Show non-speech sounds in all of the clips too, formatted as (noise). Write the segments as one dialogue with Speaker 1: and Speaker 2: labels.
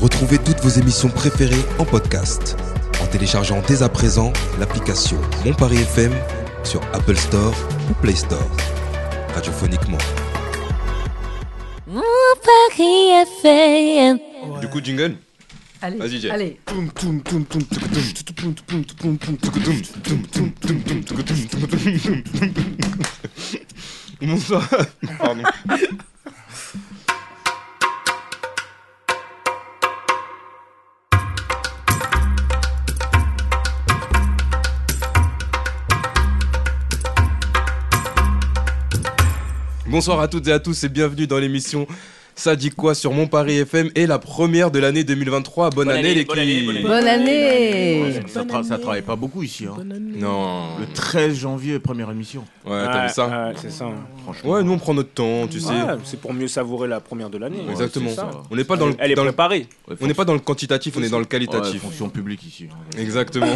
Speaker 1: Retrouvez toutes vos émissions préférées en podcast en téléchargeant dès à présent l'application Mon Paris FM sur Apple Store ou Play Store. Radiophoniquement.
Speaker 2: Mon Paris FM.
Speaker 3: Du coup, jingle
Speaker 4: Allez,
Speaker 3: Vas-y, Jay.
Speaker 4: allez.
Speaker 3: Bonsoir. Pardon. Bonsoir à toutes et à tous et bienvenue dans l'émission Ça dit quoi sur Mon Paris FM et la première de l'année 2023. Bonne,
Speaker 5: Bonne
Speaker 3: année,
Speaker 5: année,
Speaker 3: les
Speaker 5: bonne année, bonne année.
Speaker 4: Bonne année
Speaker 6: Ça, tra- ça travaille pas beaucoup ici. Hein.
Speaker 3: Non.
Speaker 6: Le 13 janvier, première émission. Ah,
Speaker 3: Ouais, Ah, t'as vu ça
Speaker 7: ouais, c'est ça.
Speaker 6: Franchement.
Speaker 3: Ouais, nous on prend notre temps, tu sais.
Speaker 7: Ouais, c'est pour mieux savourer la première de l'année.
Speaker 3: Exactement.
Speaker 7: C'est ça.
Speaker 3: On n'est pas dans le,
Speaker 7: Elle est
Speaker 3: dans le-
Speaker 7: préparée.
Speaker 6: Ouais,
Speaker 3: on n'est
Speaker 6: fonction-
Speaker 3: pas dans le quantitatif, on est dans le
Speaker 6: ouais,
Speaker 3: qualitatif.
Speaker 6: fonction publique ici.
Speaker 7: (laughs)
Speaker 3: Exactement.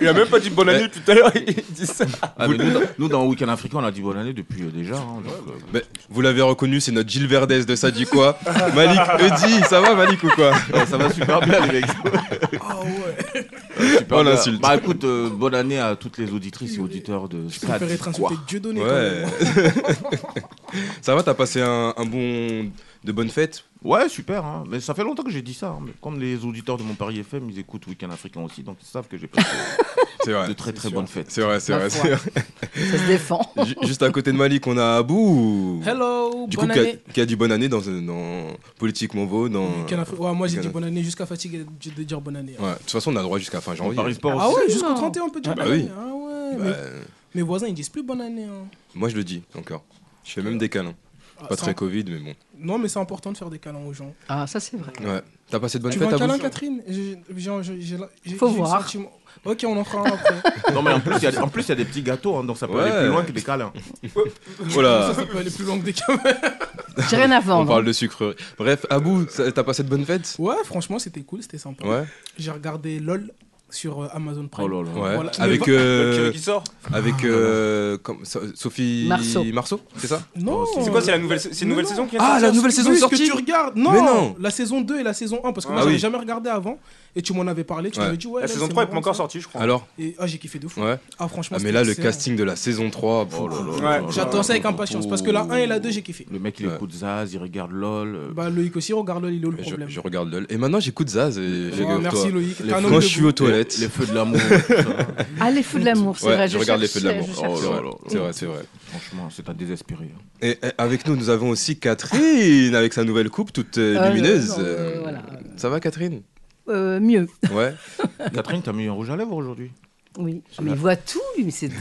Speaker 7: Il a même pas dit bonne (laughs)
Speaker 3: année
Speaker 7: tout à l'heure, il dit ça.
Speaker 6: Ah, mais nous, dans- nous, dans Week-end Africain, on a dit bonne année depuis euh, déjà. hein, donc, euh,
Speaker 3: Mais vous l'avez reconnu, c'est notre Gilles Verdez de ça dit
Speaker 7: (laughs)
Speaker 3: quoi Malik Eudi, ça va Malik ou quoi
Speaker 6: ouais, ça va super bien, les mecs. ouais. Super
Speaker 3: On
Speaker 6: bien.
Speaker 3: l'insulte.
Speaker 6: Bah écoute, euh, bonne année à toutes les auditrices et auditeurs de Stade.
Speaker 3: Ouais. ça va, t'as passé un, un bon de bonnes fêtes
Speaker 6: Ouais, super. hein. Mais ça fait longtemps que j'ai dit ça. hein. Mais comme les auditeurs de mon Paris FM, ils écoutent Week-end Africain aussi, donc ils savent que j'ai passé
Speaker 3: C'est
Speaker 6: de
Speaker 3: vrai.
Speaker 6: très très bonnes fêtes.
Speaker 3: C'est vrai, c'est
Speaker 4: Ma
Speaker 3: vrai.
Speaker 4: foi.
Speaker 3: c'est vrai.
Speaker 4: Ça se défend.
Speaker 3: Ju- Juste à côté de Malik, on a Abou.
Speaker 8: (laughs) Hello,
Speaker 3: Du coup,
Speaker 8: bonne
Speaker 3: qui a,
Speaker 8: année.
Speaker 3: qui a dit bonne année dans, dans Politique Monvo, dans.
Speaker 8: Week-end Afrique. Ouais, moi j'ai
Speaker 3: Week-end
Speaker 8: dit bonne année jusqu'à fatiguer de dire bonne année. hein.
Speaker 3: Ouais, de toute façon, on a droit jusqu'à fin janvier.
Speaker 6: Paris Sport
Speaker 8: Ah
Speaker 6: aussi.
Speaker 8: ouais, jusqu'au 31 on peut dire
Speaker 3: Ah bah
Speaker 8: bonne
Speaker 3: oui.
Speaker 8: année. Ah ouais,
Speaker 3: Bah,
Speaker 8: mes, mes voisins ils disent plus bonne année. hein.
Speaker 3: moi, je le dis encore. Je fais même des câlins.
Speaker 8: Ah,
Speaker 3: Pas
Speaker 8: c'est
Speaker 3: très
Speaker 8: imp-
Speaker 3: Covid, mais bon.
Speaker 8: Non mais c'est important de faire des câlins aux gens.
Speaker 4: Ah, ça c'est vrai.
Speaker 3: Ouais. T'as passé de bonnes
Speaker 8: tu
Speaker 3: fêtes
Speaker 8: veux un
Speaker 3: à
Speaker 8: câlin
Speaker 3: vous
Speaker 8: Catherine J'ai- j'ai- j'ai- j'ai- j'ai-
Speaker 4: Faut
Speaker 8: j'ai le
Speaker 4: voir.
Speaker 8: sentiment- Ok, on en fera un
Speaker 3: (laughs)
Speaker 8: après.
Speaker 6: Non, mais en plus, il y a- en plus, il y a des petits gâteaux, hein, donc ça peut aller
Speaker 3: Ouais.
Speaker 6: plus loin que des câlins.
Speaker 8: (laughs)
Speaker 3: Voilà,
Speaker 8: ça, ça peut aller plus long que des câlins.
Speaker 4: (laughs) J'ai rien à
Speaker 3: Oh on
Speaker 4: vendre.
Speaker 3: parle de sucrerie. Bref, Abou, ça- t'as passé de bonnes fêtes
Speaker 8: Ouais, franchement c'était cool, c'était sympa.
Speaker 3: Ouais,
Speaker 8: J'ai regardé LOL sur euh, Amazon Prime.
Speaker 6: Oh là là.
Speaker 3: ouais.
Speaker 8: Voilà. Ah,
Speaker 3: Avec, euh,
Speaker 7: qui sort
Speaker 3: avec euh, comme- So- Sophie
Speaker 4: Marceau.
Speaker 3: c'est ça
Speaker 8: Non
Speaker 7: C'est quoi C'est la nouvelle, c'est une nouvelle
Speaker 8: Non, non.
Speaker 7: saison qui est
Speaker 3: Ah,
Speaker 7: sortie
Speaker 3: la nouvelle saison
Speaker 8: Oui,
Speaker 3: est
Speaker 8: ce que
Speaker 3: sortie
Speaker 8: tu regardes Non,
Speaker 3: Mais non.
Speaker 8: La saison 2 et la saison 1, parce que moi
Speaker 3: Ah oui.
Speaker 8: j'avais jamais regardé avant et tu m'en avais parlé, tu
Speaker 3: Ouais.
Speaker 8: m'avais dit ouais.
Speaker 7: La
Speaker 8: là,
Speaker 7: saison
Speaker 8: c'est
Speaker 7: 3 est pas
Speaker 8: marrant,
Speaker 7: encore
Speaker 8: ça.
Speaker 7: sortie, je crois.
Speaker 3: Alors
Speaker 8: Et ah, j'ai kiffé de fou.
Speaker 3: Ouais.
Speaker 8: Ah, franchement,
Speaker 3: Ah, mais
Speaker 8: c'était
Speaker 3: là, le
Speaker 8: excellent.
Speaker 3: casting de la saison 3. pff,
Speaker 6: Oh là là
Speaker 7: Ouais.
Speaker 6: là là
Speaker 8: euh, J'attends
Speaker 6: là
Speaker 8: ça avec
Speaker 6: là.
Speaker 8: impatience, parce que la 1 et la 2, j'ai kiffé.
Speaker 6: Le mec, il
Speaker 3: Ouais.
Speaker 6: écoute Zaz, il regarde LOL. euh,
Speaker 8: Bah, Loïc aussi, regarde là, il est où le
Speaker 3: je,
Speaker 8: problème.
Speaker 3: je regarde LOL. Et maintenant, j'écoute Zaz. Et
Speaker 8: Oh,
Speaker 3: j'ai- toi.
Speaker 8: merci Loïc.
Speaker 6: les
Speaker 8: T'es un
Speaker 6: fous-
Speaker 8: homme
Speaker 3: Quand
Speaker 8: de
Speaker 3: je suis
Speaker 8: goût.
Speaker 3: aux toilettes.
Speaker 6: Les, les feux de l'amour. tout ça. (laughs)
Speaker 4: Ah, les feux de l'amour, c'est
Speaker 3: Ouais,
Speaker 4: vrai.
Speaker 3: je regarde les
Speaker 4: cherche
Speaker 3: feux de l'amour.
Speaker 4: je
Speaker 3: Oh
Speaker 4: cherche.
Speaker 3: là là. C'est
Speaker 4: Mm.
Speaker 3: vrai, c'est vrai.
Speaker 6: Franchement, c'est à désespérer. hein.
Speaker 3: Et, et avec nous, nous avons aussi Catherine avec sa nouvelle coupe toute euh,
Speaker 4: Euh,
Speaker 3: lumineuse.
Speaker 4: non, euh,
Speaker 3: Euh,
Speaker 4: voilà.
Speaker 3: Ça va, Catherine
Speaker 4: Euh, mieux,
Speaker 3: Ouais.
Speaker 6: Catherine, t'as mis un rouge à lèvres aujourd'hui
Speaker 4: oui. Ah, Mais il voit tout, lui, mais c'est
Speaker 6: (laughs)
Speaker 4: dingue.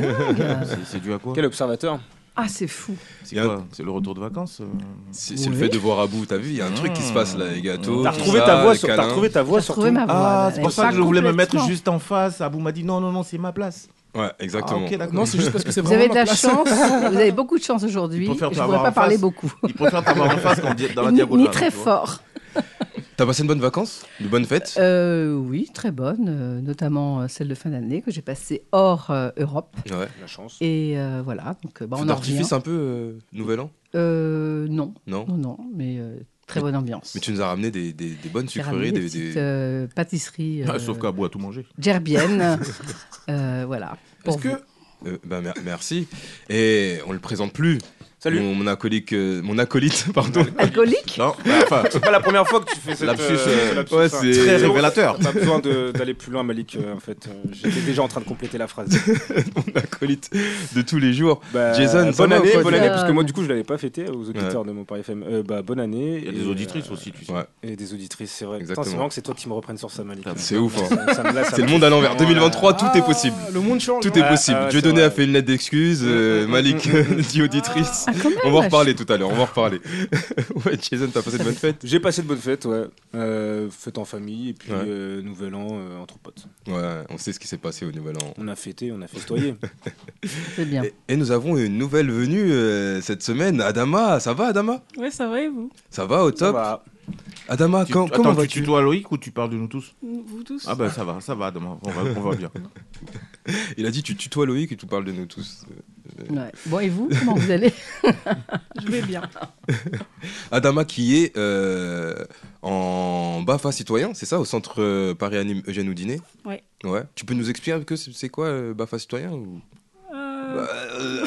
Speaker 6: C'est- C'est dû à quoi
Speaker 7: Quel observateur
Speaker 4: Ah, c'est fou.
Speaker 6: C'est
Speaker 3: Il y a-
Speaker 6: quoi C'est le retour de vacances euh
Speaker 3: C'est c'est le fait de voir Abou. T'as vu, il y a un truc qui se passe là, les gâteaux.
Speaker 7: T'as
Speaker 3: tout
Speaker 7: retrouvé
Speaker 3: ça,
Speaker 7: ta voix,
Speaker 3: les
Speaker 7: sur- t'as
Speaker 3: câlins.
Speaker 7: retrouvé ta voix
Speaker 4: J'ai
Speaker 7: surtout.
Speaker 4: retrouvé ma voix.
Speaker 6: Ah,
Speaker 4: là,
Speaker 6: c'est
Speaker 4: elle
Speaker 6: pour
Speaker 4: est
Speaker 6: ça
Speaker 4: pas
Speaker 6: que je voulais me mettre
Speaker 4: complètement.
Speaker 6: juste en face. Abou m'a dit non, non, non, c'est ma place.
Speaker 3: Ouais, exactement.
Speaker 6: Ah, ok, d'accord.
Speaker 8: Non, c'est juste parce que c'est
Speaker 4: Vous avez
Speaker 8: vraiment
Speaker 4: de
Speaker 8: ma
Speaker 4: la
Speaker 8: place.
Speaker 4: chance, vous avez beaucoup de chance aujourd'hui.
Speaker 6: Il
Speaker 4: Je
Speaker 6: préfère
Speaker 4: ne
Speaker 6: t'avoir
Speaker 4: pourrais pas
Speaker 6: en
Speaker 4: parler
Speaker 6: face.
Speaker 4: beaucoup.
Speaker 6: Il préfère t'avoir en face qu'en di- dans la
Speaker 4: Ni,
Speaker 6: diagonale.
Speaker 4: ni très
Speaker 6: tu vois.
Speaker 4: fort.
Speaker 3: T'as passé de bonnes vacances De bonnes fêtes
Speaker 4: Euh, oui, très bonne, euh, notamment euh, celle de fin d'année que j'ai passée hors euh, Europe.
Speaker 3: Ouais.
Speaker 7: La chance.
Speaker 4: Et euh, voilà, donc euh, bah,
Speaker 3: Feu
Speaker 4: on en revient.
Speaker 3: d'artifice un peu euh, Nouvel An
Speaker 4: Euh, non,
Speaker 3: Non
Speaker 4: non, non, mais euh, très bonne ambiance.
Speaker 3: Mais tu nous as ramené des, des- des bonnes
Speaker 4: J'ai
Speaker 3: sucreries,
Speaker 4: ramené
Speaker 3: des, des-
Speaker 4: petites euh, pâtisseries
Speaker 6: Ah,
Speaker 4: euh,
Speaker 6: Sauf qu'Abou a tout mangé.
Speaker 3: (laughs)
Speaker 4: gerbiennes. Euh, voilà.
Speaker 8: Parce
Speaker 4: Pour
Speaker 8: que
Speaker 4: vous.
Speaker 3: Euh, bah, mer- merci. Et on le présente plus.
Speaker 7: Salut.
Speaker 3: Mon, mon acolyte, euh, mon acolyte, (laughs) pardon. (laughs)
Speaker 4: Alcoolique
Speaker 6: Non, bah, enfin,
Speaker 7: C'est pas la première fois que tu fais cette.
Speaker 6: Lapsus,
Speaker 7: euh,
Speaker 6: euh,
Speaker 7: ce lapsus,
Speaker 3: ouais,
Speaker 7: hein.
Speaker 3: c'est-
Speaker 6: très révélateur.
Speaker 7: Pas besoin de- d'aller plus loin, Malik. euh, en fait, Euh, j'étais déjà en train de compléter la phrase.
Speaker 3: mon acolyte de tous les jours.
Speaker 7: Bah,
Speaker 3: Jason, ça
Speaker 7: bonne
Speaker 3: va ou
Speaker 7: année,
Speaker 3: quoi,
Speaker 7: bonne
Speaker 3: Jason
Speaker 7: année, parce que moi du coup je l'avais pas fêté aux auditeurs de mon Paris FM. Euh, bah bonne année.
Speaker 6: il y a des auditrices aussi, tu sais.
Speaker 3: ouais.
Speaker 7: Et des auditrices, c'est vrai. Putain,
Speaker 3: Exactement.
Speaker 7: C'est marrant que c'est toi qui me reprennes sur ça, Malik.
Speaker 3: C'est ouf. hein.
Speaker 7: Ça- ça me- là, ça
Speaker 3: C'est
Speaker 7: me-
Speaker 3: le monde à l'envers. 2023, tout
Speaker 8: Ah,
Speaker 3: est possible.
Speaker 8: Le monde change.
Speaker 3: Tout
Speaker 8: non
Speaker 3: est
Speaker 7: Ah,
Speaker 3: possible.
Speaker 7: ah,
Speaker 3: Dieu
Speaker 7: c'est
Speaker 3: donné
Speaker 7: vrai.
Speaker 3: a fait une lettre d'excuse. euh,
Speaker 7: Mm, mm,
Speaker 3: Malik
Speaker 7: mm,
Speaker 3: dit auditrice.
Speaker 4: Ah, quand même,
Speaker 3: On va en
Speaker 4: je-
Speaker 3: reparler tout à l'heure. On va en reparler. ouais, Jason, t'as passé de bonnes fêtes
Speaker 7: J'ai passé de bonnes fêtes, ouais. Euh, fête en famille et puis
Speaker 3: Ouais.
Speaker 7: euh, nouvel an euh, entre potes.
Speaker 3: Ouais, on sait ce qui s'est passé au Nouvel An.
Speaker 7: On a fêté, on a festoyé.
Speaker 4: C'est bien.
Speaker 3: Et, et nous avons une nouvelle venue euh, cette semaine. Adama, ça va Adama
Speaker 9: Ouais, ça va et vous
Speaker 3: Ça va au top
Speaker 7: Ça va.
Speaker 3: Adama,
Speaker 6: Tu-
Speaker 3: quand-
Speaker 6: attends,
Speaker 3: comment
Speaker 6: tu
Speaker 3: vas-tu
Speaker 6: tutoies Loïc ou tu parles de nous tous
Speaker 5: Vous tous
Speaker 6: Ah bah ça va, ça va, Adama, on va, on va bien.
Speaker 3: Il a dit tu tutoies Loïc et tu parles de nous tous.
Speaker 4: Ouais. Bon, et vous, comment vous
Speaker 3: (laughs)
Speaker 4: allez
Speaker 5: Je vais bien.
Speaker 3: Adama qui est euh, en BAFA citoyen, c'est ça, au centre euh, Paris Anime Eugène Houdinet
Speaker 5: Ouais.
Speaker 3: Ouais. Tu peux nous expliquer un peu c'est c'est quoi euh, BAFA citoyen ou- Bah,
Speaker 5: Euh,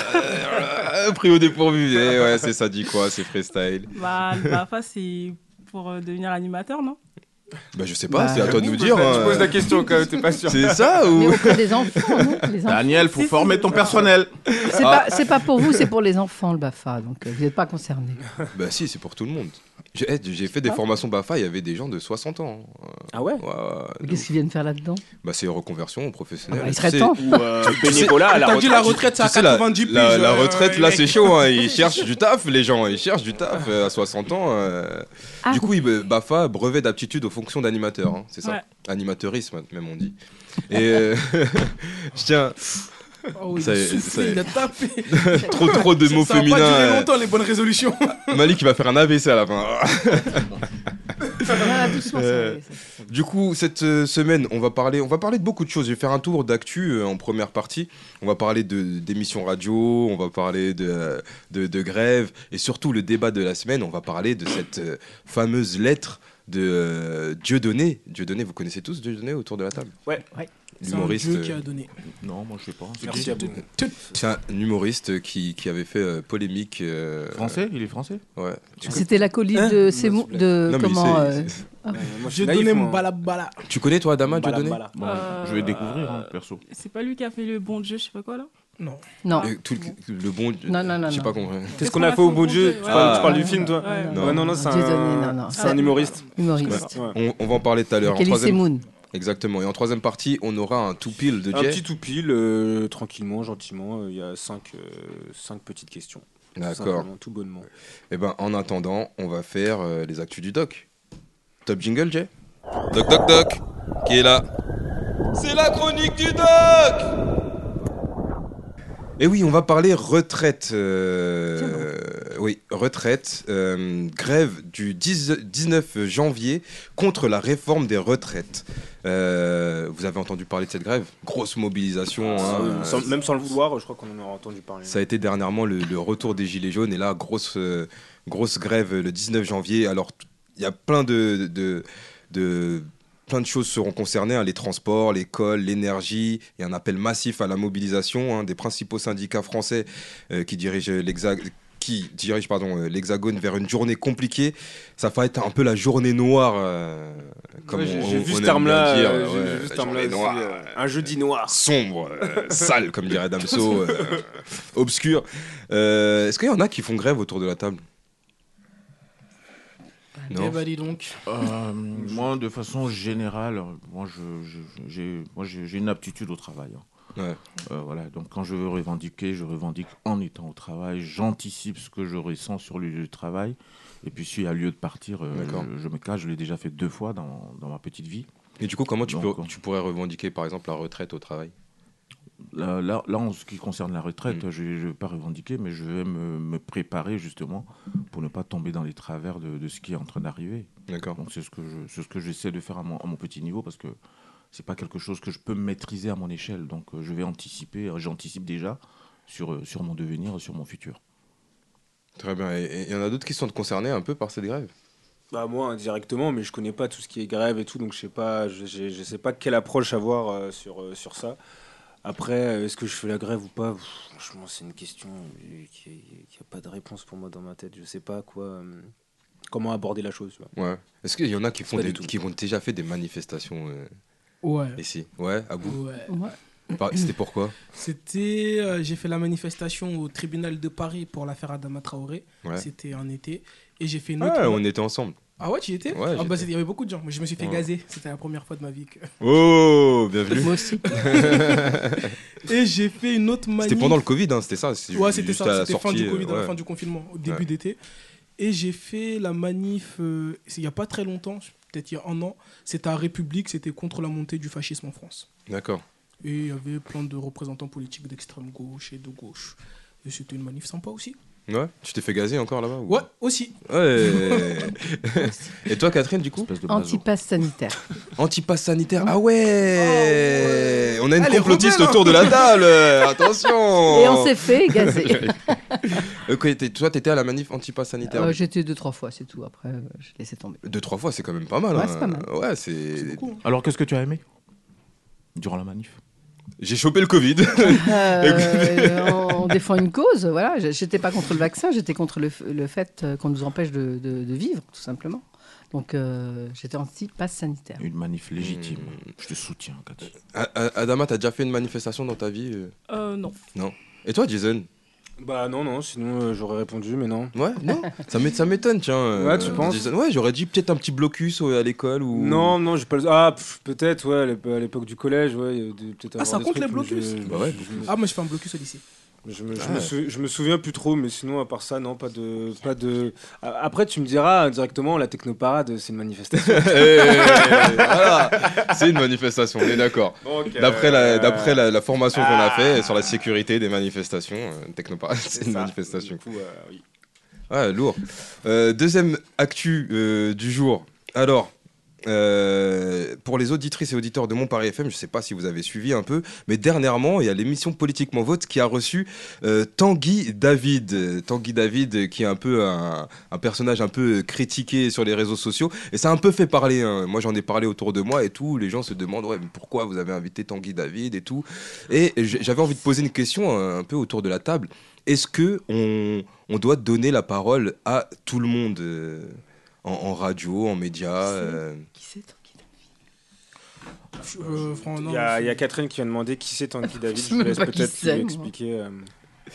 Speaker 3: Euh, (laughs) Pris au dépourvu, eh ouais, c'est ça dit quoi, c'est freestyle.
Speaker 5: bah, le BAFA, c'est pour euh, devenir animateur, non
Speaker 3: Bah je sais pas,
Speaker 4: Bah,
Speaker 3: c'est à toi de nous dire.
Speaker 7: Je
Speaker 3: hein.
Speaker 7: pose la question quand même, t'es pas sûr.
Speaker 3: C'est ça
Speaker 4: Mais
Speaker 3: ou
Speaker 4: auprès des enfants, non Les enfants.
Speaker 3: Ah,
Speaker 6: Daniel, faut
Speaker 5: Si, si.
Speaker 6: former ton personnel.
Speaker 4: C'est pas, c'est pas pour vous, c'est pour les enfants le Bafa, donc euh, vous n'êtes pas concernés.
Speaker 3: Bah si, c'est pour tout le monde. J'ai eh, j'ai
Speaker 4: Ah.
Speaker 3: fait des formations BAFA, il y avait des gens de 60 ans. hein.
Speaker 7: Ah ouais
Speaker 3: Ouais, ouais,
Speaker 4: Qu'est-ce qu'ils viennent faire là-dedans
Speaker 3: Bah c'est reconversion professionnelle.
Speaker 4: Ah bah, il
Speaker 3: Tu
Speaker 4: serait
Speaker 3: sais- (laughs)
Speaker 4: temps.
Speaker 7: Ou euh, bénévolat à la
Speaker 8: T'as dit
Speaker 7: retraite.
Speaker 8: la retraite, c'est à
Speaker 3: Tu sais, la,
Speaker 8: 90
Speaker 3: la-
Speaker 8: piges,
Speaker 3: la
Speaker 8: euh,
Speaker 3: retraite, là,
Speaker 8: les-
Speaker 3: c'est chaud. hein. Ils cherchent du taf, les gens. Ils cherchent du taf euh, à 60 ans. euh.
Speaker 4: Ah.
Speaker 3: Du coup, il- BAFA, brevet d'aptitude aux fonctions d'animateur. hein, c'est ça
Speaker 5: Ouais.
Speaker 3: Animateurisme, même on dit. Et euh, (laughs) je tiens,
Speaker 8: Oh, il
Speaker 3: Ça y
Speaker 8: a
Speaker 3: est, ça y
Speaker 8: soufflé,
Speaker 3: est.
Speaker 8: il a tapé. (laughs)
Speaker 3: trop trop de mots
Speaker 8: ça va
Speaker 3: féminins.
Speaker 8: pas durer
Speaker 3: euh.
Speaker 8: longtemps, les bonnes résolutions.
Speaker 3: Malik, il va faire un AVC à la fin.
Speaker 4: Voilà, doucement, ça
Speaker 3: Euh,
Speaker 4: va, ça va.
Speaker 3: Du coup, cette euh, semaine, on va, parler, on va parler de beaucoup de choses. Je vais faire un tour d'actu euh, en première partie. On va parler de- d'émissions radio, on va parler de, de, de grève et surtout le débat de la semaine. On va parler de cette euh, fameuse lettre de euh, Dieudonné. Dieudonné, vous connaissez tous Dieudonné autour de la table
Speaker 7: Ouais.
Speaker 4: Ouais.
Speaker 8: C'est un
Speaker 3: L'humoriste.
Speaker 8: dieu qui
Speaker 3: euh,
Speaker 8: a donné.
Speaker 6: Non, moi je sais pas. C'est
Speaker 7: Merci
Speaker 6: qui
Speaker 7: à vous.
Speaker 3: C'est un humoriste qui, qui avait fait euh, polémique. euh,
Speaker 6: Français Il est français
Speaker 3: Ouais.
Speaker 4: C'était la
Speaker 3: Hein?
Speaker 4: colline de Seymour. De,
Speaker 3: Non, mais
Speaker 4: comment
Speaker 3: c'est-
Speaker 4: euh,
Speaker 8: Je donnais mon balabala.
Speaker 3: Tu connais toi, Adama Dieudonné
Speaker 6: Bon,
Speaker 5: Euh,
Speaker 6: Je vais découvrir, hein, perso.
Speaker 5: C'est pas lui qui a fait le bon Dieu, je sais pas quoi, là
Speaker 8: Non.
Speaker 4: Non.
Speaker 3: Et Euh, tout le- Le bon.
Speaker 4: Non, non, non,
Speaker 3: J'ai
Speaker 4: non.
Speaker 3: pas hein. compris.
Speaker 7: Qu'est-ce qu'on a fait au bon Dieu Tu
Speaker 5: ouais.
Speaker 7: parles tu parles du
Speaker 4: Ah.
Speaker 7: film, toi
Speaker 5: Ouais.
Speaker 4: Ah,
Speaker 7: Ouais, Non, non, c'est
Speaker 4: Dieudonné, non,
Speaker 7: un
Speaker 4: non.
Speaker 7: c'est un humoriste.
Speaker 4: humoriste.
Speaker 7: Ouais.
Speaker 3: On, on va en parler tout à l'heure. En
Speaker 4: Kelly
Speaker 3: troisième-
Speaker 4: Semoun.
Speaker 3: Exactement. Et en troisième partie, on aura un tout pile de
Speaker 7: Un
Speaker 3: Jay.
Speaker 7: petit tout pile, euh, tranquillement, gentiment. euh, Il y a cinq, euh, cinq petites questions. Tout
Speaker 3: D'accord.
Speaker 7: simplement, Tout bonnement.
Speaker 3: Et ben, en attendant, on va faire euh, les actus du doc. Top jingle, Jay. Doc, doc, doc. Qui est là C'est la chronique du doc. Et Eh oui, on va parler retraite. euh, oui, retraite. euh, grève du 10 19 janvier contre la réforme des retraites. Euh, vous avez entendu parler de cette grève Grosse mobilisation. hein,
Speaker 7: Sans-
Speaker 3: euh,
Speaker 7: sans- même sans le vouloir, je crois qu'on en aura entendu parler.
Speaker 3: Ça a été dernièrement le, le retour des Gilets jaunes et là, grosse, euh, grosse grève euh, le 19 janvier. Alors, t- il y a plein de, de, de- plein de choses seront concernées, hein, les transports, l'école, l'énergie. Il y a un appel massif à la mobilisation hein, des principaux syndicats français euh, qui dirigent l'Hexagone qui dirigent, pardon, euh, l'Hexagone vers une journée compliquée. Ça va être un peu la journée noire. euh, comme
Speaker 7: Ouais, j'ai-
Speaker 3: on-
Speaker 7: J'ai
Speaker 3: on
Speaker 7: vu
Speaker 3: aime
Speaker 7: ce
Speaker 3: bien
Speaker 7: terme-là.
Speaker 3: dire,
Speaker 7: euh,
Speaker 3: ouais,
Speaker 7: j'ai- j'ai vu ce
Speaker 3: la
Speaker 7: terme-là
Speaker 3: journée
Speaker 7: aussi,
Speaker 3: noire
Speaker 7: euh, un jeudi noir.
Speaker 3: sombre, euh, sale, comme dirait Damso, euh, obscur. Euh, Est-ce qu'il y en a qui font grève autour de la table
Speaker 8: Eh
Speaker 3: Non.
Speaker 8: bah, dis donc.
Speaker 6: Euh, moi, de façon générale, moi, je, je- j'ai, moi, j'ai, j'ai une aptitude au travail. hein.
Speaker 3: Ouais.
Speaker 6: Euh, voilà. Donc, quand je veux revendiquer, je revendique en étant au travail. J'anticipe ce que je ressens sur le lieu de travail. Et puis, s'il y a lieu de partir, euh,
Speaker 3: D'accord.
Speaker 6: je, je me casse. Je l'ai déjà fait deux fois dans, dans ma petite vie.
Speaker 3: Et du coup, comment tu,
Speaker 6: Non,
Speaker 3: peux-
Speaker 6: quoi.
Speaker 3: tu pourrais revendiquer, par exemple, la retraite au travail
Speaker 6: Là, là, là, en ce qui concerne la retraite,
Speaker 3: Mm.
Speaker 6: je ne vais pas revendiquer, mais je vais me, me préparer justement pour ne pas tomber dans les travers de- de ce qui est en train d'arriver.
Speaker 3: D'accord.
Speaker 6: Donc c'est ce que je, c'est ce que j'essaie de faire à mon, à mon petit niveau parce que c'est pas quelque chose que je peux maîtriser à mon échelle. Donc euh, je vais anticiper, euh, j'anticipe déjà sur, euh, sur mon devenir, sur mon futur.
Speaker 3: Très bien. Et- Et il y en a d'autres qui sont concernés un peu par cette grève
Speaker 7: Bah moi indirectement, mais je connais pas tout ce qui est grève et tout, donc je sais pas, je, je- je sais pas quelle approche avoir euh, sur, euh, sur ça. Après, euh, est-ce que je fais la grève ou pas Pff, Franchement, c'est une question euh, qui n'a pas de réponse pour moi dans ma tête. Je sais pas quoi, euh, comment aborder la chose. tu vois.
Speaker 3: Ouais. Est-ce qu'il y en a qui, font
Speaker 7: Pas
Speaker 3: des,
Speaker 7: du tout.
Speaker 3: qui ont déjà fait des manifestations euh,
Speaker 8: Ouais.
Speaker 3: ici Ouais, à bout.
Speaker 8: Ouais.
Speaker 4: Ouais.
Speaker 3: Par- C'était pourquoi
Speaker 8: C'était, euh, j'ai fait la manifestation au tribunal de Paris pour l'affaire Adama Traoré.
Speaker 3: Ouais.
Speaker 8: C'était en été. Et j'ai fait une autre.
Speaker 3: Ah, on était ensemble.
Speaker 8: Ah ouais, tu y étais
Speaker 3: Ouais,
Speaker 8: Ah
Speaker 3: j'y
Speaker 8: bah,
Speaker 3: étais.
Speaker 8: c'était- il y avait beaucoup de gens. Moi, je me suis fait
Speaker 3: Ouais.
Speaker 8: gazer. C'était la première fois de ma vie. Que... (laughs)
Speaker 3: Oh, bienvenue.
Speaker 4: Moi aussi.
Speaker 8: Et j'ai fait une autre manif.
Speaker 3: C'était pendant le Covid, hein, c'était ça c'est
Speaker 8: Ouais,
Speaker 3: ju-
Speaker 8: c'était ça.
Speaker 3: juste à la
Speaker 8: C'était fin
Speaker 3: sortie,
Speaker 8: du Covid,
Speaker 3: euh,
Speaker 8: à la
Speaker 3: ouais.
Speaker 8: fin du confinement, au début
Speaker 3: Ouais.
Speaker 8: d'été. Et j'ai fait la manif, euh, c'est il n'y a pas très longtemps, peut-être il y a un an. C'était à République, c'était contre la montée du fascisme en France.
Speaker 3: D'accord.
Speaker 8: Et il y avait plein de représentants politiques d'extrême gauche et de gauche. Et c'était une manif sympa aussi.
Speaker 3: Ouais, tu t'es fait gazer encore là-bas ou-
Speaker 8: Ouais, aussi.
Speaker 3: Ouais. (laughs) Et toi, Catherine, du coup
Speaker 6: Espèce de blason.
Speaker 4: Antipasse sanitaire.
Speaker 3: Antipass sanitaire. Ah ouais On a une
Speaker 8: Ah, les
Speaker 3: complotiste
Speaker 8: rebelles, hein.
Speaker 3: autour de la
Speaker 8: (laughs)
Speaker 3: table euh, Attention
Speaker 4: Et on s'est fait
Speaker 3: (laughs)
Speaker 4: gazer.
Speaker 3: Ok, t'es- Toi, t'étais à la manif antipass sanitaire.
Speaker 4: Euh, J'étais deux, trois fois, c'est tout. Après, euh, je laissais tomber.
Speaker 3: Deux, trois fois, c'est quand même pas mal.
Speaker 4: Ouais,
Speaker 3: hein.
Speaker 4: c'est pas mal.
Speaker 3: Ouais, c'est-
Speaker 8: C'est beaucoup, hein.
Speaker 6: Alors, qu'est-ce que tu as aimé Durant la manif
Speaker 3: J'ai chopé le
Speaker 4: (laughs)
Speaker 3: Covid. (laughs)
Speaker 4: Euh, on défend une cause, voilà. J- J'étais pas contre le vaccin, j'étais contre le, f- le fait euh, qu'on nous empêche de, de- de vivre, tout simplement. Donc euh, j'étais anti-passe sanitaire.
Speaker 6: Une manif légitime.
Speaker 3: Euh,
Speaker 6: Je te soutiens, Cathy.
Speaker 3: A- A- Adama, t'as déjà fait une manifestation dans ta vie euh
Speaker 5: Euh, non.
Speaker 3: Et toi, Jason
Speaker 7: Bah non, non, sinon euh, j'aurais répondu, mais non.
Speaker 3: Ouais, non Ça m'é- ça m'étonne, tiens. euh,
Speaker 7: Ouais, tu penses
Speaker 3: Jason. Ouais, j'aurais dit peut-être un petit blocus euh, à l'école ou.
Speaker 7: Non, non, j'ai pas le- Ah, pff, peut-être, ouais, à l'ép- à l'époque du collège, ouais, il y a des- peut-être
Speaker 8: Ah, ça
Speaker 7: avoir des
Speaker 8: compte
Speaker 7: trucs,
Speaker 8: les
Speaker 7: mais je-
Speaker 8: blocus
Speaker 7: je-
Speaker 3: Bah ouais,
Speaker 7: je me-
Speaker 8: Ah, moi, je fais un blocus au lycée.
Speaker 7: Je me, je
Speaker 3: Ah.
Speaker 7: me sou- je me souviens plus trop, mais sinon, à part ça, non, pas de. Pas de... A- Après, tu me diras euh, directement, la technoparade, c'est
Speaker 3: (laughs)
Speaker 7: une manifestation.
Speaker 3: Eh, voilà. C'est une manifestation, on est d'accord. D'après la, d'après la, la formation qu'on
Speaker 7: Ah.
Speaker 3: a fait sur la sécurité des manifestations, euh, Technoparade, c'est une manifestation. Ah, lourd. Euh, deuxième actu euh, du jour. Alors, euh, pour les auditrices et auditeurs de Mon Paris FM, je ne sais pas si vous avez suivi un peu, mais dernièrement, il y a l'émission Politiquement Vote qui a reçu euh, Tanguy David. Euh, Tanguy David, euh, qui est un peu un, un personnage un peu euh, critiqué sur les réseaux sociaux. Et ça a un peu fait parler. hein. Moi, j'en ai parlé autour de moi et tout. Les gens se demandent ouais, mais pourquoi vous avez invité Tanguy David et tout. Et j- j'avais envie de poser une question euh, un peu autour de la table. Est-ce que on, on doit donner la parole à tout le monde euh, en, en radio, en médias euh,
Speaker 4: Qui c'est Tanguy
Speaker 8: Euh, Fran-
Speaker 7: Il
Speaker 8: non,
Speaker 7: y, a, il y a
Speaker 8: c'est-
Speaker 7: Catherine qui a demandé qui
Speaker 8: (laughs)
Speaker 7: c'est Tanguy David.
Speaker 4: sais
Speaker 7: je vous
Speaker 4: même
Speaker 7: laisse
Speaker 4: pas qui
Speaker 7: peut-être
Speaker 4: c'est,
Speaker 7: lui
Speaker 4: moi.
Speaker 7: expliquer. euh,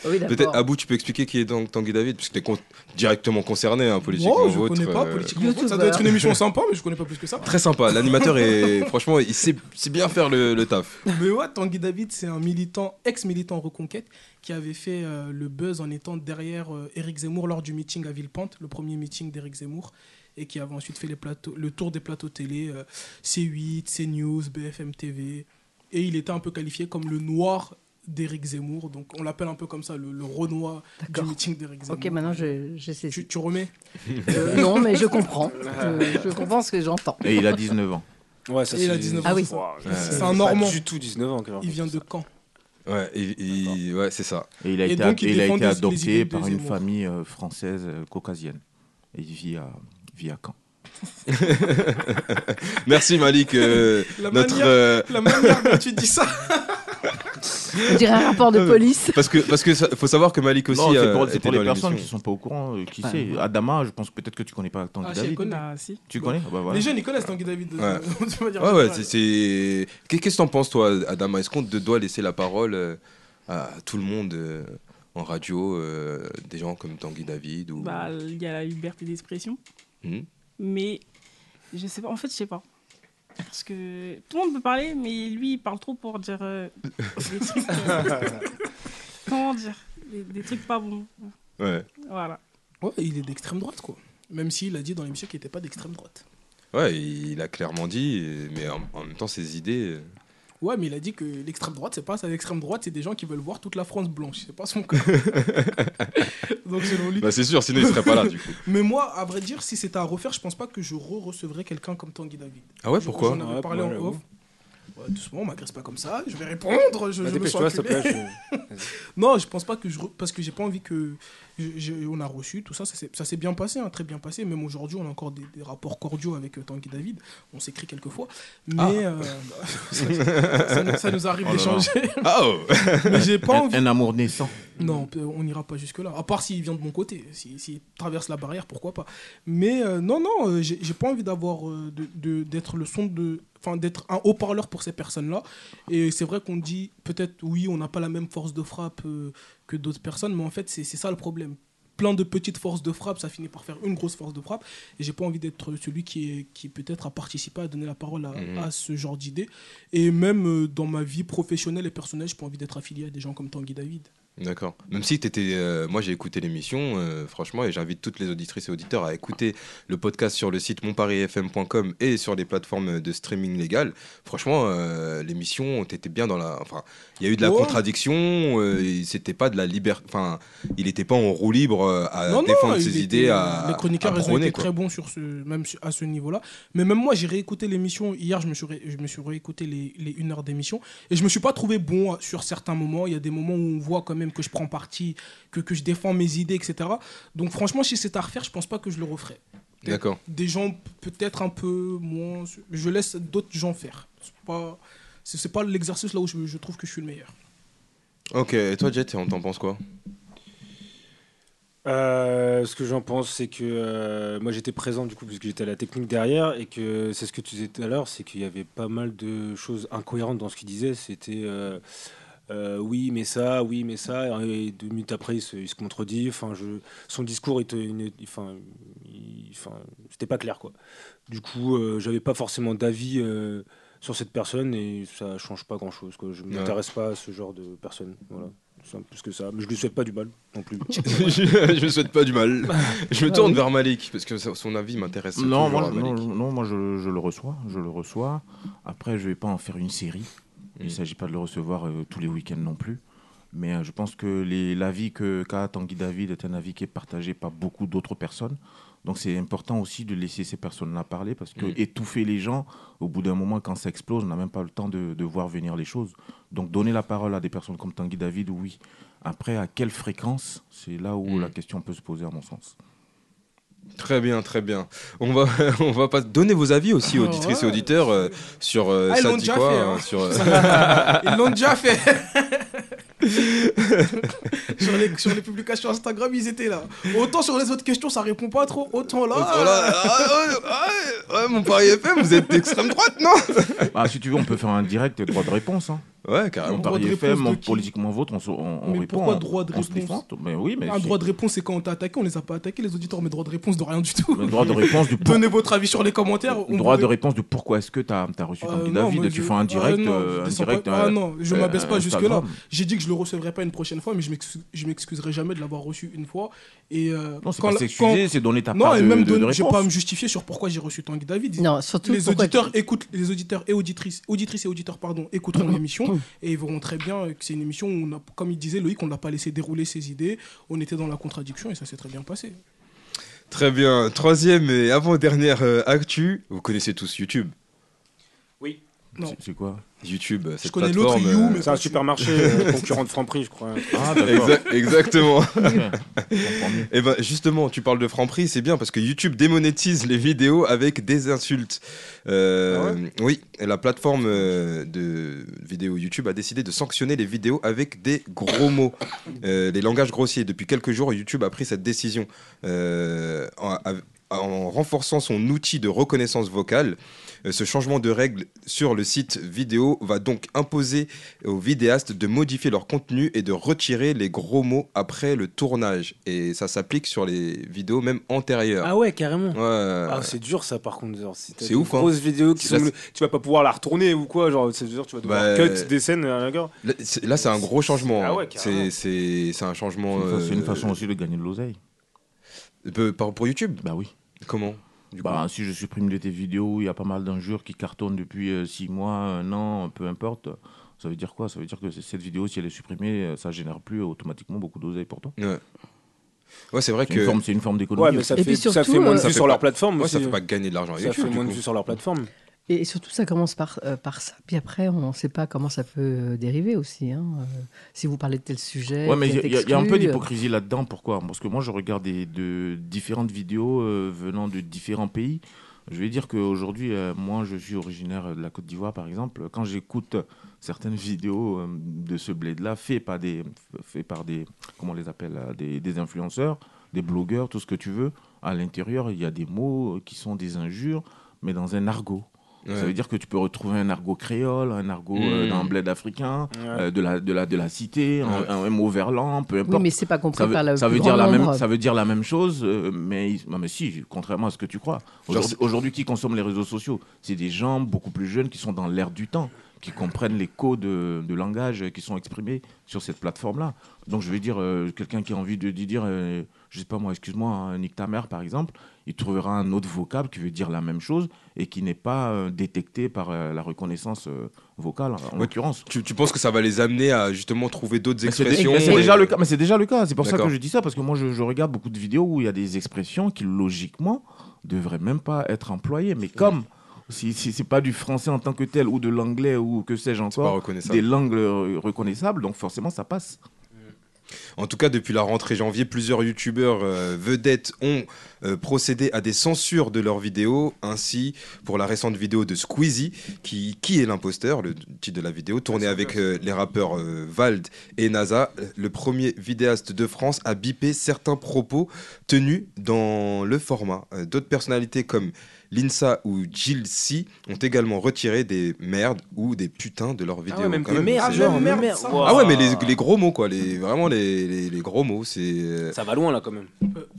Speaker 4: Oui,
Speaker 3: Peut-être,
Speaker 4: d'accord.
Speaker 3: Abou, tu peux expliquer qui est donc Tanguy David, puisque tu es directement concerné, hein, politiquement.
Speaker 8: Oh, je
Speaker 3: Vote,
Speaker 8: connais pas
Speaker 3: euh,
Speaker 8: politiquement. Vote. Ça
Speaker 4: youtubeur.
Speaker 8: doit (laughs) être une émission sympa, mais je connais pas plus que ça.
Speaker 3: Très sympa, l'animateur est. Franchement, il sait, sait bien faire le, le taf.
Speaker 8: Mais ouais, Tanguy David, c'est un militant, ex-militant Reconquête, qui avait fait euh, le buzz en étant derrière euh, Éric Zemmour lors du meeting à Villepinte, le premier meeting d'Éric Zemmour, et qui avait ensuite fait les plateaux, le tour des plateaux télé, euh, C8, CNews, BFM TV. Et il était un peu qualifié comme le noir d'Éric Zemmour, donc on l'appelle un peu comme ça, le, le Renoir du
Speaker 4: D'accord.
Speaker 8: meeting d'Éric Zemmour.
Speaker 4: Ok, maintenant je, je sais.
Speaker 8: Tu, tu remets
Speaker 4: Euh, non, mais je comprends.
Speaker 6: (laughs)
Speaker 4: Je, je comprends ce que (laughs) j'entends.
Speaker 6: Et il a 19 ans.
Speaker 7: Ouais, ça
Speaker 8: Et il a
Speaker 7: c'est-
Speaker 8: 19
Speaker 4: ans. Ah oui.
Speaker 7: Ouah,
Speaker 3: Euh,
Speaker 7: je-
Speaker 8: C'est
Speaker 7: je-
Speaker 8: un Normand.
Speaker 7: Pas du tout 19 ans. quand même.
Speaker 8: Il vient de Caen.
Speaker 3: Ouais, il- il- ouais c'est ça.
Speaker 6: Et il a
Speaker 8: Et
Speaker 6: été,
Speaker 8: donc, il
Speaker 6: et il a
Speaker 8: défend
Speaker 6: été
Speaker 8: des- les idées
Speaker 6: adopté
Speaker 8: de
Speaker 6: par une
Speaker 8: Zemmour.
Speaker 6: famille euh, française euh, caucasienne. Et il vit à, vit à Caen.
Speaker 3: Merci Malik, euh,
Speaker 8: La
Speaker 3: notre.
Speaker 8: manière-
Speaker 3: euh,
Speaker 8: La manière dont tu dis ça
Speaker 4: On dirait un rapport de police.
Speaker 3: parce que parce que ça- faut savoir que Malik aussi.
Speaker 6: Non, c'est
Speaker 3: euh,
Speaker 6: pour, c'est
Speaker 3: était
Speaker 6: pour
Speaker 3: dans
Speaker 6: les personnes qui
Speaker 3: l'émission.
Speaker 6: sont pas au courant. euh, qui
Speaker 4: Bah,
Speaker 6: sait Adama, je pense peut-être que tu connais pas tant
Speaker 8: Ah,
Speaker 6: que
Speaker 8: si, elle
Speaker 6: David.
Speaker 8: connaît.
Speaker 5: Bah, si.
Speaker 6: Tu connais Ah, bah, voilà.
Speaker 8: Les jeunes, ils connaissent Tanguy David. de- (laughs)
Speaker 3: Ouais.
Speaker 8: de manière
Speaker 3: Ouais, ouais,
Speaker 8: générale.
Speaker 3: c'est. c'est- Qu'est- Qu'est-ce que t'en penses, toi, Adama Est-ce qu'on te doit laisser la parole euh, à tout le monde euh, en radio euh, Des gens comme Tanguy David ou...
Speaker 5: Bah, il y a la liberté d'expression.
Speaker 3: Mhm.
Speaker 5: Mais je sais pas. En fait, je sais pas. Parce que tout le monde peut parler, mais lui, il parle trop pour dire euh, des trucs. euh, comment dire des, des trucs pas bons.
Speaker 3: Ouais.
Speaker 5: Voilà.
Speaker 8: Ouais, il est d'extrême droite, quoi. Même s'il a dit dans l'émission qu'il n'était pas d'extrême droite.
Speaker 3: Ouais, il a clairement dit, euh, mais en, en même temps, ses idées. euh,
Speaker 8: Ouais, mais il a dit que l'extrême droite, c'est pas ça. L'extrême droite, c'est des gens qui veulent voir toute la France blanche. C'est pas son
Speaker 3: (laughs)
Speaker 8: cas. Donc, selon lui.
Speaker 3: Bah, c'est sûr, sinon il serait pas là, du coup.
Speaker 8: Mais moi, à vrai dire, si c'était à refaire, je pense pas que je re-recevrais quelqu'un comme Tanguy David.
Speaker 3: Ah ouais,
Speaker 8: Je- (laughs)
Speaker 3: pourquoi
Speaker 8: J'en avais
Speaker 7: Ouais,
Speaker 8: parlé
Speaker 7: ouais,
Speaker 8: en
Speaker 7: j'avoue.
Speaker 8: off. Ouais, doucement, on m'agresse pas comme ça. Je vais répondre. Je,
Speaker 7: Bah,
Speaker 8: je me sens
Speaker 7: Dépêche-toi, s'il te
Speaker 8: acculé.
Speaker 7: plaît. je-
Speaker 8: Non, je pense pas que je. re- Parce que j'ai pas envie que. je- je- on a reçu tout ça, ça s'est- ça s'est bien passé, hein, très bien passé. Même aujourd'hui, on a encore des, des rapports cordiaux avec euh, Tanguy David. On s'écrit quelques fois. Mais. euh, (laughs) ça, ça nous- ça nous arrive
Speaker 6: Ah. Oh là là.
Speaker 8: d'échanger.
Speaker 3: Ah oh
Speaker 8: Mais j'ai pas
Speaker 6: Un,
Speaker 8: envie.
Speaker 6: un amour naissant.
Speaker 8: Non, p- on n'ira pas jusque-là. À part s'il vient de mon côté. S'il s'il traverse la barrière, pourquoi pas. Mais euh, non, non, euh, j'ai j'ai pas envie d'avoir. euh, de- de- d'être le son de. Enfin, d'être un haut-parleur pour ces personnes-là. Et c'est vrai qu'on dit, peut-être, oui, on n'a pas la même force de frappe euh, que d'autres personnes, mais en fait, c'est c'est ça le problème. Plein de petites forces de frappe, ça finit par faire une grosse force de frappe. Et j'ai pas envie d'être celui qui, est- qui peut-être a participé à donner la parole à,
Speaker 3: Mhm.
Speaker 8: à ce genre d'idées. Et même euh, dans ma vie professionnelle et personnelle, j'ai pas envie d'être affilié à des gens comme Tanguy David.
Speaker 3: D'accord. Même si t'étais, euh, moi j'ai écouté l'émission, euh, franchement, et j'invite toutes les auditrices et auditeurs à écouter le podcast sur le site monparisfm.com et sur les plateformes de streaming légal. Franchement, euh, l'émission, t'étais bien dans la, enfin, il y a eu de la
Speaker 8: Ouais.
Speaker 3: contradiction. euh, et C'était pas de la liberté, enfin, il était pas en roue libre euh, à
Speaker 8: Non, non,
Speaker 3: défendre
Speaker 8: il
Speaker 3: ses
Speaker 8: était-
Speaker 3: idées, à
Speaker 8: Les chroniqueurs,
Speaker 3: à
Speaker 8: ils ont
Speaker 3: prôner,
Speaker 8: été
Speaker 3: quoi.
Speaker 8: très bons sur ce, même su- à ce niveau-là. Mais même moi, j'ai réécouté l'émission. Hier, je me suis, ré- je me suis réécouté les, les une heure d'émission. Et je me suis pas trouvé bon à- sur certains moments. Il y a des moments où on voit quand même que je prends parti, que, que je défends mes idées, etc. Donc, franchement, si c'est à refaire, je pense pas que je le referais.
Speaker 3: D'accord.
Speaker 8: Des gens p- peut-être un peu moins. Je laisse d'autres gens faire. C'est pas, c'est c'est pas l'exercice là où je, je trouve que je suis le meilleur.
Speaker 3: Ok. Et toi, Jet, on t'en pense (laughs) quoi
Speaker 7: Euh, ce que j'en pense, c'est que euh, moi j'étais présent du coup, puisque j'étais à la technique derrière, et que c'est ce que tu disais tout à l'heure, c'est qu'il y avait pas mal de choses incohérentes dans ce qu'il disait. C'était euh, euh, oui, mais ça, oui, mais ça, et deux minutes après il se, il se contredit. Enfin, je, son discours, il te- il- enfin, il- enfin, c'était pas clair quoi. Du coup, euh, j'avais pas forcément d'avis euh, sur cette personne, et ça change pas grand chose. Quoi. Je
Speaker 3: Ouais.
Speaker 7: m'intéresse pas à ce genre de personne, voilà, c'est un peu plus que ça. Mais je lui souhaite pas du mal non plus.
Speaker 3: je je souhaite pas du mal. Je me
Speaker 4: Ah
Speaker 3: tourne
Speaker 4: oui.
Speaker 3: vers Malik parce que son son avis m'intéresse.
Speaker 6: Non,
Speaker 3: toujours
Speaker 6: moi,
Speaker 3: à
Speaker 6: non,
Speaker 3: Malik.
Speaker 6: non, moi je, je le reçois, je le reçois. Après, je vais pas en faire une série. Il
Speaker 3: Mm.
Speaker 6: ne s'agit pas de le recevoir euh, tous les week-ends non plus. Mais euh, je pense que les- l'avis que qu'a Tanguy David est un avis qui est partagé par beaucoup d'autres personnes. Donc c'est important aussi de laisser ces personnes-là parler parce que
Speaker 3: Mm.
Speaker 6: étouffer les gens, au bout d'un moment, quand ça explose, on n'a même pas le temps de, de voir venir les choses. Donc donner la parole à des personnes comme Tanguy David, oui. Après, à quelle fréquence C'est là où
Speaker 3: Mm.
Speaker 6: la question peut se poser, à mon sens.
Speaker 3: Très bien, très bien. On va, (laughs) on va pas donner vos avis aussi,
Speaker 8: Ah
Speaker 3: auditrices et
Speaker 8: ouais.
Speaker 3: auditeurs, euh, sur euh,
Speaker 8: Ah, ils
Speaker 3: ça
Speaker 8: l'ont
Speaker 3: dit
Speaker 8: déjà
Speaker 3: quoi,
Speaker 8: fait,
Speaker 3: hein,
Speaker 8: hein.
Speaker 3: sur,
Speaker 8: (laughs)
Speaker 3: euh,
Speaker 8: Ils l'ont déjà fait. (laughs) sur, les, sur les publications Instagram, ils étaient là. Autant sur les autres questions, ça répond pas trop. Autant là.
Speaker 3: Oh, voilà. Ah, ouais, ouais, ouais, mon Paris FM, vous êtes d'extrême droite, non
Speaker 6: Ah, si tu veux, on peut faire un direct et droit de réponse. hein.
Speaker 3: Ouais,
Speaker 6: On
Speaker 3: carrément.
Speaker 8: Ah, Droit
Speaker 6: Paris
Speaker 8: de réponse
Speaker 6: FM,
Speaker 8: de
Speaker 6: on
Speaker 8: qui
Speaker 6: politiquement vote, on, se- on, on
Speaker 8: Mais
Speaker 6: répond.
Speaker 8: pourquoi
Speaker 6: on-
Speaker 8: droit de
Speaker 6: on se
Speaker 8: réponse
Speaker 6: défend. Mais oui, mais
Speaker 8: Un
Speaker 6: c'est-
Speaker 8: droit de réponse, c'est quand on t'a attaqué, on les a pas attaqués, les auditeurs, mais droit de réponse de rien du tout.
Speaker 6: le droit de réponse du
Speaker 8: (laughs)
Speaker 6: pour-
Speaker 8: Donnez votre avis sur les commentaires. on
Speaker 6: droit de
Speaker 8: pouvait-
Speaker 6: réponse du pourquoi est-ce que tu as, reçu
Speaker 8: Euh,
Speaker 6: Tanguy
Speaker 8: non,
Speaker 6: David
Speaker 8: moi,
Speaker 6: Tu
Speaker 8: je-
Speaker 6: fais un direct.
Speaker 8: Ah, non,
Speaker 6: euh,
Speaker 8: je
Speaker 6: un
Speaker 8: descends
Speaker 6: direct
Speaker 8: pas- ah
Speaker 6: euh,
Speaker 8: non, je
Speaker 6: euh,
Speaker 8: m'abaisse pas jusque là.
Speaker 6: Instagram.
Speaker 8: J'ai dit que je le recevrai pas une prochaine fois, mais je m'excuse- je m'excuserai jamais de l'avoir reçu une fois. Et euh,
Speaker 6: Non, c'est
Speaker 8: quand
Speaker 6: pas
Speaker 8: la-
Speaker 6: s'excuser, c'est donner ta
Speaker 8: quand- Non,
Speaker 6: part
Speaker 8: et
Speaker 6: de,
Speaker 8: même
Speaker 6: de- de
Speaker 8: donner- j'ai pas à me
Speaker 6: réponse.
Speaker 8: justifier sur pourquoi j'ai reçu Tanguy David.
Speaker 4: Non, surtout
Speaker 8: les
Speaker 4: pourquoi-
Speaker 8: auditeurs écoutent les auditeurs et auditrices auditeurs et auditeurs pardon écouteront l'émission et ils verront très bien que c'est une émission où on a, comme il disait Loïc on l'a pas laissé dérouler ses idées on était dans la contradiction et ça s'est très bien passé
Speaker 3: Très bien. Troisième et avant-dernière euh, actu. Vous connaissez tous YouTube.
Speaker 8: Non.
Speaker 6: C'est- C'est quoi
Speaker 3: YouTube, euh, cette
Speaker 8: je connais l'autre
Speaker 3: plateforme.
Speaker 8: You
Speaker 3: euh,
Speaker 8: mais
Speaker 7: C'est un supermarché (laughs) euh, concurrent de Franprix, je crois.
Speaker 6: Ah,
Speaker 3: (laughs)
Speaker 6: d'accord.
Speaker 3: exa- exactement.
Speaker 6: Je comprends mieux.
Speaker 3: Et ben justement, tu parles de Franprix, c'est bien parce que YouTube démonétise les vidéos avec des insultes. Euh, Oui, la plateforme euh, de vidéo YouTube a décidé de sanctionner les vidéos avec des gros mots, euh, les langages grossiers. Depuis quelques jours, YouTube a pris cette décision euh, en, en renforçant son outil de reconnaissance vocale. Euh, Ce changement de règle sur le site vidéo va donc imposer aux vidéastes de modifier leur contenu et de retirer les gros mots après le tournage. Et ça s'applique sur les vidéos même antérieures.
Speaker 7: Ah ouais, carrément.
Speaker 3: Ouais.
Speaker 7: Ah, c'est dur ça par contre. genre, si t'as
Speaker 3: C'est
Speaker 7: des
Speaker 3: ouf, hein.
Speaker 7: grosses vidéos qui
Speaker 3: C'est
Speaker 7: sont.
Speaker 3: la-
Speaker 7: Tu vas pas pouvoir la retourner ou quoi. Genre, c'est dur, tu vas devoir
Speaker 3: Bah,
Speaker 7: cut des scènes à la rigueur.
Speaker 3: Là, c'est- là, c'est un gros changement.
Speaker 7: Ah ouais,
Speaker 3: hein.
Speaker 7: carrément.
Speaker 3: c'est, c'est, c'est un changement.
Speaker 6: C'est une fa- C'est
Speaker 3: euh,
Speaker 6: une façon aussi de gagner de l'oseille.
Speaker 3: peu- par- pour YouTube
Speaker 6: Bah oui.
Speaker 3: Comment du coup
Speaker 6: Bah, si je supprime de tes vidéos, il y a pas mal d'injures qui cartonnent depuis 6 mois, un an, peu importe. Ça veut dire quoi Ça veut dire que c- cette vidéo, si elle est supprimée, euh, ça génère plus euh, automatiquement beaucoup d'oseille pour toi.
Speaker 3: Ouais. Ouais, c'est vrai
Speaker 6: C'est une
Speaker 3: que.
Speaker 6: forme, c'est une forme d'économie.
Speaker 7: Ouais, mais ça,
Speaker 4: Et
Speaker 7: fait,
Speaker 4: puis
Speaker 7: ça
Speaker 4: surtout,
Speaker 7: fait moins
Speaker 4: euh,
Speaker 7: de
Speaker 3: Ça
Speaker 7: vues
Speaker 3: fait
Speaker 7: sur
Speaker 3: pas-
Speaker 7: leur plateforme.
Speaker 3: Ouais, ça
Speaker 7: aussi.
Speaker 3: fait pas gagner de l'argent. à
Speaker 7: Ça fait
Speaker 3: YouTube, du
Speaker 7: moins de
Speaker 3: coup.
Speaker 7: vues sur leur plateforme.
Speaker 4: Et et surtout, ça commence par, euh, par ça. Puis après, on ne sait pas comment ça peut euh, dériver aussi. hein. Euh, si vous parlez de tel sujet.
Speaker 6: Ouais, mais
Speaker 4: vous
Speaker 6: il
Speaker 4: êtes
Speaker 6: y, a- y a un peu
Speaker 4: exclu, euh,
Speaker 6: d'hypocrisie là-dedans. Pourquoi Parce que moi, je regarde des, de différentes vidéos euh, venant de différents pays. Je vais dire qu'aujourd'hui, euh, moi, je suis originaire de la Côte d'Ivoire, par exemple. Quand j'écoute certaines vidéos euh, de ce bled-là, fait par des, fait par des, comment on les appelle, là, des, des influenceurs, des blogueurs, tout ce que tu veux, à l'intérieur, il y a des mots euh, qui sont des injures, mais dans un argot. Ça veut
Speaker 3: Ouais.
Speaker 6: dire que tu peux retrouver un argot créole, un argot
Speaker 3: Mm.
Speaker 6: euh, d'un bled africain,
Speaker 7: Ah
Speaker 6: euh, de, la, de, la, de la cité, un,
Speaker 3: Ouais.
Speaker 6: un, un mot verlan, peu
Speaker 4: Oui,
Speaker 6: importe.
Speaker 4: mais c'est pas compris
Speaker 6: ça veut,
Speaker 4: par le
Speaker 6: ça
Speaker 4: plus
Speaker 6: veut dire
Speaker 4: grand
Speaker 6: la même,
Speaker 4: nombre.
Speaker 6: ça veut dire la même chose, euh, mais, ils- non, mais si, contrairement à ce que tu crois. Aujourd'hui,
Speaker 3: c'est-
Speaker 6: aujourd'hui, qui consomme les réseaux sociaux C'est des gens beaucoup plus jeunes qui sont dans l'ère du temps, qui comprennent les codes de, de langage qui sont exprimés sur cette plateforme-là. Donc, je vais dire, euh, quelqu'un qui a envie de, de dire, euh, je sais pas moi, excuse-moi, hein, nique ta mère, par exemple, il trouvera un autre vocable qui veut dire la même chose et qui n'est pas euh, détecté par euh, la reconnaissance euh, vocale, en
Speaker 3: Ouais,
Speaker 6: l'occurrence.
Speaker 3: Tu, tu penses que ça va les amener à justement trouver d'autres
Speaker 6: Mais c'est
Speaker 3: expressions
Speaker 6: mais c'est
Speaker 3: et-
Speaker 6: déjà le cas. Mais c'est déjà le cas. C'est pour ça que
Speaker 3: D'accord.
Speaker 6: je dis ça parce que moi, je, je regarde beaucoup de vidéos où il y a des expressions qui logiquement devraient même pas être employées. Mais comme si, si c'est pas du français en tant que tel ou de l'anglais ou que sais-je
Speaker 3: C'est pas
Speaker 6: encore,
Speaker 3: reconnaissable.
Speaker 6: des langues euh, reconnaissables, donc forcément ça passe.
Speaker 3: En tout cas, depuis la rentrée janvier, plusieurs youtubeurs euh, vedettes ont euh, procédé à des censures de leurs vidéos. Ainsi, pour la récente vidéo de Squeezie, qui, qui est l'imposteur, le titre de la vidéo, tournée avec euh, les rappeurs euh, Vald et NASA, le premier vidéaste de France a bipé certains propos tenus dans le format. Euh, D'autres personnalités comme Linsa ou Jill C ont également retiré des merdes ou des putains de leurs vidéos.
Speaker 7: Ah même
Speaker 3: Quand
Speaker 7: des merdes,
Speaker 3: c'est-
Speaker 7: genre,
Speaker 8: même
Speaker 7: même
Speaker 8: merde, ça.
Speaker 7: Waouh.
Speaker 3: ah ouais, mais les, les gros mots, quoi. Les, vraiment, les, les- les gros mots. C'est euh,
Speaker 7: Ça va loin là quand même.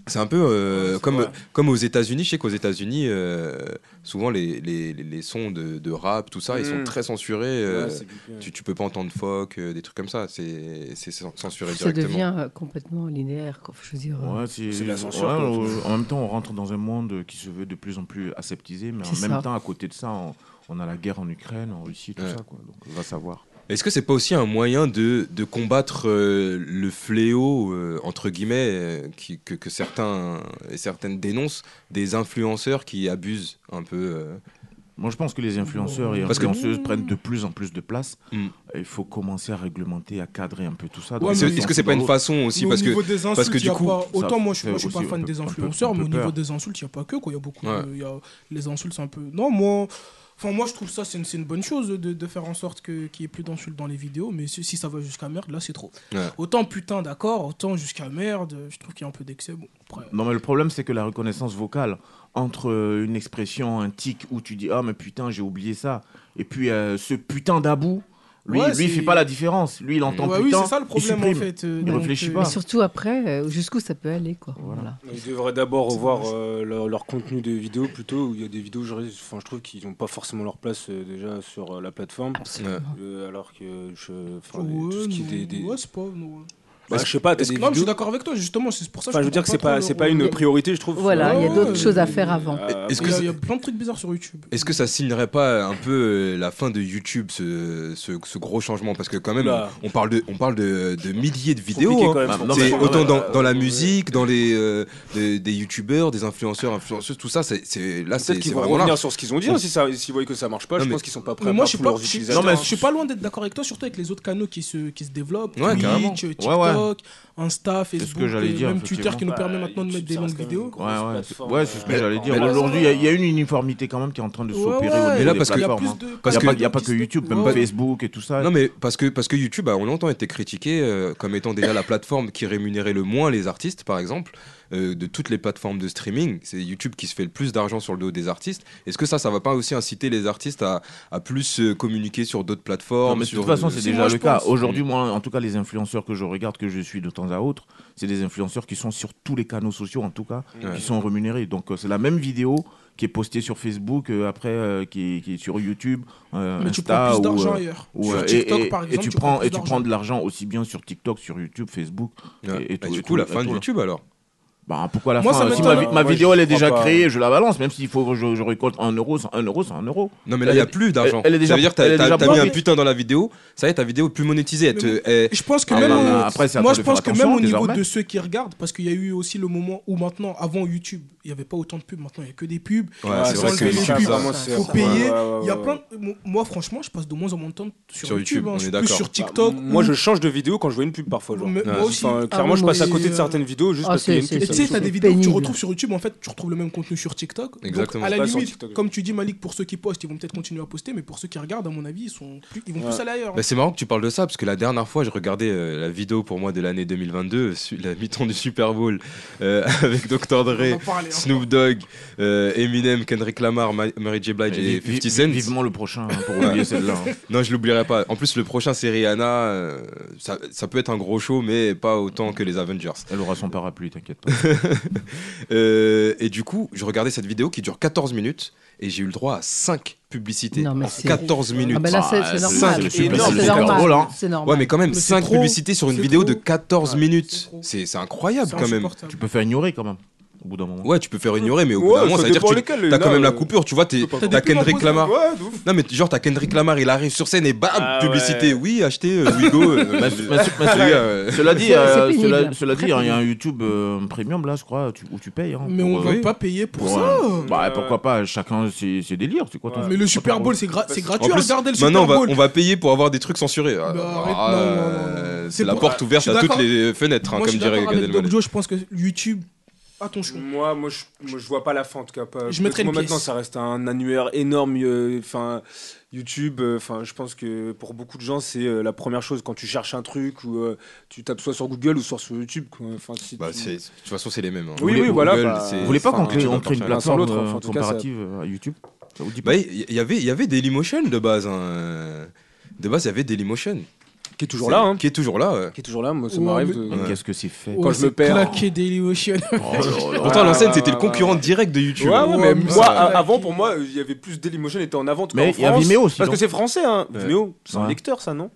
Speaker 3: c'est un peu euh,
Speaker 7: Ouais, c'est
Speaker 3: comme,
Speaker 7: vrai.
Speaker 3: comme aux États-Unis. Je sais qu'aux États-Unis, euh, souvent, les, les, les- les sons de, de rap, tout ça, ils sont
Speaker 7: Mm.
Speaker 3: très censurés. euh,
Speaker 7: Ouais, c'est bipé.
Speaker 3: tu, tu peux pas entendre fuck, euh, des trucs comme ça. C'est c'est cen- censuré
Speaker 4: Ça
Speaker 3: directement.
Speaker 4: devient euh, complètement linéaire. quoi. Je veux dire, euh,
Speaker 6: Ouais, c'est
Speaker 7: C'est de la censure,
Speaker 6: ouais,
Speaker 7: quoi.
Speaker 6: euh, en même temps, on rentre dans un monde qui se veut de plus en plus aseptisé, mais en
Speaker 4: C'est
Speaker 6: même
Speaker 4: ça.
Speaker 6: temps, à côté de ça, on, on a la guerre en Ukraine, en Russie, tout
Speaker 3: Ouais.
Speaker 6: ça. Quoi. Donc, on va savoir.
Speaker 3: Est-ce que c'est pas aussi un moyen de, de combattre euh, le fléau, euh, entre guillemets, euh, qui- que, que certains et certaines dénoncent, des influenceurs qui abusent un peu euh,
Speaker 6: Moi, je pense que les influenceurs et
Speaker 3: Parce que-
Speaker 6: influenceuses prennent de plus en plus de place.
Speaker 3: Mm.
Speaker 6: Et Il faut commencer à réglementer, à cadrer un peu tout ça.
Speaker 8: Ouais,
Speaker 7: Ah,
Speaker 8: mais
Speaker 3: Est-ce est-ce que c'est pas une
Speaker 6: phase
Speaker 3: façon aussi
Speaker 8: Mais au
Speaker 3: Parce que
Speaker 8: niveau des insultes,
Speaker 3: parce que
Speaker 8: il y
Speaker 3: du
Speaker 8: a
Speaker 3: coup,
Speaker 8: pas- autant moi je,
Speaker 6: fait
Speaker 8: moi, je suis pas
Speaker 6: aussi
Speaker 8: fan
Speaker 6: un peu-
Speaker 8: des
Speaker 6: un peu-
Speaker 8: influenceurs,
Speaker 6: un peu
Speaker 8: mais au niveau
Speaker 6: peur.
Speaker 8: des insultes, il n'y a pas que quoi. Il y a beaucoup.
Speaker 3: Ouais.
Speaker 8: de- il y a- les insultes, c'est un peu. Non, moi. Enfin, moi, je trouve ça, c'est une, c'est une bonne chose de, de faire en sorte que- qu'il n'y ait plus d'insultes dans les vidéos, mais si, si ça va jusqu'à merde, là, c'est trop.
Speaker 3: Ouais.
Speaker 8: Autant putain, d'accord, autant jusqu'à merde, je trouve qu'il y a un peu d'excès. Bon, après,
Speaker 6: Non, mais le problème, c'est que la reconnaissance vocale, entre euh, une expression, un tic où tu dis Ah, mais putain, j'ai oublié ça, et puis euh, ce putain d'abou, lui,
Speaker 8: Ouais,
Speaker 6: lui, il
Speaker 8: c'est-
Speaker 6: fait pas la différence. Lui, il entend
Speaker 8: Ouais, oui,
Speaker 6: putain.
Speaker 8: c'est ça le
Speaker 6: il
Speaker 8: problème en
Speaker 6: supprime.
Speaker 8: fait. euh,
Speaker 6: Il
Speaker 8: donc,
Speaker 6: réfléchit
Speaker 8: euh,
Speaker 6: pas.
Speaker 4: Et surtout après, euh, jusqu'où ça peut aller. quoi.
Speaker 6: Voilà.
Speaker 4: Voilà.
Speaker 7: Ils devraient d'abord revoir euh, leur, leur contenu de vidéos plutôt où il y a des vidéos, genre, enfin, je trouve qu'ils n'ont pas forcément leur place euh, déjà sur euh, la plateforme.
Speaker 3: Ouais.
Speaker 7: Euh, alors que je, enfin,
Speaker 8: Ouais,
Speaker 7: les- tout ce qui est des, des-
Speaker 8: ouais, c'est pas. non.
Speaker 7: Bah, je sais pas, t'as
Speaker 8: Est-ce
Speaker 7: des
Speaker 8: que- Non, mais je suis
Speaker 7: vidéos.
Speaker 8: d'accord avec toi, justement, c'est pour ça
Speaker 7: Enfin, je veux dire que c'est pas, c'est pas une priorité, je trouve.
Speaker 4: Voilà,
Speaker 8: il y a d'autres
Speaker 4: choses à faire avant.
Speaker 7: Euh,
Speaker 3: Est-ce
Speaker 8: Il
Speaker 3: que
Speaker 8: y, a-
Speaker 3: c'est-
Speaker 8: il y a plein de trucs bizarres sur YouTube.
Speaker 3: Est-ce que ça signerait pas un peu euh, la fin de YouTube, ce, ce- ce gros changement Parce que quand même,
Speaker 7: Oula.
Speaker 3: on parle de, on parle de, de milliers de
Speaker 7: compliqué,
Speaker 3: vidéos. hein.
Speaker 7: quand même,
Speaker 6: Bah,
Speaker 7: faut
Speaker 6: non,
Speaker 7: pas-
Speaker 3: C'est
Speaker 6: mais-
Speaker 3: autant dans, dans la
Speaker 7: Euh,
Speaker 3: musique, dans les euh, des, des youtubeurs, des influenceurs, influenceuses, tout ça. C'est c'est- là, c'est
Speaker 7: Peut-être
Speaker 3: c'est
Speaker 7: qu'ils vont
Speaker 3: vraiment là.
Speaker 7: revenir sur ce qu'ils ont dit. hein, si ça- S'ils voient que ça marche pas,
Speaker 3: Non,
Speaker 7: je
Speaker 3: mais-
Speaker 7: pense qu'ils sont pas prêts
Speaker 8: Mais moi,
Speaker 7: à
Speaker 8: je suis
Speaker 7: pour
Speaker 8: pas,
Speaker 7: leurs
Speaker 8: je suis-
Speaker 7: utilisateurs.
Speaker 8: non, mais je suis pas loin d'être d'accord avec toi, surtout avec les autres canaux qui se, qui se développent.
Speaker 3: Ouais, carrément.
Speaker 8: Twitch, TikTok,
Speaker 6: Ouais, ouais.
Speaker 8: Insta,
Speaker 6: ce que
Speaker 8: Facebook,
Speaker 6: j'allais
Speaker 8: et
Speaker 6: dire,
Speaker 8: même Twitter qui nous
Speaker 7: Bah,
Speaker 8: permet maintenant de mettre des
Speaker 7: ça
Speaker 8: longues
Speaker 7: reste quand même une
Speaker 8: vidéos.
Speaker 7: grosse
Speaker 6: Ouais, ouais, c'est
Speaker 7: plateforme,
Speaker 6: ouais, c'est ce que
Speaker 7: euh,
Speaker 6: j'allais dire.
Speaker 7: mais-
Speaker 6: Aujourd'hui, il y a- il y, a une uniformité quand même qui est en train de s'opérer au niveau
Speaker 3: Mais là,
Speaker 6: des
Speaker 3: parce que-
Speaker 8: il y a
Speaker 6: plateformes.
Speaker 8: plus de.
Speaker 6: hein. Il n'y
Speaker 3: parce
Speaker 6: a, pas-
Speaker 3: que-
Speaker 6: il y a pas que YouTube, même
Speaker 3: Ouais.
Speaker 6: Facebook et tout ça.
Speaker 3: Non mais parce que parce que YouTube a longtemps été critiqué euh, comme étant déjà la plateforme qui rémunérait le moins les artistes par exemple euh, de toutes les plateformes de streaming c'est YouTube qui se fait le plus d'argent sur le dos des artistes est-ce que ça ça va pas aussi inciter les artistes à, à plus euh, communiquer sur d'autres
Speaker 6: Non,
Speaker 3: plateformes
Speaker 6: mais de toute
Speaker 3: sur
Speaker 6: façon,
Speaker 3: le-
Speaker 6: c'est
Speaker 8: si,
Speaker 6: déjà
Speaker 8: moi, je
Speaker 6: le cas.
Speaker 8: pense.
Speaker 6: Aujourd'hui, moi, en tout cas, les influenceurs que je regarde, que je suis de temps à autre, c'est des influenceurs qui sont sur tous les canaux sociaux, en tout cas,
Speaker 3: Ouais.
Speaker 6: qui sont rémunérés. Donc, euh, c'est la même vidéo qui est postée sur Facebook, euh, après, euh, qui, est, qui est sur YouTube, euh,
Speaker 8: Mais tu prends
Speaker 6: Insta
Speaker 8: plus
Speaker 6: ou,
Speaker 8: d'argent
Speaker 6: euh,
Speaker 8: ailleurs.
Speaker 6: ou, euh,
Speaker 8: Sur
Speaker 6: et-
Speaker 8: TikTok,
Speaker 6: et,
Speaker 8: par
Speaker 6: et
Speaker 8: exemple.
Speaker 6: tu prends,
Speaker 8: plus
Speaker 6: et tu
Speaker 8: d'argent.
Speaker 6: prends de l'argent aussi bien sur TikTok, sur YouTube, Facebook.
Speaker 3: Ouais.
Speaker 6: et- et
Speaker 3: Bah,
Speaker 6: tout-
Speaker 3: du
Speaker 6: et
Speaker 3: coup
Speaker 6: tout-
Speaker 3: la
Speaker 6: et
Speaker 3: fin de
Speaker 6: tout. hein.
Speaker 3: YouTube alors
Speaker 6: Bah, pourquoi la
Speaker 8: Moi,
Speaker 6: fin
Speaker 8: ça
Speaker 6: euh, Si ma,
Speaker 8: m'étonne.
Speaker 6: vi- ma
Speaker 7: Moi,
Speaker 6: vidéo,
Speaker 7: je
Speaker 6: elle est
Speaker 7: crois
Speaker 6: déjà
Speaker 7: pas.
Speaker 6: créée, je la balance, même s'il faut que je, je récolte un euro, c'est un euro, c'est un euro.
Speaker 3: non mais là il
Speaker 6: Elle
Speaker 3: y a
Speaker 6: est-
Speaker 3: plus d'argent
Speaker 6: elle est déjà-
Speaker 3: ça veut dire
Speaker 6: elle
Speaker 3: t'as
Speaker 6: est
Speaker 3: t'as-
Speaker 6: déjà
Speaker 3: t'as mis un
Speaker 6: produite.
Speaker 3: putain dans la vidéo ça y est ta vidéo est plus monétisée elle te- elle-
Speaker 8: Je pense que
Speaker 6: Ah,
Speaker 8: même,
Speaker 6: non, mais
Speaker 8: euh,
Speaker 6: après, c'est à
Speaker 8: moi
Speaker 6: toi
Speaker 8: je
Speaker 6: de
Speaker 8: pense que
Speaker 6: faire
Speaker 8: même au
Speaker 6: attention,
Speaker 8: niveau
Speaker 6: désormais.
Speaker 8: de ceux qui regardent, parce qu'il y a eu aussi le moment où maintenant, avant YouTube, il n'y avait pas autant de pubs, maintenant il n'y a que des pubs.
Speaker 3: Ouais,
Speaker 7: Ouais,
Speaker 3: c'est
Speaker 8: sans
Speaker 3: vrai
Speaker 8: le
Speaker 3: que
Speaker 8: YouTube,
Speaker 3: YouTube, ça-
Speaker 8: vraiment,
Speaker 7: c'est-
Speaker 8: faut
Speaker 7: ouais,
Speaker 8: payer.
Speaker 7: ouais, ouais,
Speaker 8: Il y a
Speaker 7: ouais.
Speaker 8: plein. de- Moi franchement, je passe de moins en moins de temps sur,
Speaker 3: Sur
Speaker 8: YouTube,
Speaker 3: YouTube,
Speaker 8: hein,
Speaker 3: on
Speaker 8: je
Speaker 3: est
Speaker 8: suis plus
Speaker 3: d'accord.
Speaker 8: sur TikTok.
Speaker 7: Bah, moi,
Speaker 8: ou-
Speaker 7: je change de vidéo quand je vois une pub parfois. Genre.
Speaker 8: Mais
Speaker 3: Ouais.
Speaker 8: Moi aussi.
Speaker 7: Enfin,
Speaker 8: Ah,
Speaker 7: clairement,
Speaker 8: moi
Speaker 7: je passe à
Speaker 8: aussi,
Speaker 7: côté de
Speaker 8: euh,
Speaker 7: certaines vidéos juste
Speaker 4: Ah,
Speaker 7: parce qu'il y a une
Speaker 4: c'est-
Speaker 7: pub.
Speaker 8: Et
Speaker 4: Ça,
Speaker 8: tu sais,
Speaker 4: je
Speaker 8: t'as
Speaker 4: trouve
Speaker 8: des vidéos que tu
Speaker 4: pénible.
Speaker 8: retrouves sur YouTube, en fait, tu retrouves le même contenu sur TikTok. Donc,
Speaker 3: Exactement.
Speaker 8: à la
Speaker 7: Pas sur
Speaker 8: limite,
Speaker 7: TikTok.
Speaker 8: comme tu dis, Malik, pour ceux qui postent, ils vont peut-être continuer à poster, mais pour ceux qui regardent, à mon avis, ils, sont plus- ils vont
Speaker 7: Ouais.
Speaker 8: plus aller ailleurs. hein.
Speaker 3: Bah, c'est marrant que tu parles de ça parce que la dernière fois, je regardais euh, la vidéo pour moi de l'année 2022, su- la mi-temps du Super Bowl euh, (laughs) avec Dr.
Speaker 8: On
Speaker 3: Dre.
Speaker 8: va hein. parler,
Speaker 3: Snoop Dogg, euh, Eminem, Kendrick Lamar, Ma- Mary J. Blige et
Speaker 6: Vi- vi-
Speaker 3: 50 Cent.
Speaker 6: Vivement le prochain hein, pour
Speaker 3: Ouais.
Speaker 6: oublier celle-là. hein.
Speaker 3: Non, je l'oublierai pas. En plus, le prochain, c'est Rihanna. euh, ça, ça peut être un gros show, mais pas autant que les Avengers.
Speaker 6: Elle aura son parapluie, t'inquiète pas.
Speaker 3: Euh, et du coup, je regardais cette vidéo qui dure 14 minutes et j'ai eu le droit à 5 publicités
Speaker 4: Non, mais
Speaker 3: en
Speaker 4: c'est-
Speaker 3: 14 minutes.
Speaker 4: Ah bah là, c'est
Speaker 6: Ah,
Speaker 4: c'est
Speaker 6: c'est-
Speaker 4: normal.
Speaker 3: c'est le
Speaker 4: C'est
Speaker 3: super-
Speaker 6: c'est le super drôle, hein.
Speaker 4: normal. C'est normal.
Speaker 3: ouais, mais quand même,
Speaker 8: Mais c'est
Speaker 3: 5
Speaker 8: trop.
Speaker 3: publicités sur une
Speaker 8: C'est
Speaker 3: vidéo de
Speaker 8: trop.
Speaker 3: 14
Speaker 8: Ouais, c'est
Speaker 3: minutes.
Speaker 8: trop.
Speaker 3: C'est c'est incroyable quand même.
Speaker 6: tu peux faire ignorer quand même, au bout d'un moment.
Speaker 3: Ouais, tu peux faire ignorer, mais au bout d'un moment, ça veut dire que tu t'as quand même la coupure. Tu vois, t'es-
Speaker 7: peux euh. pas-
Speaker 3: t'as
Speaker 8: T'as des pubs
Speaker 3: Kendrick
Speaker 8: imposées.
Speaker 3: Lamar.
Speaker 7: Ouais, de ouf.
Speaker 3: Non, mais genre, t'as Kendrick Lamar, il arrive sur scène et bam,
Speaker 7: Ah
Speaker 3: publicité.
Speaker 7: ouais.
Speaker 3: Oui, achetez euh, Wigo.
Speaker 7: (laughs)
Speaker 3: euh,
Speaker 6: Bah,
Speaker 3: euh,
Speaker 6: bah, bah,
Speaker 3: les gars, euh,
Speaker 6: Cela dit,
Speaker 4: C'est-
Speaker 6: euh,
Speaker 4: c'est
Speaker 6: cela,
Speaker 4: pénible.
Speaker 6: cela dit,
Speaker 4: Très
Speaker 6: il y a un YouTube euh, Premium là, je crois, tu- où tu payes. hein,
Speaker 8: Mais
Speaker 6: pour,
Speaker 8: on
Speaker 6: euh,
Speaker 8: va pas payer pour
Speaker 6: pour,
Speaker 8: ça.
Speaker 6: euh, bah,
Speaker 7: Ouais.
Speaker 6: pourquoi pas Chacun ses, ses délires, c'est quoi ton-
Speaker 7: Ouais.
Speaker 8: Mais le Super Bowl, c'est gra- c'est gratuit. à regarder le Super
Speaker 3: maintenant, on va,
Speaker 8: Bowl. Bah,
Speaker 3: on va payer pour avoir des trucs censurés. Ah,
Speaker 8: arrête,
Speaker 3: ah,
Speaker 8: non, non, non, non.
Speaker 3: euh, C'est
Speaker 8: C'est
Speaker 3: la
Speaker 8: pour-
Speaker 3: porte ouverte
Speaker 8: je suis
Speaker 3: à toutes
Speaker 8: d'accord.
Speaker 3: les fenêtres, hein,
Speaker 8: Moi, je suis
Speaker 3: comme
Speaker 8: d'accord
Speaker 3: dirait Gad
Speaker 8: avec Doc
Speaker 3: Elmaleh.
Speaker 8: Joe, je pense que YouTube, attention.
Speaker 7: Moi, moi je, moi, je vois pas la fin, en tout cas. Pas,
Speaker 8: Je mettrais
Speaker 7: moi,
Speaker 8: une
Speaker 7: maintenant,
Speaker 8: pièce.
Speaker 7: ça reste un annuaire énorme. euh, Enfin, YouTube, euh, enfin, je pense que pour beaucoup de gens, c'est euh, la première chose quand tu cherches un truc ou euh, tu tapes soit sur Google ou soit sur YouTube. quoi. Enfin, si
Speaker 3: Bah,
Speaker 7: tu-
Speaker 3: c'est- de toute façon, c'est les mêmes. hein.
Speaker 7: Oui, oui,
Speaker 3: Google,
Speaker 7: voilà,
Speaker 3: Google,
Speaker 7: bah,
Speaker 3: c'est-
Speaker 6: Vous voulez pas
Speaker 7: Enfin,
Speaker 6: qu'on crée,
Speaker 3: tu
Speaker 6: on
Speaker 3: vas
Speaker 6: crée une
Speaker 3: faire
Speaker 7: l'un sans
Speaker 6: plateforme
Speaker 7: l'autre, enfin,
Speaker 6: euh,
Speaker 7: en tout cas, ça-
Speaker 6: comparative à YouTube Ça vous dit pas
Speaker 3: Bah, il y, y avait, il y avait Dailymotion de base. hein. De base, il y avait Dailymotion.
Speaker 7: Qui est toujours
Speaker 3: C'est-
Speaker 7: là, hein.
Speaker 3: Qui est toujours là. euh. ouais.
Speaker 7: Qui est toujours là, moi, ça
Speaker 8: Ouais,
Speaker 7: m'arrive
Speaker 8: mais-
Speaker 7: de.
Speaker 6: Mais
Speaker 3: Ouais.
Speaker 6: Qu'est-ce que c'est fait Oh
Speaker 7: Quand je me perds.
Speaker 8: Oh, Claquer Dailymotion.
Speaker 3: Pourtant, l'ancienne, c'était le
Speaker 7: ouais,
Speaker 3: concurrent
Speaker 7: ouais.
Speaker 3: direct de
Speaker 7: Ouais,
Speaker 3: YouTube.
Speaker 7: ouais,
Speaker 8: Ouais,
Speaker 7: mais
Speaker 8: mais
Speaker 7: moi, euh,
Speaker 8: ça-
Speaker 7: a- avant, pour moi, il y avait plus Dailymotion était en avant. en tout cas,
Speaker 6: Mais
Speaker 7: en
Speaker 6: il y a
Speaker 7: France.
Speaker 6: Vimeo aussi,
Speaker 7: Parce que
Speaker 6: non
Speaker 7: c'est français, hein.
Speaker 3: Ouais.
Speaker 7: Vimeo, c'est un
Speaker 6: Ouais.
Speaker 7: lecteur, ça, non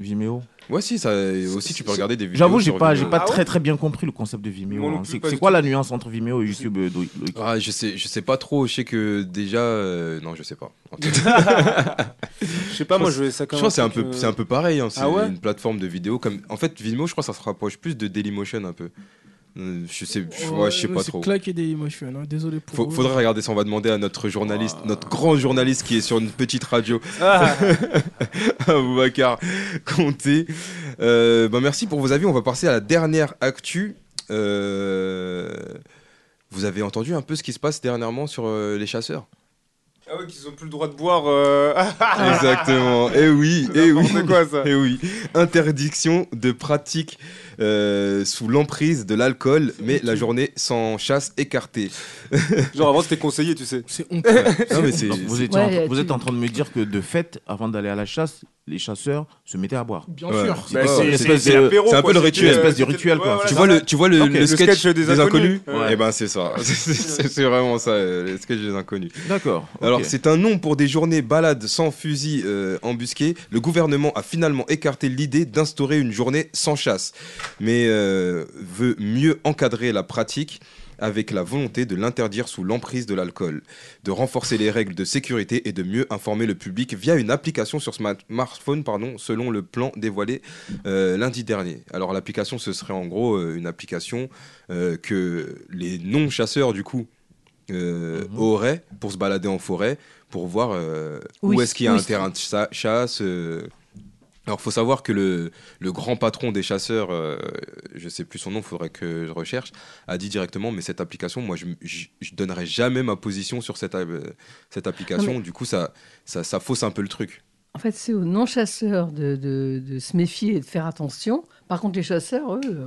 Speaker 6: Vimeo
Speaker 3: Ouais, si, ça, aussi, tu peux regarder des vidéos.
Speaker 6: J'avoue, j'ai
Speaker 3: sur
Speaker 6: pas, j'ai
Speaker 3: Vimeo.
Speaker 6: pas
Speaker 7: Ah ouais
Speaker 6: très très bien compris le concept de Vimeo.
Speaker 7: Moi non
Speaker 6: hein.
Speaker 7: plus,
Speaker 6: C'est
Speaker 7: pas
Speaker 6: c'est
Speaker 7: du
Speaker 6: quoi la nuance entre Vimeo et YouTube euh, Loïc- Loïc
Speaker 3: Ah, je sais, je sais pas trop. Je sais que déjà. euh, non, je sais pas. En tout cas,
Speaker 7: Je sais pas,
Speaker 3: Je
Speaker 7: moi,
Speaker 3: pense-
Speaker 7: je vais ça
Speaker 3: je
Speaker 7: comme
Speaker 3: crois que c'est un,
Speaker 7: truc,
Speaker 3: peu-
Speaker 7: euh,
Speaker 3: c'est un peu pareil. hein, c'est
Speaker 7: Ah ouais
Speaker 3: une plateforme de vidéos. Comme... En fait, Vimeo, je crois que ça se rapproche plus de Dailymotion un peu. Euh, Je sais, je, ouais, je sais pas
Speaker 8: C'est
Speaker 3: trop.
Speaker 8: Claquer Dailymotion, hein. désolé pour.
Speaker 3: Faut-
Speaker 8: eux.
Speaker 3: faudrait regarder ça. On va demander à notre journaliste, notre grand journaliste qui est sur une petite radio,
Speaker 7: Ah,
Speaker 3: (laughs) Aboubacar Conté. Euh, bah, merci pour vos avis. On va passer à la dernière actu. Euh, Vous avez entendu un peu ce qui se passe dernièrement sur euh, les chasseurs
Speaker 7: ah ouais, qu'ils ont plus le droit de boire. euh, (laughs)
Speaker 3: Exactement. Et oui, et oui.
Speaker 7: n'importe quoi, ça.
Speaker 3: (laughs) Eh oui, interdiction de pratique euh, sous l'emprise de l'alcool, mais la journée sans chasse écartée.
Speaker 7: Genre, avant, c'était conseillé, tu sais.
Speaker 8: C'est honteux.
Speaker 3: Non, mais c'est-
Speaker 6: Donc, vous, étiez
Speaker 4: Ouais,
Speaker 6: en, tra-
Speaker 4: tu-
Speaker 6: vous êtes en train de me dire que de fait, avant d'aller à la chasse, les chasseurs se mettaient à boire.
Speaker 8: Bien
Speaker 3: Ouais.
Speaker 8: sûr.
Speaker 3: Bah,
Speaker 7: Ouais,
Speaker 3: c'est-
Speaker 7: ouais,
Speaker 6: Ben, c'est- c'est
Speaker 7: l'apéro,
Speaker 3: c'est un
Speaker 7: quoi,
Speaker 3: peu le
Speaker 7: c'était,
Speaker 3: rituel.
Speaker 7: euh,
Speaker 6: Espèce de
Speaker 7: c'était-
Speaker 6: rituel,
Speaker 7: ouais,
Speaker 6: quoi.
Speaker 3: tu
Speaker 7: voilà, ça
Speaker 3: vois
Speaker 7: va.
Speaker 3: le, tu vois le,
Speaker 7: Ok,
Speaker 3: le
Speaker 7: le
Speaker 3: sketch,
Speaker 7: sketch
Speaker 3: des,
Speaker 7: des
Speaker 3: inconnus,
Speaker 7: inconnus.
Speaker 6: Ouais.
Speaker 3: Et ben c'est ça, (laughs) C'est- c'est c'est vraiment ça, euh, le sketch des inconnus.
Speaker 6: D'accord. ok.
Speaker 3: Alors c'est un nom pour des journées balades sans fusil euh, embusqué. Le gouvernement a finalement écarté l'idée d'instaurer une journée sans chasse, mais euh, veut mieux encadrer la pratique avec la volonté de l'interdire sous l'emprise de l'alcool, de renforcer les règles de sécurité et de mieux informer le public via une application sur smart- smartphone, pardon, selon le plan dévoilé euh, lundi dernier. Alors l'application, ce serait en gros euh, une application euh, que les non-chasseurs, du coup, euh,
Speaker 6: Mhm.
Speaker 3: auraient pour se balader en forêt, pour voir euh, où,
Speaker 4: Où ils-
Speaker 3: est-ce qu'il y a
Speaker 4: où
Speaker 3: un
Speaker 4: ils-
Speaker 3: terrain de cha- chasse. euh. Alors faut savoir que le, le grand patron des chasseurs, euh, je sais plus son nom, faudrait que je recherche, a dit directement, mais cette application, moi, je, je, je donnerai jamais ma position sur cette, euh, cette application. Du coup, ça, ça, ça fausse un peu le truc.
Speaker 4: En fait, c'est aux non-chasseurs de, de- de se méfier et de faire attention. Par contre, les chasseurs, eux, euh,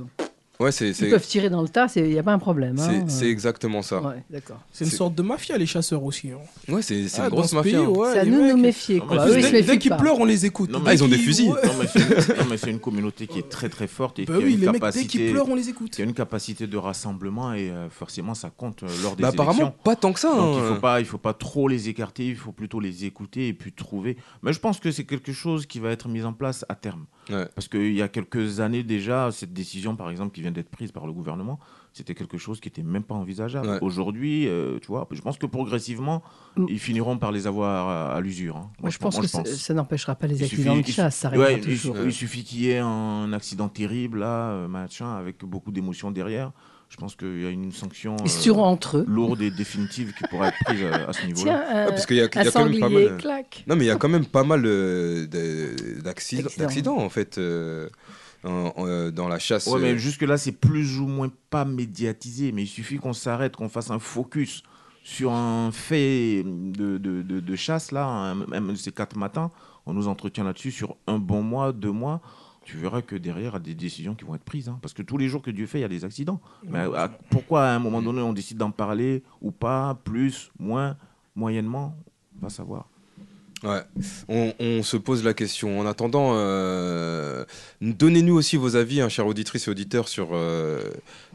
Speaker 3: Ouais, c'est c'est-
Speaker 4: ils peuvent tirer dans le tas, il n'y a pas un problème.
Speaker 3: c'est-
Speaker 4: hein.
Speaker 3: c'est exactement ça.
Speaker 4: Ouais, d'accord.
Speaker 8: C'est une
Speaker 3: C'est-
Speaker 8: sorte de mafia, les chasseurs aussi. hein.
Speaker 3: Ouais, c'est c'est
Speaker 8: Ah,
Speaker 3: une
Speaker 8: dans
Speaker 3: grosse
Speaker 8: ce
Speaker 3: mafia.
Speaker 8: pays,
Speaker 3: hein.
Speaker 8: ouais,
Speaker 4: c'est à
Speaker 8: les
Speaker 4: nous de nous
Speaker 8: mecs.
Speaker 4: méfier. Bah
Speaker 6: Non,
Speaker 4: quoi.
Speaker 6: mais
Speaker 4: Eux, ils
Speaker 8: Dès,
Speaker 4: se
Speaker 6: c'est-
Speaker 8: dès
Speaker 4: méfient
Speaker 8: qu'ils
Speaker 4: pas.
Speaker 8: pleurent, on les écoute.
Speaker 6: Non,
Speaker 8: Dès
Speaker 6: mais- Ah, ils
Speaker 3: ont des
Speaker 8: qu'ils-
Speaker 3: fusils.
Speaker 8: ouais.
Speaker 6: Non, mais c'est une- non, mais c'est une, communauté qui est très très forte et
Speaker 8: Bah
Speaker 6: qui, a
Speaker 8: oui,
Speaker 6: une
Speaker 8: les mecs, dès
Speaker 6: capacité,
Speaker 8: qu'ils pleurent, on les écoute.
Speaker 6: qui a une capacité de rassemblement et euh, forcément ça compte euh, lors des
Speaker 3: Bah, apparemment,
Speaker 6: élections.
Speaker 3: pas tant que ça.
Speaker 6: Donc il
Speaker 3: hein.
Speaker 6: faut pas, il faut pas trop les écarter, il faut plutôt les écouter et puis trouver. Mais je pense que c'est quelque chose qui va être mis en place à terme.
Speaker 3: Ouais.
Speaker 6: Parce qu'il y a quelques années déjà, cette décision par exemple qui vient d'être prise par le gouvernement, c'était quelque chose qui était même pas envisageable.
Speaker 3: Ouais.
Speaker 6: Aujourd'hui, euh, tu vois, je pense que progressivement,
Speaker 4: Mm.
Speaker 6: ils finiront par les avoir à, à l'usure. hein.
Speaker 4: Moi, je pense
Speaker 6: moi,
Speaker 4: que ça- ça n'empêchera pas les
Speaker 6: Il suffit-
Speaker 4: accidents de
Speaker 6: il
Speaker 4: chasse, ça
Speaker 6: Ouais,
Speaker 4: arrivera
Speaker 6: il,
Speaker 4: toujours.
Speaker 6: il suffit qu'il y ait un accident terrible là, euh, machin, avec beaucoup d'émotions derrière. Je pense qu'il y a une sanction
Speaker 4: Ils
Speaker 6: euh,
Speaker 4: se tueront entre eux.
Speaker 6: lourde et définitive qui pourra être prise euh, à
Speaker 4: (laughs)
Speaker 6: ce
Speaker 4: Tiens,
Speaker 6: niveau-là.
Speaker 4: un,
Speaker 3: Ouais, parce qu'il y a, il y a
Speaker 4: un
Speaker 3: quand même pas mal.
Speaker 4: sanglier,
Speaker 3: euh,
Speaker 4: clac.
Speaker 3: Non, mais il y a quand même pas mal euh, de- d'accidents,
Speaker 4: D'accidents.
Speaker 3: d'accidents, en fait, euh, en- en, euh, dans la chasse.
Speaker 6: Ouais, mais
Speaker 3: euh,
Speaker 6: jusque-là, c'est plus ou moins pas médiatisé, mais il suffit qu'on s'arrête, qu'on fasse un focus sur un fait de, de- de- de chasse, là, un- un de ces quatre matins. On nous entretient là-dessus sur un bon mois, deux mois. Tu tu verras que derrière, il y a des décisions qui vont être prises. hein. parce que tous les jours que Dieu fait, il y a des accidents. Mais à- à- pourquoi à un moment donné, on décide d'en parler ou pas, plus, moins, moyennement On va savoir.
Speaker 3: Ouais. On, on se pose la question. En attendant, euh, donnez-nous aussi vos avis, hein, chères auditrices et auditeurs, sur, euh,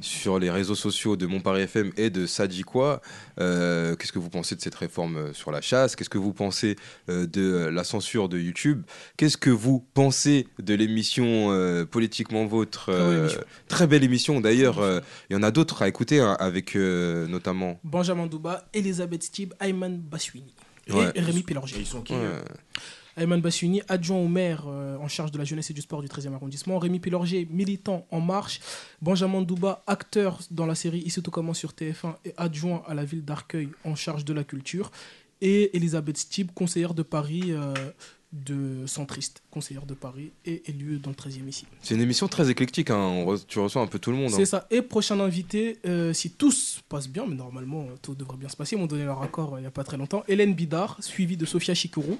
Speaker 3: sur les réseaux sociaux de Montparis FM et de Sadikwa. Euh, Qu'est-ce que vous pensez de cette réforme euh, sur la chasse Qu'est-ce que vous pensez euh, de euh, la censure de YouTube Qu'est-ce que vous pensez de l'émission euh, Politiquement Vôtre
Speaker 8: Très belle
Speaker 3: euh,
Speaker 8: émission.
Speaker 3: Très belle émission. D'ailleurs, euh, il y en a d'autres à écouter, hein, avec euh, notamment.
Speaker 8: Benjamin Douba, Elisabeth Stib, Ayman Bassouini et
Speaker 3: Ouais.
Speaker 8: Rémi Pélargier.
Speaker 6: sont qui
Speaker 3: Ouais.
Speaker 8: Ayman Bassuni, adjoint au maire euh, en charge de la jeunesse et du sport du 13e arrondissement. Rémi Pilorger, militant en marche. Benjamin Douba, acteur dans la série Ici tout commence sur TF1 et adjoint à la ville d'Arcueil en charge de la culture. Et Elisabeth Stib, conseillère de Paris euh, de centriste, conseillère de Paris et élue dans le 13e ici.
Speaker 3: C'est une émission très éclectique. hein. On re- tu reçois un peu tout le monde. hein.
Speaker 8: C'est ça. Et prochain invité, euh, si tout se passe bien, mais normalement euh, tout devrait bien se passer, ils m'ont donné leur accord euh, il n'y a pas très longtemps. Hélène Bidard, suivie de Sophia Chikuru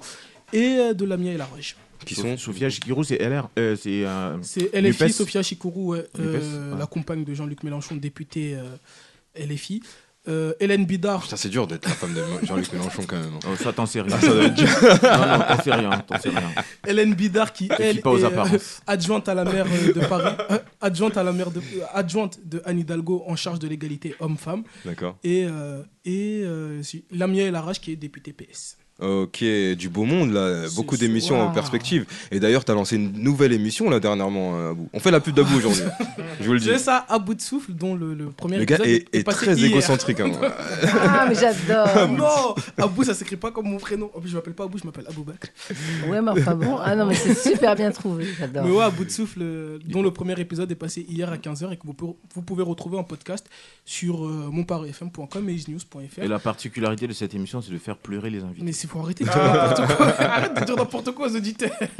Speaker 8: et euh, de Lamia Elarage.
Speaker 3: Qui sont
Speaker 6: Sophia Chikirou, c'est LR. euh, c'est euh,
Speaker 8: C'est LFI,
Speaker 6: Nupes.
Speaker 8: Sophia Chikourou, ouais,
Speaker 6: Nupes,
Speaker 8: euh,
Speaker 6: ouais.
Speaker 8: la compagne de Jean-Luc Mélenchon, députée euh, LFI. Euh, Hélène Bidard,
Speaker 3: Putain, c'est dur d'être la femme de Jean-Luc Mélenchon quand même.
Speaker 6: oh, ça, t'en sais rien.
Speaker 3: Ah, ça doit être
Speaker 6: (laughs) non, non, t'en sais rien. T'en sais rien.
Speaker 8: Hélène Bidard qui
Speaker 6: Te
Speaker 8: elle
Speaker 6: fie pas aux
Speaker 8: est, euh,
Speaker 6: apparences.
Speaker 8: (laughs) adjointe à la maire euh, de Paris, euh, adjointe à la maire de, euh, adjointe de Anne Hidalgo en charge de l'égalité homme-femme
Speaker 3: D'accord.
Speaker 8: et euh, et euh, si- Lamia Elharache qui est députée PS.
Speaker 3: Ok, du beau monde là, beaucoup
Speaker 8: C'est- c'est-
Speaker 3: d'émissions en
Speaker 8: Waouh.
Speaker 3: perspective. Et d'ailleurs, t'as lancé une nouvelle émission là dernièrement, euh, Abou. On fait la pub d'Abou aujourd'hui, je vous le dis.
Speaker 8: C'est ça à bout de souffle dont le, le premier
Speaker 3: Le gars
Speaker 8: épisode
Speaker 3: est, est
Speaker 8: passé
Speaker 3: très
Speaker 8: hier.
Speaker 3: égocentrique. hein.
Speaker 4: Ah, mais
Speaker 3: (laughs)
Speaker 4: j'adore.
Speaker 8: Non, Abou ça s'écrit pas comme mon prénom. En plus je m'appelle pas Abou, je m'appelle Abou
Speaker 4: Ouais, mais enfin bon. Ah non, mais c'est super bien trouvé. J'adore.
Speaker 8: Mais ouais, à bout de souffle, euh, dont le premier épisode est passé hier à 15h et que vous, pour- vous pouvez retrouver en podcast sur euh, monparfm.com et isnews.fr.
Speaker 6: Et la particularité de cette émission, c'est de faire pleurer les invités.
Speaker 8: Mais il faut arrêter de dire n'importe
Speaker 3: (laughs)
Speaker 8: quoi. Arrête de dire n'importe quoi aux auditeurs. (laughs)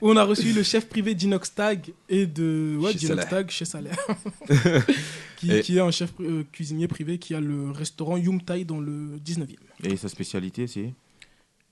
Speaker 8: Où on a reçu le chef privé d'Inox Tag et de ouais,
Speaker 3: Chez
Speaker 8: d'Inox
Speaker 3: Salah.
Speaker 8: Tag chez
Speaker 3: (laughs)
Speaker 8: Salah. qui,
Speaker 3: Et-
Speaker 8: qui est un chef pri- euh, cuisinier privé qui a le restaurant Yum Thai dans le 19e.
Speaker 6: Et sa spécialité, c'est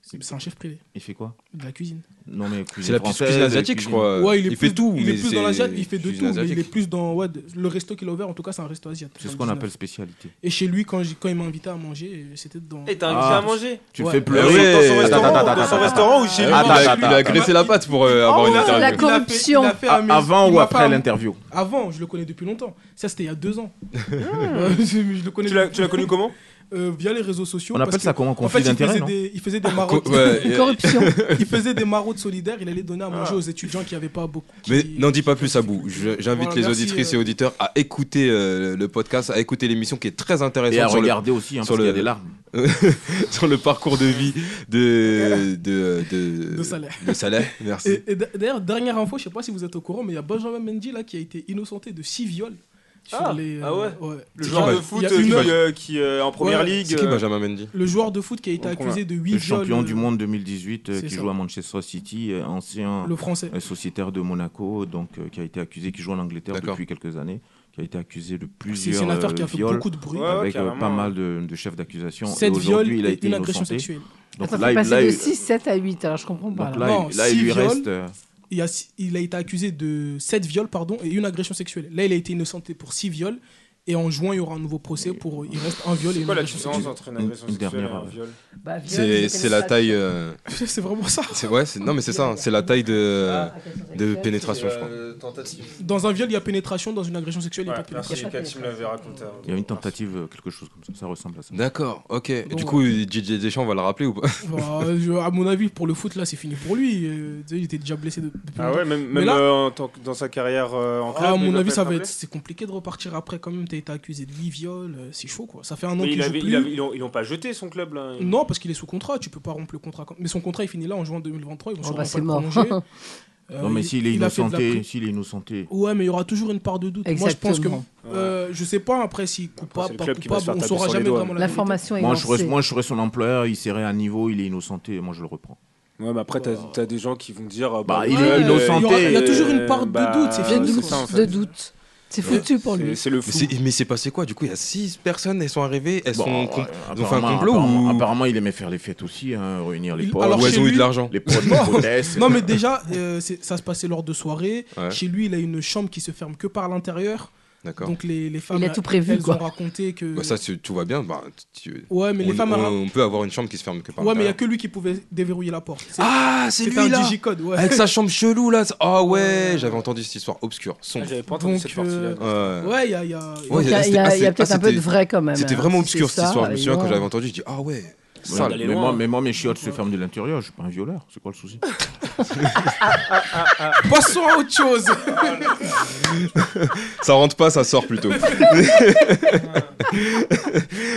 Speaker 8: C'est c'est un chef privé
Speaker 6: Il fait quoi
Speaker 8: de la cuisine.
Speaker 6: Non, mais
Speaker 3: C'est la petite cuisine asiatique, je crois.
Speaker 8: Ouais, il, est plus-
Speaker 3: Euh, fait tout,
Speaker 8: Il
Speaker 3: mais
Speaker 8: est plus
Speaker 3: c'est
Speaker 8: dans l'Asie, il fait de
Speaker 3: cuisine
Speaker 8: tout. Mais il
Speaker 3: asiatique.
Speaker 8: est plus dans ouais, de- le resto qu'il a ouvert. En tout cas, c'est un resto asiatique.
Speaker 6: C'est
Speaker 8: dans
Speaker 6: ce
Speaker 8: le
Speaker 6: qu'on
Speaker 8: 19e.
Speaker 6: appelle spécialité.
Speaker 8: Et chez lui, quand, j'ai- quand il m'a invité à manger, euh, c'était dans.
Speaker 7: Et t'as
Speaker 6: Ah.
Speaker 7: invité à manger
Speaker 6: Tu
Speaker 8: Ouais.
Speaker 6: fais
Speaker 7: Dans
Speaker 6: pleurer.
Speaker 7: son
Speaker 3: Attends,
Speaker 7: restaurant,
Speaker 6: attends,
Speaker 7: dans son
Speaker 6: attends,
Speaker 7: restaurant ou chez lui
Speaker 3: Ah, il, a,
Speaker 6: Attends,
Speaker 3: il a
Speaker 6: attends.
Speaker 3: graissé la patte pour euh, avoir une
Speaker 4: la
Speaker 3: interview.
Speaker 8: Il a fait-
Speaker 4: corruption.
Speaker 8: il a fait
Speaker 6: Ah,
Speaker 8: un mes-
Speaker 6: Avant
Speaker 8: il
Speaker 6: ou
Speaker 8: m'a fait
Speaker 6: après
Speaker 8: un-
Speaker 6: l'interview
Speaker 8: Avant, je le connais depuis longtemps. Ça, c'était il y a deux ans. (laughs) Euh, je, je le connais
Speaker 7: Tu l'as tu l'as connu comment
Speaker 8: euh, via les réseaux sociaux.
Speaker 6: On
Speaker 8: parce
Speaker 6: appelle
Speaker 8: que-
Speaker 6: ça comment
Speaker 8: En fait,
Speaker 6: Conflit
Speaker 8: il
Speaker 6: d'intérêt,
Speaker 8: faisait,
Speaker 6: non
Speaker 8: des, il faisait des
Speaker 3: Co-
Speaker 8: maraudes.
Speaker 3: ouais, et-
Speaker 4: Corruption.
Speaker 8: (laughs) il faisait des maraudes solidaires. Il allait donner à manger aux étudiants qui n'avaient pas beaucoup. qui-
Speaker 3: Mais n'en dis pas plus, Abou.
Speaker 8: qui-
Speaker 3: Je- J'invite
Speaker 8: Voilà,
Speaker 3: les
Speaker 8: merci,
Speaker 3: auditrices
Speaker 8: euh,
Speaker 3: et auditeurs à écouter euh, le podcast, à écouter l'émission qui est très
Speaker 6: Et à
Speaker 3: intéressante sur le,
Speaker 6: regarder aussi, hein,
Speaker 3: sur
Speaker 6: parce qu'il y a
Speaker 3: le-
Speaker 6: des larmes.
Speaker 3: (laughs) sur le parcours de vie de, de, de,
Speaker 8: (laughs) De Salah.
Speaker 3: de Salah. Merci.
Speaker 8: Et, et d'a- d'ailleurs, dernière info, je sais pas si vous êtes au courant, mais il y a Benjamin Mendy là qui a été innocenté de six viols. Sur
Speaker 7: Ah,
Speaker 8: les,
Speaker 7: ah ouais Le
Speaker 8: C'est
Speaker 7: joueur
Speaker 8: qui,
Speaker 7: de
Speaker 8: bah,
Speaker 7: foot
Speaker 8: il y a
Speaker 7: euh,
Speaker 8: une
Speaker 7: qui,
Speaker 8: heure-
Speaker 7: euh, qui, euh, en première
Speaker 8: Ouais,
Speaker 7: ligue.
Speaker 3: C'est qui
Speaker 7: euh,
Speaker 3: Benjamin Mendy
Speaker 8: Le joueur de foot qui a été
Speaker 7: On prend
Speaker 8: accusé de 8
Speaker 6: Le
Speaker 8: viols.
Speaker 6: champion du
Speaker 8: euh,
Speaker 6: monde 2018 euh,
Speaker 8: C'est
Speaker 6: qui
Speaker 8: ça.
Speaker 6: joue à Manchester City, euh, ancien
Speaker 8: Le français.
Speaker 6: euh, sociétaire de Monaco, donc euh, qui a été accusé, qui joue en Angleterre
Speaker 3: D'accord.
Speaker 6: depuis quelques années, qui a été accusé de
Speaker 8: C'est
Speaker 6: plusieurs
Speaker 8: c'est une affaire qui
Speaker 6: euh,
Speaker 8: a fait
Speaker 6: viols
Speaker 8: beaucoup de bruit.
Speaker 7: Ouais,
Speaker 6: avec euh,
Speaker 7: carrément.
Speaker 6: pas mal de, de chefs d'accusation. Et
Speaker 8: 7 viols
Speaker 6: aujourd'hui, il a
Speaker 8: et
Speaker 6: été
Speaker 8: une agression
Speaker 6: innocenté.
Speaker 8: sexuelle.
Speaker 6: Donc
Speaker 4: Attends,
Speaker 6: là,
Speaker 4: t'es
Speaker 6: il-
Speaker 4: passé
Speaker 6: là,
Speaker 4: de
Speaker 6: il-
Speaker 4: 6, 7 à 8, alors je comprends pas.
Speaker 6: donc
Speaker 4: là.
Speaker 6: là,
Speaker 8: hein. Non,
Speaker 6: il- là, il
Speaker 8: six
Speaker 6: lui
Speaker 8: viols.
Speaker 6: reste. euh,
Speaker 8: Il, y a, six- il a été accusé de 7 viols pardon, et une agression sexuelle. Là, il a été innocenté pour 6 viols. Et en juin, il y aura un nouveau procès pour. euh, Il reste un viol et
Speaker 7: C'est
Speaker 8: une
Speaker 7: quoi la
Speaker 8: agression
Speaker 7: différence
Speaker 8: sexuelle.
Speaker 7: entre une
Speaker 6: Une-
Speaker 7: agression
Speaker 6: une
Speaker 7: sexuelle et
Speaker 6: dernière,
Speaker 7: un
Speaker 6: euh,
Speaker 7: viol
Speaker 4: Bah, viol,
Speaker 3: C'est
Speaker 4: ils
Speaker 3: c'est la
Speaker 4: connaissent
Speaker 3: taille. euh,
Speaker 8: (laughs) C'est vraiment ça.
Speaker 3: c'est ouais, c'est- non mais c'est ça. hein, C'est la taille de
Speaker 6: Ah.
Speaker 3: de pénétration, je crois.
Speaker 7: euh, tentative.
Speaker 8: Dans un viol, il y a pénétration. Dans une agression sexuelle, il n'y a
Speaker 7: Ouais,
Speaker 8: pas de pénétration.
Speaker 7: merci, Katim l'avait raconté.
Speaker 6: Il y a une tentative, euh, quelque chose comme ça. Ça ressemble à ça.
Speaker 3: D'accord, ok. Et
Speaker 8: Bon,
Speaker 3: du coup, DJ Deschamps va le rappeler ou pas
Speaker 6: (laughs)
Speaker 8: Bah, je- à mon avis, pour le foot, là, c'est fini pour lui. Euh, tu sais, il était déjà blessé de- depuis
Speaker 7: Ah
Speaker 8: longtemps.
Speaker 7: ouais, même,
Speaker 8: Mais
Speaker 7: même,
Speaker 8: là-
Speaker 7: euh, en tant que- dans sa carrière euh, en club.
Speaker 8: Ah, à
Speaker 7: il
Speaker 8: mon
Speaker 7: l'a
Speaker 8: avis,
Speaker 7: pas
Speaker 8: ça va
Speaker 7: rappelé.
Speaker 8: être. C'est compliqué de repartir après quand même. T'as été accusé de 8 viols. euh, C'est chaud, quoi. Ça fait un an
Speaker 7: Mais
Speaker 8: qu'il
Speaker 7: il
Speaker 8: joue
Speaker 7: avait,
Speaker 8: plus.
Speaker 7: il avait- ils l'ont- ils l'ont pas jeté son club là. il-
Speaker 8: Non, parce qu'il est sous contrat. Tu peux pas rompre le contrat. comme- Mais son contrat, il finit là en juin 2023. Ils vont
Speaker 4: Oh,
Speaker 8: sûrement
Speaker 4: bah,
Speaker 8: pas
Speaker 4: c'est
Speaker 8: le
Speaker 4: mort. (laughs)
Speaker 8: prolonger. Euh,
Speaker 6: Non, mais
Speaker 8: il-
Speaker 6: s'il est
Speaker 8: il a fait de la
Speaker 6: innocenté,
Speaker 8: prime.
Speaker 6: s'il est innocenté.
Speaker 8: Ouais, mais il y aura toujours une part de doute. Moi, je pense
Speaker 4: Exactement.
Speaker 8: que. euh, je sais pas après si
Speaker 7: c'est
Speaker 8: coupable,
Speaker 7: le
Speaker 8: pas
Speaker 7: club qui va se
Speaker 8: coupable,
Speaker 7: faire
Speaker 8: on
Speaker 7: taper
Speaker 8: saura
Speaker 7: sur les
Speaker 8: jamais
Speaker 7: doigts,
Speaker 8: vraiment la vérité.
Speaker 4: L'information est
Speaker 6: Moi je,
Speaker 4: lancée.
Speaker 6: serais, moi, je serais son employeur, il serait à niveau, il est innocenté, moi je le reprends.
Speaker 7: Ouais, mais après, t'as t'as des gens qui vont dire.
Speaker 6: Bah, il
Speaker 8: est
Speaker 7: ouais,
Speaker 8: innocenté. Il y
Speaker 7: euh,
Speaker 8: aura- il y a toujours une part de
Speaker 7: bah,
Speaker 4: De
Speaker 8: doute, c'est
Speaker 7: c'est
Speaker 8: doute,
Speaker 7: ça, en
Speaker 4: doute,
Speaker 7: fait.
Speaker 4: de doute. C'est foutu pour lui.
Speaker 7: C'est- C'est le
Speaker 3: Mais
Speaker 7: fou.
Speaker 3: hein. c'est- Mais c'est passé quoi Du coup, il y a six personnes, elles sont arrivées, elles
Speaker 6: Bon,
Speaker 3: sont. com-
Speaker 6: ouais,
Speaker 3: ils ont fait un
Speaker 6: apparemment-
Speaker 3: complot
Speaker 6: apparemment,
Speaker 3: ou-
Speaker 6: apparemment, il aimait faire les fêtes aussi, hein, réunir les
Speaker 8: Il-
Speaker 6: potes,
Speaker 8: alors,
Speaker 3: Ou elles
Speaker 8: chez
Speaker 3: ont eu
Speaker 8: lui-
Speaker 3: de l'argent
Speaker 6: les potes, les
Speaker 8: (laughs) Non.
Speaker 6: potesses.
Speaker 8: Non, mais déjà, euh, c'est- ça se passait lors de soirées.
Speaker 3: Ouais.
Speaker 8: Chez lui, il a une chambre qui se ferme que par l'intérieur.
Speaker 3: D'accord.
Speaker 8: Donc euh, les, les femmes,
Speaker 4: Il a tout prévu,
Speaker 8: elles
Speaker 4: quoi.
Speaker 8: ont raconté que.
Speaker 3: Bah, ça, tu- tout va bien. bah, tu-
Speaker 8: ouais, mais les
Speaker 3: on,
Speaker 8: femmes.
Speaker 3: on-
Speaker 8: ra-
Speaker 3: on peut avoir une chambre qui se ferme que par
Speaker 8: Ouais, mais il y a
Speaker 3: l'intérieur.
Speaker 8: que lui qui pouvait déverrouiller la porte. C'est-
Speaker 3: Ah, c'est
Speaker 8: C'était
Speaker 3: lui
Speaker 8: un
Speaker 3: là
Speaker 8: digicode, ouais.
Speaker 3: Avec sa chambre chelou là Ah ouais, j'avais entendu cette histoire obscure,
Speaker 7: Ah,
Speaker 3: sombre.
Speaker 7: J'avais pas entendu
Speaker 8: Donc,
Speaker 7: cette partie-là.
Speaker 8: euh, (laughs)
Speaker 3: Ouais.
Speaker 8: Ouais, il y a. il y a-
Speaker 3: Ouais,
Speaker 4: Donc, Il y a, il y a-
Speaker 3: ah,
Speaker 4: il y a
Speaker 3: c'est-
Speaker 4: peut-être
Speaker 3: ah,
Speaker 4: un peu
Speaker 3: c'était-
Speaker 4: de vrai quand même.
Speaker 3: C'était
Speaker 4: hein,
Speaker 3: vraiment
Speaker 4: si
Speaker 3: obscur
Speaker 4: c'est
Speaker 3: cette
Speaker 4: ça,
Speaker 3: histoire. Je me souviens
Speaker 4: ils
Speaker 3: quand
Speaker 4: vont-
Speaker 3: j'avais entendu, je dis ah ouais.
Speaker 6: Ouais,
Speaker 3: Sale.
Speaker 7: d'aller
Speaker 6: mais,
Speaker 7: loin.
Speaker 6: moi, mais moi, mes chiottes se ferment de l'intérieur, je suis pas un violeur, c'est quoi le souci Ah,
Speaker 8: Passons à
Speaker 4: (laughs)
Speaker 8: autre chose.
Speaker 3: Ça rentre pas, ça sort plutôt.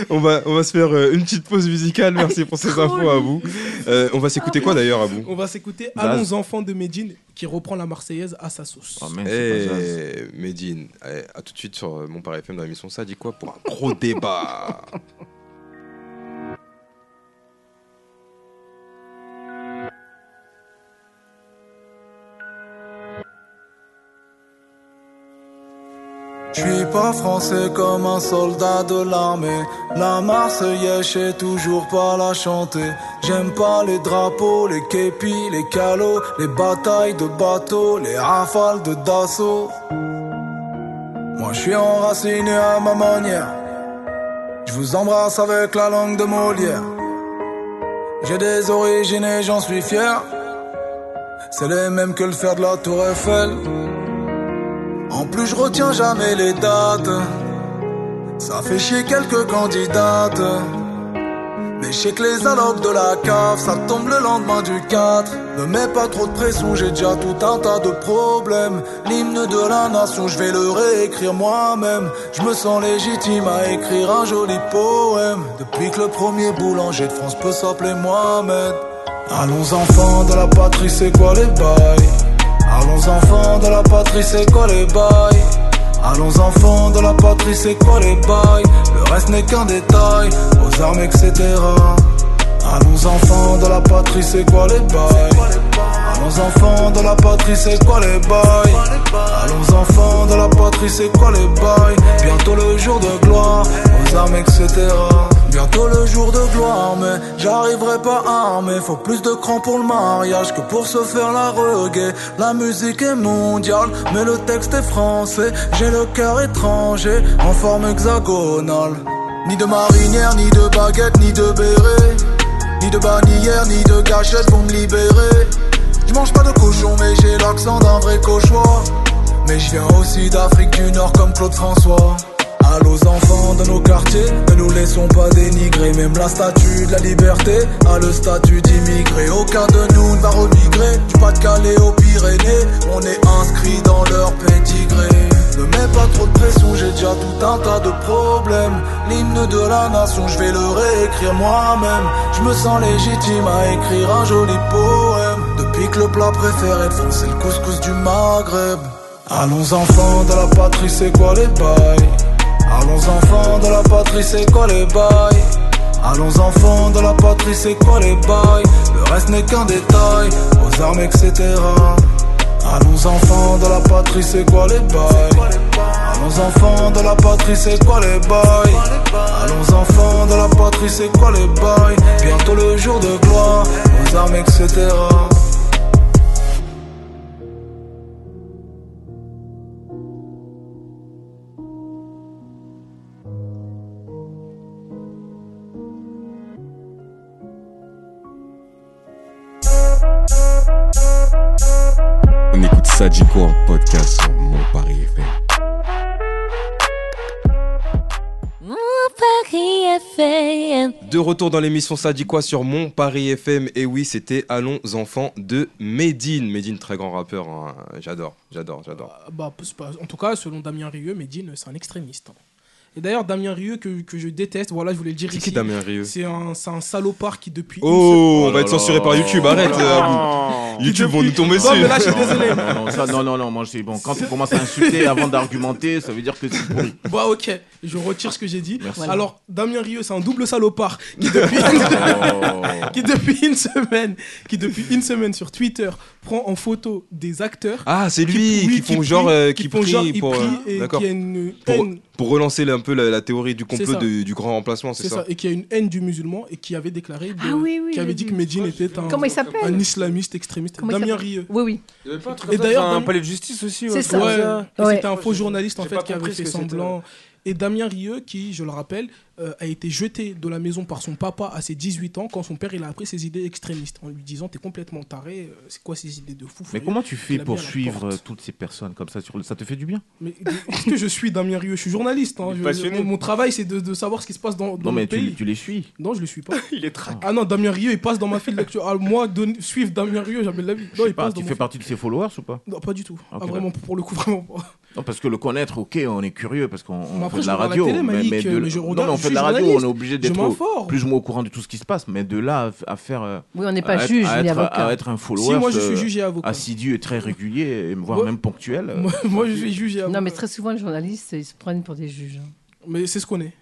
Speaker 3: on, va, on va se faire euh, une petite pause musicale. Merci pour ces infos à vous. Euh, on va s'écouter quoi d'ailleurs à vous
Speaker 8: On va s'écouter
Speaker 6: Zaz.
Speaker 8: Allons enfants de Medine qui reprend la Marseillaise à sa sauce.
Speaker 6: Ah, merde, c'est pas Zaz.
Speaker 3: Eh, Medine, eh, à tout de suite sur euh, Mon Père FM dans l'émission Ça dit quoi pour un gros débat
Speaker 9: Je suis pas français comme un soldat de l'armée. La Marseillaise, j'ai toujours pas la chanter. J'aime pas les drapeaux, les képis, les calots, les batailles de bateaux, les rafales de Dassault. Moi, je suis enraciné à ma manière. Je vous embrasse avec la langue de Molière. J'ai des origines et j'en suis fier. C'est les mêmes que le fer de la Tour Eiffel. En plus, je retiens jamais les dates. Ça fait chier quelques candidates. Mais je sais que les allocs de la cave, ça tombe le lendemain du 4. Ne mets pas trop de pression, j'ai déjà tout un tas de problèmes. L'hymne de la nation, je vais le réécrire moi-même. Je me sens légitime à écrire un joli poème. Depuis que le premier boulanger de France peut s'appeler Mohamed. Allons enfants de la patrie, c'est quoi les bails Allons enfants de la patrie, c'est quoi les bails Allons enfants de la patrie, c'est quoi les bails Le reste n'est qu'un détail, aux armes, etc. Allons enfants de la patrie, c'est quoi les bails Allons enfants de la patrie, c'est quoi les bails Allons enfants de la patrie, c'est quoi les bails Bientôt le jour de gloire, aux armes, etc. Bientôt le jour de gloire, mais j'arriverai pas armé. Faut plus de cran pour le mariage que pour se faire la reggae. La musique est mondiale, mais le texte est français. J'ai le cœur étranger, en forme hexagonale. Ni de marinière, ni de baguette, ni de béret. Ni de bannière, ni de gâchette pour me libérer. Je mange pas de cochon, mais j'ai l'accent d'un vrai cauchois. Mais je viens aussi d'Afrique du Nord comme Claude François. Allons enfants de nos quartiers, ne nous laissons pas dénigrer. Même la statue de la liberté a le statut d'immigré. Aucun de nous ne va remigrer du Pas-de-Calais aux Pyrénées. On est inscrit dans leur pédigré. Ne mets pas trop de pression, j'ai déjà tout un tas de problèmes. L'hymne de la nation, je vais le réécrire moi-même. Je me sens légitime à écrire un joli poème. Depuis que le plat préféré de France, c'est le couscous du Maghreb. Allons enfants de la patrie, c'est quoi les bails Allons enfants de la patrie, c'est quoi les bails Allons enfants de la patrie, c'est quoi les bails Le reste n'est qu'un détail, aux armes, etc. Allons enfants de la patrie, c'est quoi les bails Allons enfants de la patrie, c'est quoi les bails Allons enfants de la patrie, c'est quoi les bails Bientôt le jour de gloire, aux armes, etc.
Speaker 1: On écoute ça dit quoi en podcast sur Mon Paris FM.
Speaker 2: Paris FM.
Speaker 3: De retour dans l'émission Ça dit quoi sur Mon Paris FM Et oui, c'était Allons enfants de Medine. Medine, très grand rappeur. hein. J'adore, j'adore, j'adore.
Speaker 8: Bah, c'est pas- en tout cas, selon Damien Rieu, Medine, c'est un extrémiste. hein. Et d'ailleurs, Damien Rieu, que, que je déteste, voilà, je voulais le dire
Speaker 3: C'est
Speaker 8: ici.
Speaker 3: qui Damien Rieu
Speaker 8: C'est un, c'est un salopard qui, depuis. une
Speaker 3: Oh, on
Speaker 6: là
Speaker 3: va être censuré
Speaker 6: là.
Speaker 3: par YouTube, arrête
Speaker 6: Oh
Speaker 3: euh,
Speaker 6: là
Speaker 3: Abou.
Speaker 6: là.
Speaker 3: YouTube vont nous tomber
Speaker 8: Non,
Speaker 3: dessus
Speaker 8: mais là, je suis
Speaker 6: Non,
Speaker 8: désolé.
Speaker 6: Non, non, ça, non, non, non, moi, c'est bon. Quand tu commences à insulter avant d'argumenter, ça veut dire que
Speaker 8: (laughs)
Speaker 6: c'est pourri.
Speaker 8: seule- Bah, ok, je retire ce que j'ai dit.
Speaker 6: Merci.
Speaker 8: Voilà. Alors, Damien Rieu, c'est un double salopard
Speaker 3: (laughs)
Speaker 8: qui, depuis une,
Speaker 6: Oh.
Speaker 8: qui, depuis une semaine, qui, depuis une semaine sur Twitter, prend en photo des acteurs.
Speaker 3: Ah, c'est lui
Speaker 8: qui-
Speaker 3: qui,
Speaker 8: oui,
Speaker 3: font genre euh, qui,
Speaker 8: font
Speaker 3: prie
Speaker 8: genre, ils
Speaker 3: pour euh,
Speaker 8: prient et
Speaker 3: d'accord
Speaker 8: qui a une
Speaker 3: pour,
Speaker 8: haine.
Speaker 3: pour relancer un peu la, la théorie du
Speaker 8: C'est
Speaker 3: complot
Speaker 8: ça.
Speaker 3: de- du grand remplacement, c'est
Speaker 8: C'est
Speaker 3: ça,
Speaker 8: ça. et qui a une haine du musulman et qui avait déclaré, de-
Speaker 5: Ah oui, oui,
Speaker 8: qui avait
Speaker 5: j'ai
Speaker 8: dit
Speaker 5: vu.
Speaker 8: que Medine était un,
Speaker 4: Comment il
Speaker 8: un
Speaker 4: s'appelle
Speaker 8: islamiste extrémiste.
Speaker 4: Comment il
Speaker 8: Damien
Speaker 4: s'appelle
Speaker 8: Rieu.
Speaker 4: Oui, oui.
Speaker 7: Il y avait pas un truc
Speaker 8: Et
Speaker 7: comme ça
Speaker 8: d'ailleurs,
Speaker 7: dans
Speaker 8: dans-
Speaker 7: un palais de justice aussi.
Speaker 4: C'est
Speaker 7: ouais,
Speaker 4: ça.
Speaker 7: comme
Speaker 8: Ouais, et
Speaker 4: Ouais.
Speaker 8: c'était un faux journaliste en
Speaker 7: J'ai
Speaker 8: fait
Speaker 7: pas
Speaker 8: qui avait
Speaker 7: compris ce
Speaker 8: fait
Speaker 7: que c'était.
Speaker 8: semblant. Et Damien Rieu, qui, je le rappelle, euh, a été jeté de la maison par son papa à ses 18 ans quand son père il a appris ses idées extrémistes en lui disant T'es complètement taré, euh, c'est quoi ces idées de fou
Speaker 6: Mais
Speaker 8: furieux
Speaker 6: comment tu
Speaker 8: Il
Speaker 6: fais
Speaker 8: a
Speaker 6: pour
Speaker 8: mis à la
Speaker 6: suivre
Speaker 8: porte.
Speaker 6: euh, toutes ces personnes comme ça sur le... Ça te fait du bien
Speaker 8: Mais Est-ce que je suis Damien Rieu Je suis journaliste. hein.
Speaker 7: Il est
Speaker 8: Je-
Speaker 7: passionné.
Speaker 8: mon, mon travail, c'est de, de savoir ce qui se passe dans, dans
Speaker 6: Non,
Speaker 8: le
Speaker 6: mais tu,
Speaker 8: pays.
Speaker 6: tu les suis.
Speaker 8: Non, je le suis pas.
Speaker 7: Il est traqué.
Speaker 8: Ah non, Damien Rieu, il passe dans ma file d'actu- Ah, moi, don- suivre Damien Rieu, j'appelle la vie.
Speaker 6: Je
Speaker 8: Non,
Speaker 6: sais
Speaker 8: il
Speaker 6: pas,
Speaker 8: passe dans
Speaker 6: tu
Speaker 8: mon
Speaker 6: fais
Speaker 8: fil-
Speaker 6: partie de ses followers ou pas
Speaker 8: Non, pas du tout. Ah,
Speaker 6: Ok,
Speaker 8: vraiment, pour le coup, (laughs) vraiment pas.
Speaker 6: Non, parce que le connaître, ok, on est curieux parce qu'on on
Speaker 8: Mais
Speaker 6: fait
Speaker 8: après,
Speaker 6: de
Speaker 8: je
Speaker 6: la
Speaker 8: regarde la
Speaker 6: radio.
Speaker 8: télé, Malik,
Speaker 6: mais
Speaker 8: euh,
Speaker 6: de...
Speaker 8: mais je
Speaker 6: non,
Speaker 8: regarde,
Speaker 6: on
Speaker 8: je
Speaker 6: fait
Speaker 8: suis
Speaker 6: de la radio, on
Speaker 8: journaliste,
Speaker 6: est obligé
Speaker 8: Je
Speaker 6: d'être au-
Speaker 8: m'informe.
Speaker 6: plus ou moins au courant de tout ce qui se passe. Mais de là à f- à faire. euh,
Speaker 4: Oui, on n'est
Speaker 6: à
Speaker 4: pas
Speaker 6: être-
Speaker 4: juge
Speaker 6: à
Speaker 4: ni
Speaker 6: être-
Speaker 4: avocat.
Speaker 6: À être un follower.
Speaker 8: Si, moi, je suis
Speaker 6: euh,
Speaker 8: jugé avocat. (laughs)
Speaker 6: assidu et très régulier, et voire
Speaker 8: Moi-
Speaker 6: même ponctuel. (laughs) euh,
Speaker 8: Moi, moi, je suis jugé avocat.
Speaker 4: Non, mais très souvent, les journalistes, ils se prennent pour des juges. hein.
Speaker 8: Mais c'est ce qu'on est.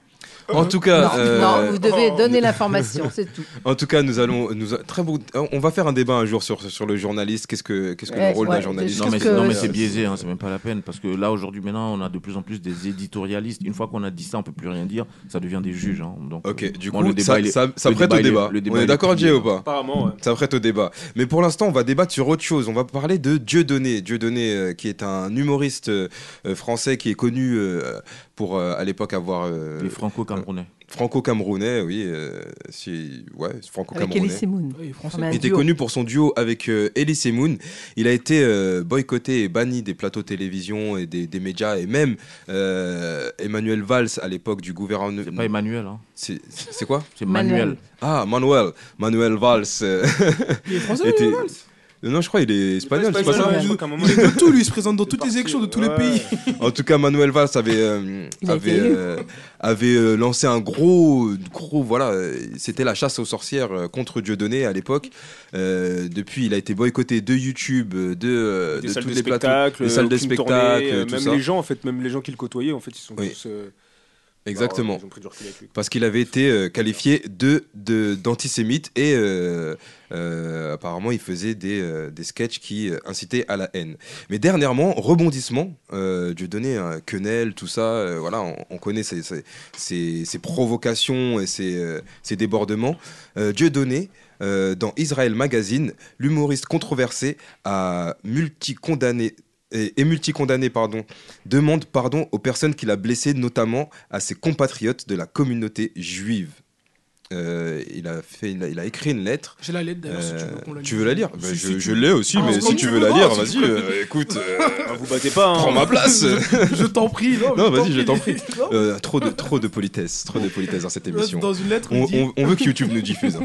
Speaker 3: En tout cas,
Speaker 4: non,
Speaker 3: euh,
Speaker 4: non, vous devez donner l'information, c'est tout.
Speaker 3: en tout cas, nous allons nous a- très beau- on va faire un débat un jour sur sur le journaliste. Qu'est-ce que qu'est-ce que
Speaker 4: Ouais,
Speaker 3: le rôle
Speaker 4: ouais,
Speaker 3: d'un journaliste
Speaker 6: Non mais,
Speaker 4: Qu'est-ce que-
Speaker 6: non, mais c'est biaisé, hein, c'est même pas la peine. Parce que là, aujourd'hui, maintenant, on a de plus en plus des éditorialistes. Une fois qu'on a dit ça, on peut plus rien dire. Ça devient des juges. hein. Donc, euh,
Speaker 3: Ok, du
Speaker 6: moi,
Speaker 3: coup,
Speaker 6: le débat,
Speaker 3: ça,
Speaker 6: il est-
Speaker 3: ça- ça
Speaker 6: le
Speaker 3: prête
Speaker 6: débat,
Speaker 3: au
Speaker 6: il est-
Speaker 3: débat.
Speaker 6: le débat,
Speaker 3: on
Speaker 6: il
Speaker 3: est
Speaker 6: est
Speaker 3: d'accord,
Speaker 6: plié.
Speaker 3: Jay, ou pas
Speaker 7: Apparemment, ouais.
Speaker 3: Ça prête au débat. Mais pour l'instant, on va débattre sur autre chose. On va parler de Dieudonné. Dieudonné, euh, qui est un humoriste euh, euh, français qui est connu euh, pour, euh, à l'époque, avoir euh,
Speaker 6: les franco-camerounais.
Speaker 3: franco-camerounais, oui. euh, si, ouais,
Speaker 4: Avec
Speaker 3: franco-camerounais.
Speaker 4: Elie Semoun.
Speaker 8: Oui, Ah, français.
Speaker 4: Comme un
Speaker 3: Il était
Speaker 4: duo.
Speaker 3: connu pour son duo avec euh, Elie Semoun. Il a été euh, boycotté et banni des plateaux télévision et des, des médias. Et même euh, Emmanuel Valls, à l'époque du gouvernement.
Speaker 6: C'est pas Emmanuel, hein.
Speaker 3: C'est c'est quoi
Speaker 6: c'est
Speaker 4: Manuel.
Speaker 6: Manuel.
Speaker 3: Ah, Manuel. Manuel Valls. euh,
Speaker 8: Il est français,
Speaker 3: était-
Speaker 8: Manuel Valls
Speaker 3: Non, je crois il est espagnol. c'est pas ça
Speaker 4: espagnol,
Speaker 7: je crois qu'à un moment,
Speaker 8: Il est de tout, lui, il se présente dans toutes
Speaker 7: parti,
Speaker 8: les élections de tous les
Speaker 7: ouais.
Speaker 8: pays. (laughs)
Speaker 3: En tout cas, Manuel Valls avait, euh,
Speaker 4: (laughs) Il a été
Speaker 3: avait,
Speaker 4: élu.
Speaker 3: euh, avait euh, lancé un gros, gros, voilà, euh, c'était la chasse aux sorcières euh, contre Dieudonné à l'époque. Euh, depuis, il a été boycotté de YouTube, euh, de, euh,
Speaker 7: Des
Speaker 3: de
Speaker 7: salles
Speaker 3: tous
Speaker 7: de
Speaker 3: les plateaux.
Speaker 7: spectacle,
Speaker 3: des salles de
Speaker 7: aucune
Speaker 3: spectacle,
Speaker 7: tournée, euh,
Speaker 3: tout
Speaker 7: même
Speaker 3: ça.
Speaker 7: les gens en fait, même les gens qui le côtoyaient en fait, ils sont
Speaker 3: Oui.
Speaker 7: tous euh,
Speaker 3: Exactement.
Speaker 7: alors, ils ont pris du recul avec lui.
Speaker 3: Parce qu'il avait été euh, qualifié de de- d'antisémite et euh, euh, apparemment il faisait des, euh, des sketchs qui euh, incitaient à la haine. Mais dernièrement, rebondissement, euh, Dieudonné, hein, quenelle, tout ça, euh, voilà, on, on connaît ces, ces- ces- ces provocations et ces, euh, ces débordements. Euh, Dieudonné, euh, dans Israel Magazine, l'humoriste controversé a multi-condamné et, et multi-condamné, pardon, demande pardon aux personnes qu'il a blessées, notamment à ses compatriotes de la communauté juive. Euh, il, a fait, il, a, il a écrit une lettre.
Speaker 8: J'ai la lettre d'ailleurs, si tu veux
Speaker 3: Euh,
Speaker 8: qu'on la
Speaker 3: tu
Speaker 8: lise.
Speaker 3: veux la lire
Speaker 8: Si,
Speaker 3: Bah,
Speaker 8: si,
Speaker 3: Je,
Speaker 8: tu
Speaker 3: je
Speaker 8: veux.
Speaker 3: l'ai aussi,
Speaker 8: Ah,
Speaker 3: mais
Speaker 8: bon,
Speaker 3: si tu veux la
Speaker 8: non,
Speaker 3: lire,
Speaker 8: si tu
Speaker 3: vas-y, euh,
Speaker 8: (laughs)
Speaker 3: écoute, euh,
Speaker 7: Ah, vous battez pas. hein.
Speaker 3: prends ma place.
Speaker 8: Je t'en prie, non
Speaker 3: Non,
Speaker 8: je
Speaker 3: vas-y, je t'en
Speaker 8: (laughs) Non,
Speaker 3: Euh, trop, de, trop de politesse, trop de politesse dans cette émission.
Speaker 8: Dans une lettre, il
Speaker 3: On,
Speaker 8: dit,
Speaker 3: on- on veut que YouTube nous diffuse. hein.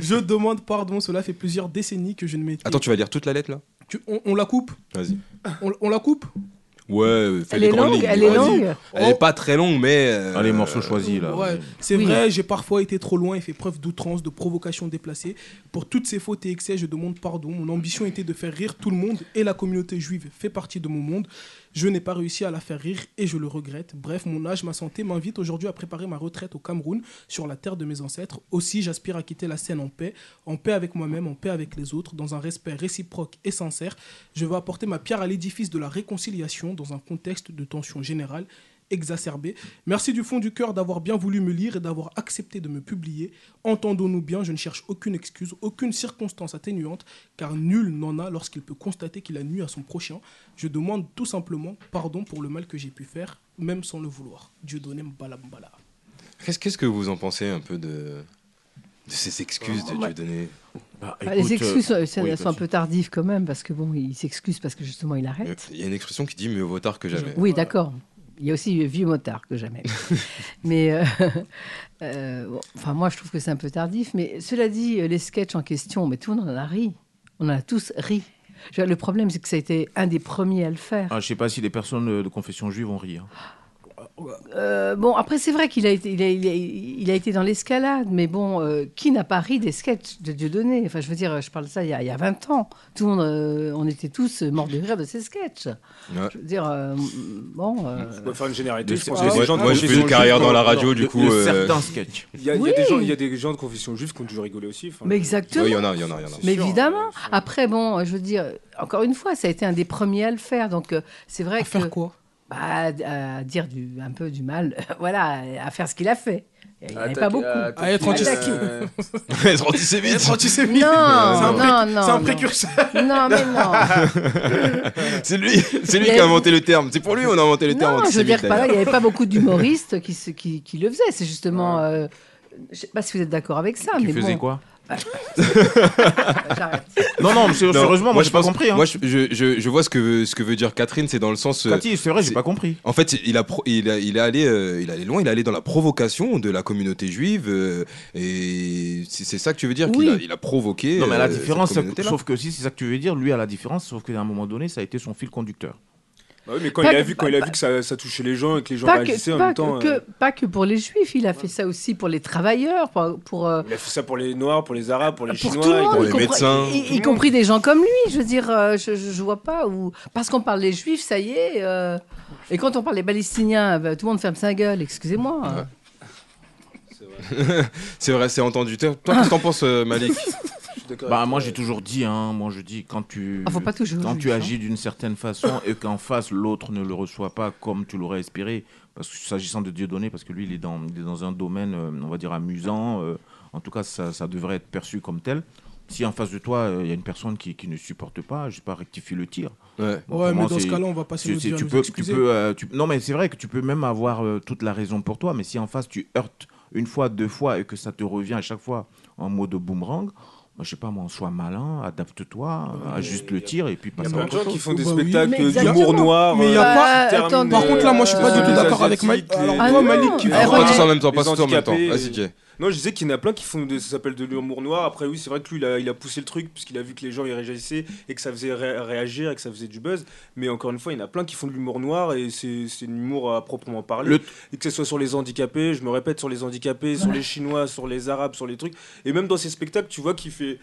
Speaker 8: Je demande pardon, cela fait plusieurs décennies que je ne m'étais.
Speaker 3: Attends, tu vas lire toute la lettre là
Speaker 8: Tu- on, on la coupe
Speaker 3: Vas-y.
Speaker 8: on, on la coupe
Speaker 3: Ouais, fais
Speaker 4: Elle
Speaker 3: les
Speaker 4: est
Speaker 3: grandes
Speaker 4: longue,
Speaker 3: lignes,
Speaker 4: elle est
Speaker 3: vas-y.
Speaker 4: longue.
Speaker 3: Elle est pas très longue, mais. euh,
Speaker 6: Allez, morceau choisi là.
Speaker 8: Ouais, c'est
Speaker 4: Oui.
Speaker 8: vrai, j'ai parfois été trop loin et fait preuve d'outrance, de provocation déplacée. Pour toutes ces fautes et excès, je demande pardon. Mon ambition était de faire rire tout le monde et la communauté juive fait partie de mon monde. Je n'ai pas réussi à la faire rire et je le regrette. Bref, mon âge, ma santé m'invite aujourd'hui à préparer ma retraite au Cameroun, sur la terre de mes ancêtres. Aussi, j'aspire à quitter la scène en paix, en paix avec moi-même, en paix avec les autres, dans un respect réciproque et sincère. Je veux apporter ma pierre à l'édifice de la réconciliation dans un contexte de tension générale exacerbée. Merci du fond du cœur d'avoir bien voulu me lire et d'avoir accepté de me publier. Entendons-nous bien, je ne cherche aucune excuse, aucune circonstance atténuante, car nul n'en a lorsqu'il peut constater qu'il a nui à son prochain. Je demande tout simplement pardon pour le mal que j'ai pu faire, même sans le vouloir. Dieu donné Mbalambala.
Speaker 3: Qu'est-ce qu'est-ce que vous en pensez un peu de, de ces excuses de Dieudonné
Speaker 6: Bah,
Speaker 4: Bah,
Speaker 6: écoute,
Speaker 4: les excuses
Speaker 6: euh,
Speaker 4: euh, ça-
Speaker 6: oui,
Speaker 4: elles sont un
Speaker 6: continue.
Speaker 4: peu tardives quand même, parce que bon, il s'excuse parce que justement il
Speaker 3: Il
Speaker 4: arrête.
Speaker 3: y a une expression qui dit mieux vaut tard que Euh, jamais.
Speaker 4: Oui, d'accord. Il y a aussi vieux motard que jamais. mais euh, (laughs) euh, bon, enfin, moi je trouve que c'est un peu tardif. Mais cela dit, euh, les sketchs en question, mais tout le monde en a ri. On en a tous ri. Je veux dire, Le problème, c'est que ça a été un des premiers à le faire.
Speaker 6: Ah, je sais pas si les personnes euh, de confession juive ont ri. hein.
Speaker 4: Euh, bon, après, c'est vrai qu'il a, été- il a, il a- il a été dans l'escalade, mais bon, euh, qui n'a pas ri des sketchs de Dieudonné Enfin, je veux dire, je parle de ça il y a, il y a 20 ans. Tout le monde, euh, on était tous morts de rire de ces sketchs.
Speaker 3: Ouais.
Speaker 4: Je veux dire, euh, bon. euh,
Speaker 7: Je peux faire une généralité.
Speaker 6: De-
Speaker 7: Je pense
Speaker 6: de-
Speaker 7: qu'il y a des
Speaker 3: ouais,
Speaker 7: gens de
Speaker 3: Ah, moi, je fais
Speaker 7: confession
Speaker 3: une carrière
Speaker 7: juive
Speaker 3: dans la
Speaker 7: qui ont-
Speaker 3: radio, du
Speaker 6: De-
Speaker 3: coup.
Speaker 6: de
Speaker 3: euh,
Speaker 6: certains sketchs.
Speaker 7: Il y, a- il y a des
Speaker 4: Oui.
Speaker 7: gens- il y a des gens de confession juive qui ont toujours rigolé aussi. enfin, euh,
Speaker 4: mais exactement.
Speaker 3: ouais, il y en a, il y en a, il y en a.
Speaker 4: Mais
Speaker 8: hein,
Speaker 7: sûr,
Speaker 4: évidemment.
Speaker 7: euh, c'est-
Speaker 4: Après, bon, euh, je veux dire, encore une fois, ça a été un des premiers à le faire. Donc, euh, c'est vrai
Speaker 8: À
Speaker 4: que.
Speaker 8: faire quoi
Speaker 4: bah, d- à dire du, un peu du mal, (laughs) voilà, à faire ce qu'il a fait. Il
Speaker 8: Ah,
Speaker 4: n'y en avait
Speaker 7: attaquer-
Speaker 4: pas beaucoup.
Speaker 7: attaquer,
Speaker 8: À être antisémite.
Speaker 4: (laughs)
Speaker 7: euh,
Speaker 3: (laughs) Être antisémite,
Speaker 8: antisémite
Speaker 4: Non, non, non.
Speaker 8: C'est un
Speaker 4: non.
Speaker 8: précurseur.
Speaker 4: Non, mais non.
Speaker 8: (laughs)
Speaker 3: c'est lui, c'est lui
Speaker 4: Mais-
Speaker 3: qui a inventé le terme. C'est pour lui qu'on a inventé le terme
Speaker 4: non, je veux dire
Speaker 3: antisémite.
Speaker 4: que par là, il n'y
Speaker 3: d'ailleurs.
Speaker 4: avait pas beaucoup d'humoristes qui, se- qui, qui le faisaient. C'est justement. euh, je ne sais pas si vous êtes d'accord avec ça, Ah,
Speaker 6: Qui
Speaker 4: mais
Speaker 6: faisait
Speaker 4: bon.
Speaker 6: quoi
Speaker 4: J'arrête.
Speaker 6: Non, non, mais c'est-
Speaker 3: Non,
Speaker 6: sérieusement, moi, j'ai pas
Speaker 3: pense-
Speaker 6: compris. hein.
Speaker 3: Moi, je, je- je- je vois ce que, veut- ce que veut dire Catherine, c'est dans le sens. euh,
Speaker 6: Cathy, c'est vrai, j'ai
Speaker 3: c'est-
Speaker 6: pas compris.
Speaker 3: En fait, il a, pro- il a, il a allé, euh, il est allé loin, il est allé dans la provocation de la communauté juive, euh, et c'est c'est ça que tu veux dire
Speaker 4: Oui.
Speaker 3: qu'il a, il a provoqué.
Speaker 6: Non, mais à la
Speaker 3: euh, cette
Speaker 6: différence,
Speaker 3: communauté-là.
Speaker 6: sauf que si c'est ça que tu veux dire, lui, à la différence, sauf qu'à un moment donné, ça a été son fil conducteur.
Speaker 7: Bah oui, mais quand
Speaker 4: Pas
Speaker 7: il a
Speaker 4: que-
Speaker 7: vu, quand il a vu que ça, ça touchait les gens et que les gens
Speaker 4: Pas
Speaker 7: réagissaient
Speaker 4: que,
Speaker 7: en
Speaker 4: pas
Speaker 7: même temps.
Speaker 4: que-
Speaker 7: euh,
Speaker 4: pas que pour les juifs, il a fait ça aussi pour les travailleurs, pour, pour, euh,
Speaker 7: Il a fait ça pour les Noirs, pour les Arabes, pour les
Speaker 4: pour
Speaker 7: Chinois.
Speaker 4: tout le
Speaker 7: et
Speaker 4: monde,
Speaker 3: pour
Speaker 4: y
Speaker 3: les
Speaker 4: compris-
Speaker 3: médecins,
Speaker 4: y- y,
Speaker 7: tout le monde.
Speaker 4: compris des gens comme lui. Je veux dire, euh, je, je, je vois pas où. Parce qu'on parle des juifs, ça y est. euh, et quand on parle des Palestiniens, bah, tout le monde ferme sa gueule, excusez-moi. Euh,
Speaker 3: Ouais. C'est vrai, c'est entendu. Toi, toi, qu'est-ce que t'en penses, euh, Malik
Speaker 7: Je suis d'accord
Speaker 6: Bah,
Speaker 7: avec
Speaker 6: moi,
Speaker 7: toi.
Speaker 6: j'ai toujours dit, hein, moi, je dis, quand tu.
Speaker 4: Ah, faut pas toucher aux
Speaker 6: quand
Speaker 4: juifs,
Speaker 6: tu
Speaker 4: hein.
Speaker 6: agis d'une certaine façon et qu'en face, l'autre ne le reçoit pas comme tu l'aurais espéré, parce que s'agissant de Dieudonné, parce que lui, il est dans, il est dans un domaine, euh, on va dire, amusant, euh, en tout cas, ça, ça devrait être perçu comme tel. Si en face de toi, euh, il y a une personne qui, qui ne supporte pas, je sais pas, rectifie le tir.
Speaker 3: Ouais.
Speaker 6: Bon,
Speaker 8: Ouais,
Speaker 6: pour
Speaker 8: mais
Speaker 6: moi,
Speaker 8: dans ce
Speaker 6: c'est-
Speaker 8: cas-là, on va passer
Speaker 6: tu,
Speaker 8: notre
Speaker 6: tu-
Speaker 8: vie à
Speaker 6: tu
Speaker 8: nous
Speaker 6: peux, tu
Speaker 8: excuser.
Speaker 6: peux, euh, tu- non mais c'est vrai que tu peux même avoir euh, toute la raison pour toi, mais si en face tu heurtes une fois, deux fois et que ça te revient à chaque fois en mode boomerang, moi, je sais pas moi, sois malin, adapte-toi, euh, ajuste le tir et puis
Speaker 7: Il y a
Speaker 6: passe à
Speaker 7: plein
Speaker 6: autre
Speaker 7: de
Speaker 6: chose.
Speaker 7: gens qui font des
Speaker 8: Bah oui.
Speaker 7: spectacles
Speaker 4: Mais
Speaker 7: d'humour
Speaker 4: exactement.
Speaker 7: noir.
Speaker 8: Mais il y a
Speaker 7: euh,
Speaker 4: pas-
Speaker 7: qui terminent,
Speaker 4: attends,
Speaker 8: Par contre, là, moi, je suis
Speaker 7: euh,
Speaker 8: pas du
Speaker 7: les
Speaker 8: tout d'accord avec Mike.
Speaker 7: Asiatiques, euh,
Speaker 8: Alors,
Speaker 7: les-
Speaker 4: Ah
Speaker 8: toi,
Speaker 4: non,
Speaker 8: Malik, qui
Speaker 7: les-
Speaker 4: Ah,
Speaker 3: Non, pas
Speaker 4: ouais.
Speaker 3: tous en même temps,
Speaker 7: Les
Speaker 3: pas tous en même temps. Ah,
Speaker 7: handicapés,
Speaker 3: Vas-y, Jay.
Speaker 7: Non, je disais qu'il y en a plein qui font de, ça s'appelle de l'humour noir. Après, oui, c'est vrai que lui, il a, il a poussé le truc puisqu'il a vu que les gens y réagissaient et que ça faisait ré- réagir et que ça faisait du buzz. Mais encore une fois, il y en a plein qui font de l'humour noir et c'est c'est de l'humour à proprement parler.
Speaker 6: Le-
Speaker 7: Et que ce soit sur les handicapés, je me répète, sur les handicapés, sur les Chinois, sur les Arabes, sur les trucs. Et même dans ses spectacles, tu vois qu'il fait.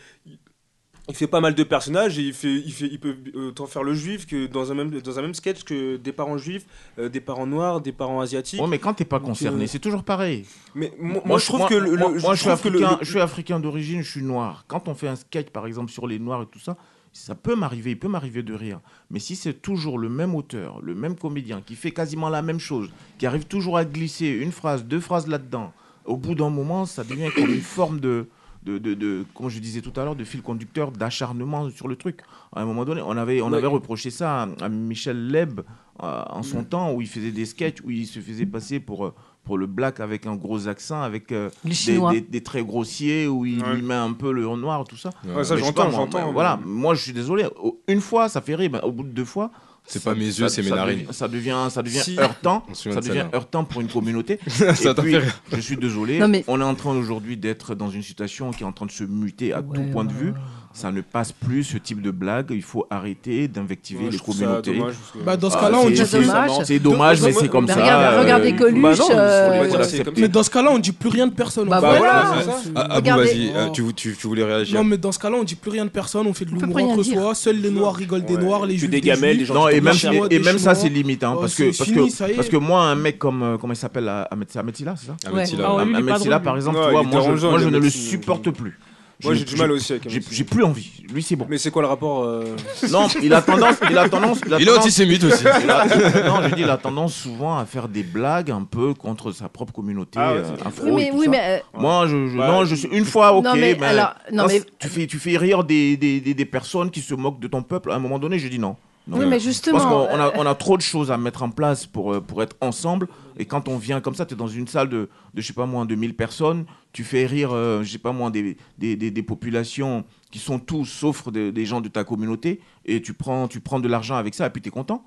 Speaker 7: Il fait pas mal de personnages et il, fait, il, fait, il peut autant faire le juif que dans un même, dans un même sketch que des parents juifs, euh, des parents noirs, des parents asiatiques.
Speaker 6: Ouais, mais quand t'es pas
Speaker 7: Donc,
Speaker 6: concerné,
Speaker 7: euh,
Speaker 6: c'est toujours pareil.
Speaker 7: Mais moi, moi, je trouve que le.
Speaker 6: moi,
Speaker 7: le-
Speaker 6: moi, je suis
Speaker 7: trouve que le-
Speaker 6: africain,
Speaker 7: le-
Speaker 6: je suis africain d'origine, je suis noir. Quand on fait un sketch par exemple sur les noirs et tout ça, ça peut m'arriver, il peut m'arriver de rire. Mais si c'est toujours le même auteur, le même comédien qui fait quasiment la même chose, qui arrive toujours à glisser une phrase, deux phrases là-dedans, au bout d'un moment, ça devient comme une forme de de, de, de- comme je disais tout à l'heure, de fil conducteur, d'acharnement sur le truc. À un moment donné, on avait, on
Speaker 7: Ouais.
Speaker 6: avait reproché ça à, à Michel Leb euh, en son temps, où il faisait des sketchs, où il se faisait passer pour, euh, pour le black avec un gros accent, avec euh,
Speaker 4: Les
Speaker 6: des,
Speaker 4: Chinois.
Speaker 6: des- des traits grossiers, où il
Speaker 7: Ouais.
Speaker 6: lui met un peu le noir, tout ça.
Speaker 7: Ouais, ça,
Speaker 6: Mais je sais
Speaker 7: j'entends,
Speaker 6: pas, moi,
Speaker 7: j'entends,
Speaker 6: mais
Speaker 7: mais-
Speaker 6: Voilà, moi, je suis désolé. Au- Une fois, ça fait rire. mais au bout de deux fois,
Speaker 3: C'est
Speaker 6: ça-
Speaker 3: pas mes yeux,
Speaker 6: ça-
Speaker 3: c'est mes
Speaker 6: ça
Speaker 3: narines.
Speaker 6: devient- Ça devient, ça devient
Speaker 7: Si.
Speaker 6: heurtant.
Speaker 3: On se souvient
Speaker 6: Ça
Speaker 3: de ça,
Speaker 6: devient
Speaker 3: là.
Speaker 6: heurtant pour une communauté.
Speaker 3: (laughs) Ça
Speaker 6: Et
Speaker 3: t'a
Speaker 6: puis,
Speaker 3: fait rire.
Speaker 6: Je suis désolé.
Speaker 4: Non, mais-
Speaker 6: On est en train aujourd'hui d'être dans une situation qui est en train de se muter à tout
Speaker 4: Ouais,
Speaker 6: point de
Speaker 4: ouais,
Speaker 6: vue.
Speaker 4: ouais.
Speaker 6: Ça ne passe plus ce type de blague. Il faut arrêter d'invectiver
Speaker 7: Ouais,
Speaker 6: les
Speaker 7: je trouve ça
Speaker 6: communautés.
Speaker 7: dommage, parce que-
Speaker 8: Bah, dans ce
Speaker 6: Ah,
Speaker 8: cas-là, on
Speaker 6: c'est-
Speaker 8: dit
Speaker 4: c'est
Speaker 8: plus.
Speaker 4: dommage.
Speaker 6: C'est dommage, mais
Speaker 7: Mais
Speaker 6: c'est comme
Speaker 4: regarde-
Speaker 6: ça. euh,
Speaker 4: regardez Coluche,
Speaker 6: bah non, il faut
Speaker 4: euh,
Speaker 6: les
Speaker 7: voilà, c'est
Speaker 6: accepter.
Speaker 7: comme
Speaker 8: Mais dans ce cas-là, on dit plus rien de personne.
Speaker 4: Bah
Speaker 8: en fait.
Speaker 4: voilà.
Speaker 8: Ouais, c'est
Speaker 7: c'est ça.
Speaker 8: ça.
Speaker 3: Ah, Abou,
Speaker 4: Regardez.
Speaker 3: vas-y, euh, tu, tu- tu voulais réagir.
Speaker 8: Non, mais dans ce cas-là, on dit plus rien de personne, on fait de
Speaker 4: On peut
Speaker 8: l'humour
Speaker 4: plus rien
Speaker 8: entre
Speaker 4: dire.
Speaker 8: soi. Seuls les noirs rigolent des
Speaker 7: Ouais.
Speaker 8: noirs, les
Speaker 7: Que
Speaker 8: juifs.
Speaker 7: des
Speaker 8: des
Speaker 7: gamelles,
Speaker 8: juifs.
Speaker 7: les gens
Speaker 6: Non,
Speaker 7: qui
Speaker 6: et
Speaker 7: sont
Speaker 6: même,
Speaker 7: pas chers,
Speaker 6: et, et
Speaker 8: des
Speaker 6: même
Speaker 8: Chinois.
Speaker 6: ça, c'est limite. hein,
Speaker 8: Oh,
Speaker 6: parce,
Speaker 8: c'est
Speaker 6: que, parce,
Speaker 8: fini,
Speaker 6: que,
Speaker 8: ça y est.
Speaker 6: parce que moi, un mec comme. euh, comment il s'appelle là, Ahmed c'est Ahmed Silla, c'est ça
Speaker 3: Ah, mais
Speaker 4: Ouais.
Speaker 3: Tila,
Speaker 5: Ah ouais, lui, il est
Speaker 6: Ahmed
Speaker 5: pas
Speaker 6: Silla,
Speaker 5: drôle,
Speaker 6: par
Speaker 5: lui.
Speaker 6: exemple,
Speaker 7: Non,
Speaker 6: tu
Speaker 7: il
Speaker 6: vois,
Speaker 7: est
Speaker 6: moi, je,
Speaker 7: dérangeant,
Speaker 6: moi, je
Speaker 7: Ahmed
Speaker 6: ne le
Speaker 7: Silla.
Speaker 6: supporte plus.
Speaker 7: Moi,
Speaker 6: Je-
Speaker 7: j'ai du
Speaker 6: je-
Speaker 7: mal aussi avec
Speaker 6: J'ai
Speaker 7: Ahmed Silla.
Speaker 6: j'ai plus envie. Lui, c'est bon.
Speaker 7: Mais c'est quoi le rapport euh,
Speaker 6: Non, il a tendance. Il a tendance. Il a
Speaker 3: Il est
Speaker 6: tendance-
Speaker 3: antisémite aussi.
Speaker 6: il a- non, je dis, il a tendance souvent à faire des blagues un peu contre sa propre communauté
Speaker 7: Ah ouais,
Speaker 6: euh,
Speaker 7: c'est-
Speaker 6: afro.
Speaker 4: Oui,
Speaker 6: et
Speaker 4: mais,
Speaker 6: tout
Speaker 4: oui,
Speaker 6: ça.
Speaker 4: mais euh,
Speaker 6: Moi, je, je-
Speaker 7: Ouais.
Speaker 6: non, je suis une fois, ok,
Speaker 4: Non, mais alors, non,
Speaker 6: quand
Speaker 4: mais-
Speaker 6: tu fais, tu fais rire des, des, des, des personnes qui se moquent de ton peuple. À un moment donné, je dis non. non
Speaker 4: oui,
Speaker 6: non.
Speaker 4: mais
Speaker 6: Je pense
Speaker 4: justement. euh,
Speaker 6: qu'on on a, on a trop de choses à mettre en place pour, euh, pour être ensemble. Et quand on vient comme ça, tu es dans une salle de, de je sais pas moins de 1000 personnes, tu fais rire, euh, je sais pas moins des, des, des, des populations qui sont tous, sauf des, des gens de ta communauté, et tu prends, tu prends de l'argent avec ça, et puis tu es content.